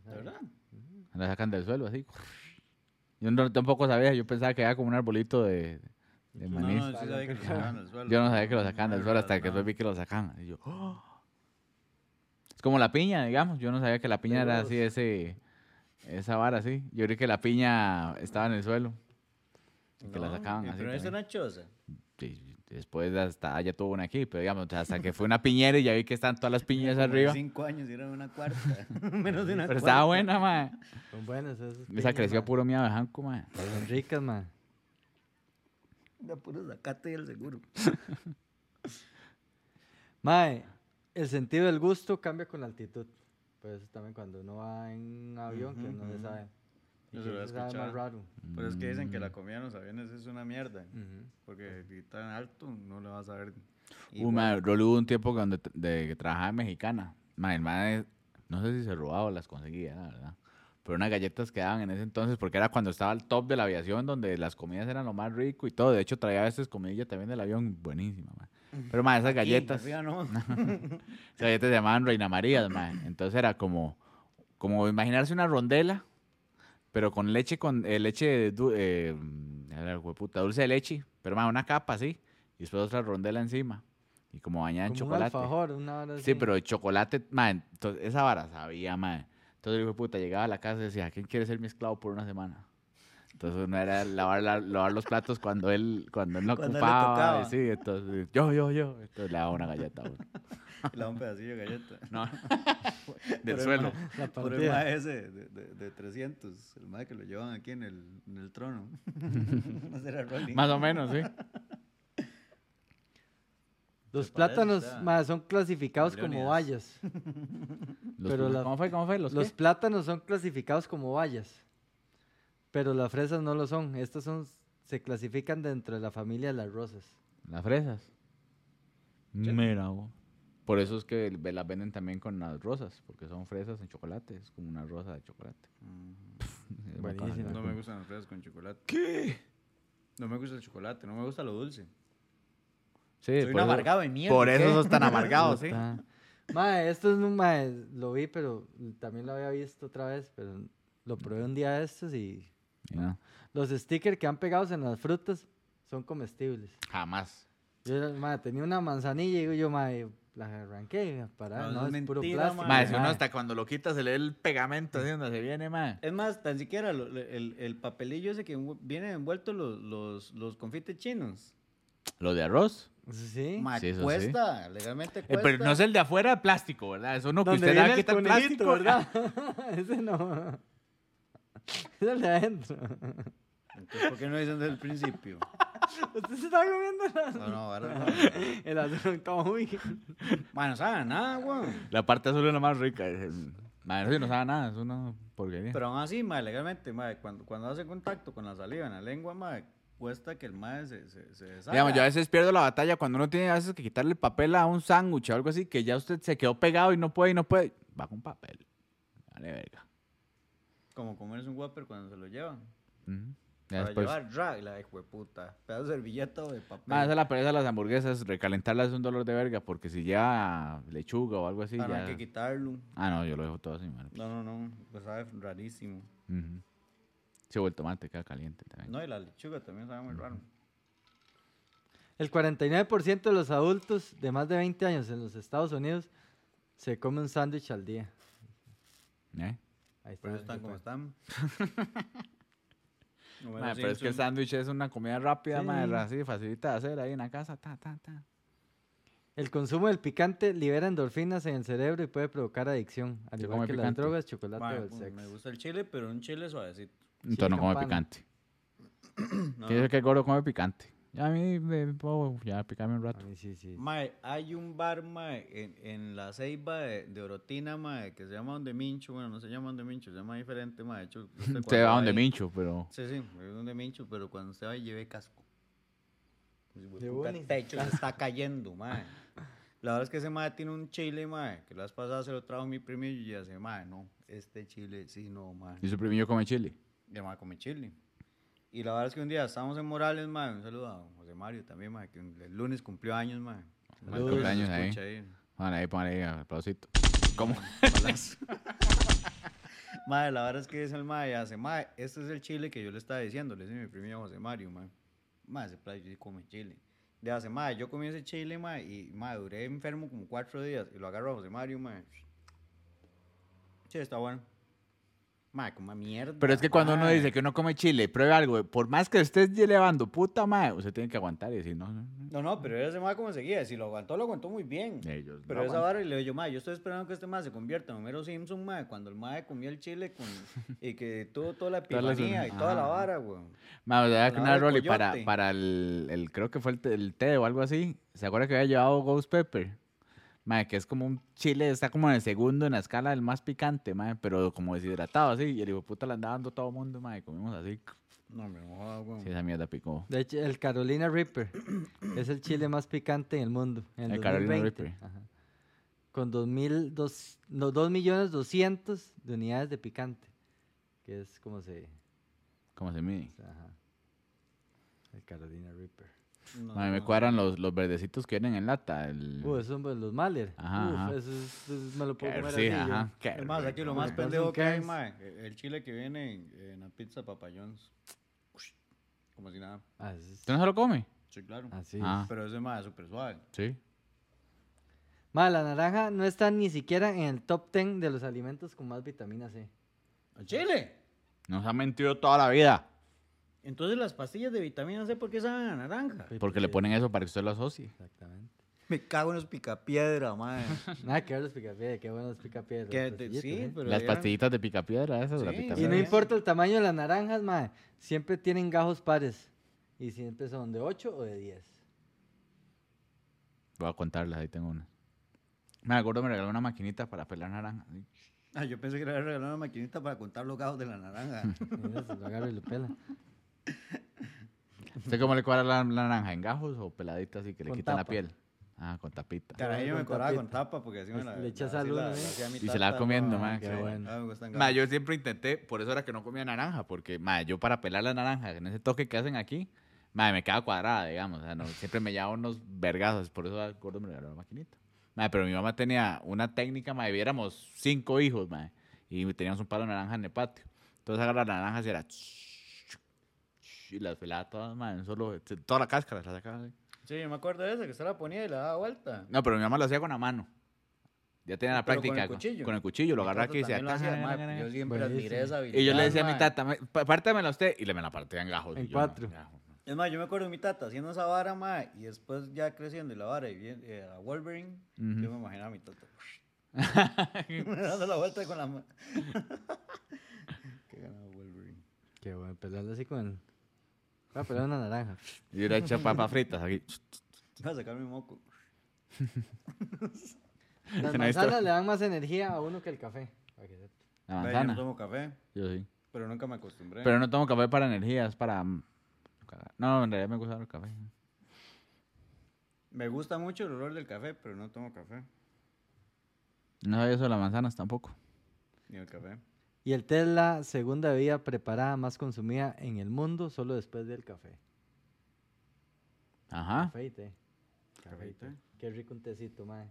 [SPEAKER 1] ¿De verdad?
[SPEAKER 2] La sacan del suelo así. Yo no, tampoco sabía, yo pensaba que era como un arbolito de, de
[SPEAKER 1] No,
[SPEAKER 2] maní.
[SPEAKER 1] no, sí sabía que lo sacaban del suelo.
[SPEAKER 2] Yo no sabía que lo sacaban del
[SPEAKER 1] No,
[SPEAKER 2] suelo hasta que
[SPEAKER 1] no.
[SPEAKER 2] después vi que lo sacaban. Y yo, ¡oh! Es como la piña, digamos. Yo no sabía que la piña era así, ese, esa vara así. Yo creí que la piña estaba en el suelo. Y que la
[SPEAKER 1] No,
[SPEAKER 2] sacaban
[SPEAKER 1] y-
[SPEAKER 2] así.
[SPEAKER 1] Pero es
[SPEAKER 2] también.
[SPEAKER 1] una choza.
[SPEAKER 2] Y Después hasta ah, ya tuvo una aquí, pero digamos, hasta que fue una piñera y ya vi que están todas las piñas arriba.
[SPEAKER 1] Cinco años y era una cuarta. Menos de una
[SPEAKER 2] Pero
[SPEAKER 1] cuarta.
[SPEAKER 2] estaba buena, mae.
[SPEAKER 3] Son buenas esas.
[SPEAKER 2] Esa
[SPEAKER 3] piñas,
[SPEAKER 2] creció a
[SPEAKER 3] mae.
[SPEAKER 2] puro miedo de Hanco, mae.
[SPEAKER 3] Son ricas, madre.
[SPEAKER 1] Era puro zacate y el seguro.
[SPEAKER 3] Mae, el sentido del gusto cambia con la altitud. Por eso también cuando uno va en un avión, que
[SPEAKER 1] Ujú,
[SPEAKER 3] uno le
[SPEAKER 1] ujú.
[SPEAKER 3] sabe. y
[SPEAKER 1] Yo se
[SPEAKER 3] que
[SPEAKER 1] lo he
[SPEAKER 3] se sabe
[SPEAKER 1] escuchado.
[SPEAKER 3] más raro.
[SPEAKER 1] Pero Pues es que dicen que la comida en los aviones es una mierda.
[SPEAKER 3] Ujú.
[SPEAKER 1] Porque si tan alto no le vas a ver.
[SPEAKER 2] Uh, mae, Rolo hubo un tiempo cuando t- de, que trabajaba en Mexicana. Mae, el mae, no sé si se robaba o las conseguía, la verdad. Pero unas galletas quedaban en ese entonces, porque era cuando estaba el top de la aviación, donde las comidas eran lo más rico y todo. De hecho, traía a veces comidilla también del avión, buenísima, mae. Pero, mae, esas galletas, esas
[SPEAKER 1] no.
[SPEAKER 2] galletas se llamaban Reina Marías, mae. Entonces era como, como imaginarse una rondela, pero con leche, con eh, leche, du- eh, mm, a la hueputa, dulce de leche. Pero, mae, una capa así, y después otra rondela encima. Y como bañada en
[SPEAKER 3] Como un
[SPEAKER 2] chocolate.
[SPEAKER 3] alfajor, una hora
[SPEAKER 2] Sí, pero el chocolate, man, entonces, esa vara sabía, man. Entonces el hijo de puta llegaba a la casa y decía, ¿quién quiere ser mi esclavo por una semana? Entonces uno era lavar, la- lavar los platos cuando él, cuando él lo
[SPEAKER 1] Cuando le
[SPEAKER 2] ocupaba.
[SPEAKER 1] tocaba.
[SPEAKER 2] sí, entonces, yo, yo, yo. Entonces le daba una galleta, güey.
[SPEAKER 1] Le da un pedacillo de galleta.
[SPEAKER 2] No.
[SPEAKER 1] Por
[SPEAKER 2] Del
[SPEAKER 1] el
[SPEAKER 2] suelo.
[SPEAKER 1] ma-
[SPEAKER 3] La
[SPEAKER 1] Por el
[SPEAKER 3] partida.
[SPEAKER 1] mae ese de, de, de 300. El mae que lo llevan aquí en el, en el trono. Ese era Rolling.
[SPEAKER 2] Más o menos, sí.
[SPEAKER 3] Los
[SPEAKER 1] Se parece,
[SPEAKER 3] plátanos,
[SPEAKER 1] está.
[SPEAKER 3] mae, son clasificados como
[SPEAKER 1] Leónidas.
[SPEAKER 3] vallas.
[SPEAKER 2] Los
[SPEAKER 3] Pero
[SPEAKER 2] pul-
[SPEAKER 3] la-
[SPEAKER 2] ¿Cómo fue? ¿Cómo fue? Los,
[SPEAKER 3] Los,
[SPEAKER 2] qué?
[SPEAKER 3] plátanos son clasificados como vallas, pero las fresas no lo son. Estas son, se clasifican dentro de la familia de las rosas.
[SPEAKER 2] Las fresas. Mira, vos. Por eso es que ve- las venden también con las rosas, porque son fresas en chocolate. Es como una rosa de chocolate.
[SPEAKER 1] Mm,
[SPEAKER 2] Es
[SPEAKER 3] Buenísimo.
[SPEAKER 2] bacana,
[SPEAKER 1] No
[SPEAKER 2] ¿no?
[SPEAKER 1] me gustan las fresas con chocolate. ¿Qué? No me gusta el chocolate, no me gusta lo dulce.
[SPEAKER 2] Sí,
[SPEAKER 1] Soy un
[SPEAKER 2] por eso-
[SPEAKER 1] amargado de mierda.
[SPEAKER 2] Por
[SPEAKER 1] ¿qué?
[SPEAKER 2] eso sos tan amargados, ¿sí?
[SPEAKER 3] Puta. Mae, esto es un mae, lo vi, pero también lo había visto otra vez, pero lo probé un día de estos y
[SPEAKER 2] Mira,
[SPEAKER 3] los stickers que han pegados en las frutas son comestibles.
[SPEAKER 2] Jamás.
[SPEAKER 3] Yo era- mae, tenía una manzanilla y digo yo, mae, la arranqué para,
[SPEAKER 1] No,
[SPEAKER 3] no,
[SPEAKER 1] eso
[SPEAKER 3] es
[SPEAKER 1] es
[SPEAKER 3] puro
[SPEAKER 1] mentira,
[SPEAKER 3] plástico.
[SPEAKER 1] mae.
[SPEAKER 2] Mae, si uno hasta cuando lo quita se le ve el pegamento así donde se viene, mae.
[SPEAKER 1] Es más, tan siquiera lo- le- el, el papelillo ese que envu- vienen envueltos los, los, los confites chinos.
[SPEAKER 2] ¿Lo de arroz?
[SPEAKER 3] Sí.
[SPEAKER 1] Ma,
[SPEAKER 2] Sí, eso sí.
[SPEAKER 1] cuesta, legalmente
[SPEAKER 2] Eh,
[SPEAKER 1] cuesta.
[SPEAKER 2] pero no es el de afuera de plástico, ¿verdad? Es uno que
[SPEAKER 3] Donde
[SPEAKER 2] usted
[SPEAKER 3] viene
[SPEAKER 2] da
[SPEAKER 3] el
[SPEAKER 2] quita el plástico,
[SPEAKER 3] conejito,
[SPEAKER 2] ¿verdad?
[SPEAKER 3] ¿verdad? Ese no. Es el de adentro.
[SPEAKER 1] Entonces, ¿por qué no dicen desde el principio?
[SPEAKER 3] Usted se está comiendo
[SPEAKER 1] No,
[SPEAKER 3] la-
[SPEAKER 1] no, ahora no.
[SPEAKER 3] el azul muy.
[SPEAKER 1] Ma, no saben nada, weón.
[SPEAKER 2] La parte azul es la más rica. es el- Mae, no se nos sabe nada, es una porquería.
[SPEAKER 1] Pero aún así, ma, legalmente, ma, cuando, cuando hace contacto con la saliva en la lengua, ma, cuesta que el ma se, se, se deshaga.
[SPEAKER 2] Digamos, yo a veces pierdo la batalla cuando uno tiene a veces que quitarle el papel a un sándwich o algo así, que ya usted se quedó pegado y no puede y no puede. Va con papel. Vale, verga.
[SPEAKER 1] Como comerse un Whopper cuando se lo llevan.
[SPEAKER 2] Ujú. Ya
[SPEAKER 1] Para
[SPEAKER 2] después-
[SPEAKER 1] llevar drag, la de puta. Pedazo de servilleta o de papel.
[SPEAKER 2] Ma, esa es la pereza de las hamburguesas, recalentarlas es un dolor de verga, porque si lleva lechuga o algo así,
[SPEAKER 1] Ahora
[SPEAKER 2] ya-
[SPEAKER 1] hay que quitarlo.
[SPEAKER 2] Ah, no, yo lo dejo todo así, mano.
[SPEAKER 1] No, no, no. Pues sabe rarísimo.
[SPEAKER 2] Ujú. Sí, o el tomate queda caliente también.
[SPEAKER 1] No, y la lechuga también sabe muy raro.
[SPEAKER 3] El 49% de los adultos de más de 20 años en los Estados Unidos se come un sándwich al día.
[SPEAKER 2] ¿Eh?
[SPEAKER 3] Ahí está.
[SPEAKER 1] Por eso
[SPEAKER 3] ahí
[SPEAKER 1] están como
[SPEAKER 3] está.
[SPEAKER 1] están. Homero
[SPEAKER 2] Ma, pero es que
[SPEAKER 1] Simpson.
[SPEAKER 2] el sándwich es una comida rápida, ma,
[SPEAKER 3] Sí.
[SPEAKER 2] así, facilita de hacer ahí en la casa, ta, ta, ta.
[SPEAKER 3] El consumo del picante libera endorfinas en el cerebro y puede provocar adicción, al
[SPEAKER 2] Yo
[SPEAKER 3] igual
[SPEAKER 2] como
[SPEAKER 3] que las
[SPEAKER 2] picante.
[SPEAKER 3] drogas, chocolate
[SPEAKER 1] Ma,
[SPEAKER 3] o el
[SPEAKER 1] pum, pues, me
[SPEAKER 3] sexo.
[SPEAKER 1] gusta el chile, pero un chile suavecito.
[SPEAKER 2] Entonces no come
[SPEAKER 3] campana.
[SPEAKER 2] picante.
[SPEAKER 1] No,
[SPEAKER 2] Dice que el gordo come picante. Ya a mí me puedo ya picarme un
[SPEAKER 3] A
[SPEAKER 2] rato.
[SPEAKER 3] mí sí, sí.
[SPEAKER 1] Mae, hay un bar, mae, en, en la ceiba de, de Orotina, mae, que se llama Donde Mincho. Bueno, no se llama Donde Mincho, se llama diferente, mae. De hecho, usted
[SPEAKER 2] Te
[SPEAKER 1] cuando
[SPEAKER 2] va donde
[SPEAKER 1] ahí-
[SPEAKER 2] mincho, pero.
[SPEAKER 1] Sí, sí, es Donde Mincho, pero cuando usted va, lleve casco. Pues,
[SPEAKER 3] De
[SPEAKER 1] De
[SPEAKER 3] buena y
[SPEAKER 1] el
[SPEAKER 3] sin
[SPEAKER 1] techo se está cayendo, mae. La verdad es que ese mae tiene un chile, mae, que las pasadas se lo trajo mi primo y yo decía, mae, no, este chile sí, no, mae.
[SPEAKER 2] Y su primillo come chile.
[SPEAKER 1] Y el mae come chile. Y la verdad es que un día estábamos en Morales, mae, un saludo a don José Mario también, mae, que el lunes cumplió años, mae.
[SPEAKER 2] Mae,
[SPEAKER 1] Saludos,
[SPEAKER 2] cumpleaños
[SPEAKER 1] nos
[SPEAKER 2] ahí.
[SPEAKER 1] escucha ahí.
[SPEAKER 2] Bueno, ahí pon ahí aplausito. ¿Cómo?
[SPEAKER 1] Madre, la verdad es que es el madre y hace, madre, este es el chile que yo le estaba diciendo, le dice mi primo José Mario, madre. Madre, ese plato yo sí come chile. Le hace, madre, yo comí ese chile, madre, y madre, duré enfermo como cuatro días y lo agarro a José Mario, madre. Sí, está bueno. Madre, como mierda.
[SPEAKER 2] Pero es que cuando uno
[SPEAKER 1] mae.
[SPEAKER 2] dice que uno come chile, pruebe algo, por más que estés llevando puta madre, usted tiene que aguantar y decir, no, no, no.
[SPEAKER 1] No, no, pero ese madre como seguía, si lo aguantó, lo aguantó muy bien.
[SPEAKER 2] Ellos no
[SPEAKER 1] Pero esa
[SPEAKER 2] aguantan.
[SPEAKER 1] vara y le digo, yo, "Mae, yo estoy esperando que este mae se convierta en Homero Simpson, mae, cuando el mae comió el chile con, y que tuvo toda la
[SPEAKER 2] Todas las-
[SPEAKER 1] epifanía y toda la
[SPEAKER 2] ajá.
[SPEAKER 1] vara, weón.
[SPEAKER 2] Ma, o sea, que
[SPEAKER 1] la
[SPEAKER 2] una
[SPEAKER 1] hora del
[SPEAKER 2] Rolly para,
[SPEAKER 1] coyote.
[SPEAKER 2] para el, el- creo que fue el, te- el té o algo así. ¿Se acuerda que había llevado Ghost Pepper? Madre, que es como un chile, está como en el segundo en la escala del más picante, madre, pero como deshidratado así. Y el hijo de puta le andaba dando todo el mundo, madre, comimos así.
[SPEAKER 1] No, me enojaba, weón.
[SPEAKER 2] Sí, esa mierda picó.
[SPEAKER 3] De hecho, el Carolina Reaper es el chile más picante en el mundo. En el,
[SPEAKER 2] El Carolina
[SPEAKER 3] 2020,
[SPEAKER 2] Reaper.
[SPEAKER 3] ajá. Con 2.200 no, 2.200.000 de unidades de picante. Que es como se...
[SPEAKER 2] ¿Cómo se mide?
[SPEAKER 3] ajá. El Carolina Reaper.
[SPEAKER 1] No,
[SPEAKER 2] Madre, me
[SPEAKER 1] no.
[SPEAKER 2] cuadran los, los verdecitos que vienen en lata. El...
[SPEAKER 3] Uh, esos son pues, los Mahler.
[SPEAKER 2] Mm. Ajá,
[SPEAKER 3] Uf,
[SPEAKER 2] ajá.
[SPEAKER 3] Eso es- eso me lo puedo
[SPEAKER 2] Que-
[SPEAKER 3] comer
[SPEAKER 2] sí,
[SPEAKER 3] así, yo.
[SPEAKER 2] ajá. que-
[SPEAKER 1] Es más, aquí lo más
[SPEAKER 3] Rico, mae.
[SPEAKER 1] pendejo que hay,
[SPEAKER 3] Cans.
[SPEAKER 1] mae, e- el chile que viene en, en la pizza Papa John's. Ush, Como si nada.
[SPEAKER 3] Ah, eso es-
[SPEAKER 2] ¿Usted no se lo come?
[SPEAKER 1] Sí, claro.
[SPEAKER 3] Así
[SPEAKER 2] Ah.
[SPEAKER 3] es.
[SPEAKER 1] Pero ese mae es súper suave.
[SPEAKER 2] Sí.
[SPEAKER 3] Ma, la naranja no está ni siquiera en el top 10 de los alimentos con más vitamina C.
[SPEAKER 1] ¿El chile?
[SPEAKER 2] Nos ha mentido toda la vida.
[SPEAKER 1] Entonces las pastillas de vitamina C, ¿por qué saben a naranja?
[SPEAKER 2] Porque le ponen eso para que usted lo asocie.
[SPEAKER 3] Exactamente.
[SPEAKER 1] Me cago en los picapiedra, mae.
[SPEAKER 3] Nada que ver los picapiedra, qué buenos picapiedras.
[SPEAKER 1] Que te- sí,
[SPEAKER 3] pues,
[SPEAKER 1] pero
[SPEAKER 2] Las
[SPEAKER 1] eran-
[SPEAKER 2] pastillitas de picapiedra, esas, la
[SPEAKER 1] Sí,
[SPEAKER 2] vitamina.
[SPEAKER 3] Y no
[SPEAKER 1] bien.
[SPEAKER 3] importa el tamaño de las naranjas, ma, siempre tienen gajos pares. Y siempre son de 8 o de 10.
[SPEAKER 2] Voy a contarlas, ahí tengo una. Me acuerdo, me regaló una maquinita para pelar naranja. así.
[SPEAKER 1] Ah, yo pensé que le había regalado una maquinita para contar los gajos de la naranja.
[SPEAKER 3] Mira, se lo agarra y lo pela.
[SPEAKER 2] ¿Usted cómo le cuadra la, la naranja? ¿En gajos o peladita así que le
[SPEAKER 3] Con
[SPEAKER 2] quitan la
[SPEAKER 3] tapa.
[SPEAKER 2] piel? Ah, con tapita.
[SPEAKER 1] Caray, yo
[SPEAKER 3] Con
[SPEAKER 1] me paraba con
[SPEAKER 3] tapita.
[SPEAKER 1] tapa porque así me
[SPEAKER 3] Es-
[SPEAKER 1] la.
[SPEAKER 3] le echas
[SPEAKER 1] así
[SPEAKER 3] algo,
[SPEAKER 1] la- la
[SPEAKER 3] ¿no?
[SPEAKER 1] hacía mi
[SPEAKER 2] Y se la va
[SPEAKER 1] tata,
[SPEAKER 2] comiendo,
[SPEAKER 1] no,
[SPEAKER 2] mae,
[SPEAKER 1] sí.
[SPEAKER 2] qué
[SPEAKER 3] bueno.
[SPEAKER 1] Ah, me gustan
[SPEAKER 2] Ma,
[SPEAKER 1] gajos.
[SPEAKER 2] yo siempre intenté, por eso era que no comía naranja, porque ma, yo para pelar la naranja, en ese toque que hacen aquí, ma, me queda cuadrada, digamos. O sea, no, siempre me llevaba unos vergazos, por eso al gordo me regaló la maquinita. Ma, pero mi mamá tenía una técnica, ma, viéramos cinco hijos, ma, y teníamos un palo de naranja en el patio. Entonces agarraba las naranjas y era... Y las pelaba todas, ma, en solo, toda la cáscara la sacaba. así.
[SPEAKER 1] Sí, yo me acuerdo de esa, que se la ponía y la daba vuelta.
[SPEAKER 2] No, pero mi mamá lo hacía con la mano. Ya tenía la
[SPEAKER 1] Pero con el
[SPEAKER 2] práctica.
[SPEAKER 1] cuchillo.
[SPEAKER 2] Con el cuchillo, lo
[SPEAKER 1] Mi
[SPEAKER 2] agarraba
[SPEAKER 1] tata
[SPEAKER 2] aquí y decía...
[SPEAKER 1] también lo hacía,
[SPEAKER 2] "Tajanana".
[SPEAKER 1] mae, Yo siempre admiré esa habilidad.
[SPEAKER 2] Y yo le decía a mi
[SPEAKER 1] mae.
[SPEAKER 2] tata, "Ma- pa- pártamela usted. Y le me la partía en gajos.
[SPEAKER 3] En
[SPEAKER 2] y yo, no,
[SPEAKER 3] cuatro.
[SPEAKER 2] gajo, no.
[SPEAKER 1] Es más, yo me acuerdo de mi tata haciendo esa vara, mae, y después ya creciendo y la vara y bien, eh, a Wolverine, yo me imaginaba a mi tata. dando la vuelta con la mano. Qué ganado Wolverine.
[SPEAKER 3] Qué bueno, pelarlo así con el... Va a pelar una naranja.
[SPEAKER 2] Y yo le hecho papas fritas aquí.
[SPEAKER 1] Voy a sacar mi moco.
[SPEAKER 3] Las
[SPEAKER 2] Ahí
[SPEAKER 3] manzanas
[SPEAKER 2] está.
[SPEAKER 3] le dan más energía a uno que el café. para que sepa.
[SPEAKER 1] Mae, Yo
[SPEAKER 2] La
[SPEAKER 1] no
[SPEAKER 2] manzana.
[SPEAKER 1] tomo café,
[SPEAKER 2] Yo sí.
[SPEAKER 1] pero nunca me acostumbré.
[SPEAKER 2] Pero no tomo café para energía, es para... mm, cagar. No, en realidad me gusta el café.
[SPEAKER 1] Me gusta mucho el olor del café, pero no tomo café.
[SPEAKER 2] No sabía eso de las manzanas tampoco.
[SPEAKER 1] Ni el café.
[SPEAKER 3] Y el té es la segunda bebida preparada más consumida en el mundo, solo después del café.
[SPEAKER 2] Ajá.
[SPEAKER 3] Café y té. Café y té. Qué rico un tecito, mae.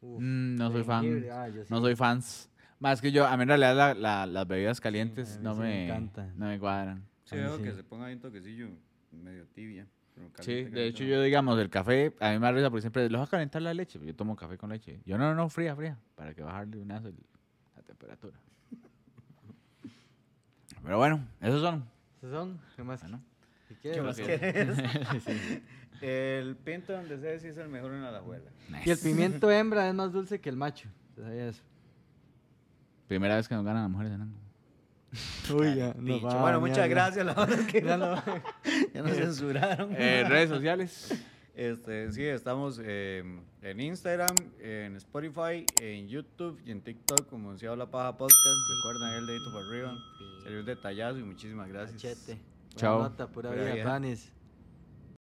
[SPEAKER 3] Uf,
[SPEAKER 2] Mm, no soy fan.
[SPEAKER 3] jengibre, ah, yo
[SPEAKER 2] No
[SPEAKER 3] sí.
[SPEAKER 2] soy fans. Más que yo, a mí en realidad la- la- las bebidas calientes
[SPEAKER 3] a mí
[SPEAKER 2] no,
[SPEAKER 3] sí
[SPEAKER 2] me,
[SPEAKER 3] me encantan.
[SPEAKER 2] no me cuadran.
[SPEAKER 1] Sí,
[SPEAKER 3] A mí
[SPEAKER 1] veo que
[SPEAKER 3] sí.
[SPEAKER 1] se ponga ahí un toquecillo medio tibia. pero
[SPEAKER 2] Sí,
[SPEAKER 1] caliente,
[SPEAKER 2] de hecho
[SPEAKER 1] caliente,
[SPEAKER 2] yo digamos, el café, a mí me da risa porque siempre, ¿los vas a calentar la leche? Yo tomo café con leche. Yo no, no, no, fría, fría, para que bajarle una la temperatura. Pero bueno, esos son.
[SPEAKER 3] ¿Esos son? ¿Qué más?
[SPEAKER 2] Bueno.
[SPEAKER 3] ¿Y qué?
[SPEAKER 1] ¿Qué
[SPEAKER 2] Yo
[SPEAKER 1] más
[SPEAKER 2] creo que-
[SPEAKER 1] querés? El pinto donde se sí es el mejor en Alajuela.
[SPEAKER 3] Y el
[SPEAKER 2] Nice.
[SPEAKER 3] pimiento hembra es más dulce que el macho. ¿Te sabía eso?
[SPEAKER 2] Primera vez que nos ganan las mujeres de Nango.
[SPEAKER 3] Uy, ya,
[SPEAKER 1] Dicho. bueno, muchas gracias, la verdad es que ya, nos censuraron.
[SPEAKER 2] Eh, redes sociales.
[SPEAKER 1] Este, sí, estamos eh, en Instagram, en Spotify, en YouTube y en TikTok como Se Habla Paja Podcast. Recuerdan el dedito para arriba. Sería un detallazo y muchísimas gracias.
[SPEAKER 3] Machete. Buena
[SPEAKER 2] Chao.
[SPEAKER 3] nota, pura
[SPEAKER 1] Pura
[SPEAKER 3] vida,
[SPEAKER 1] vida.
[SPEAKER 3] panis.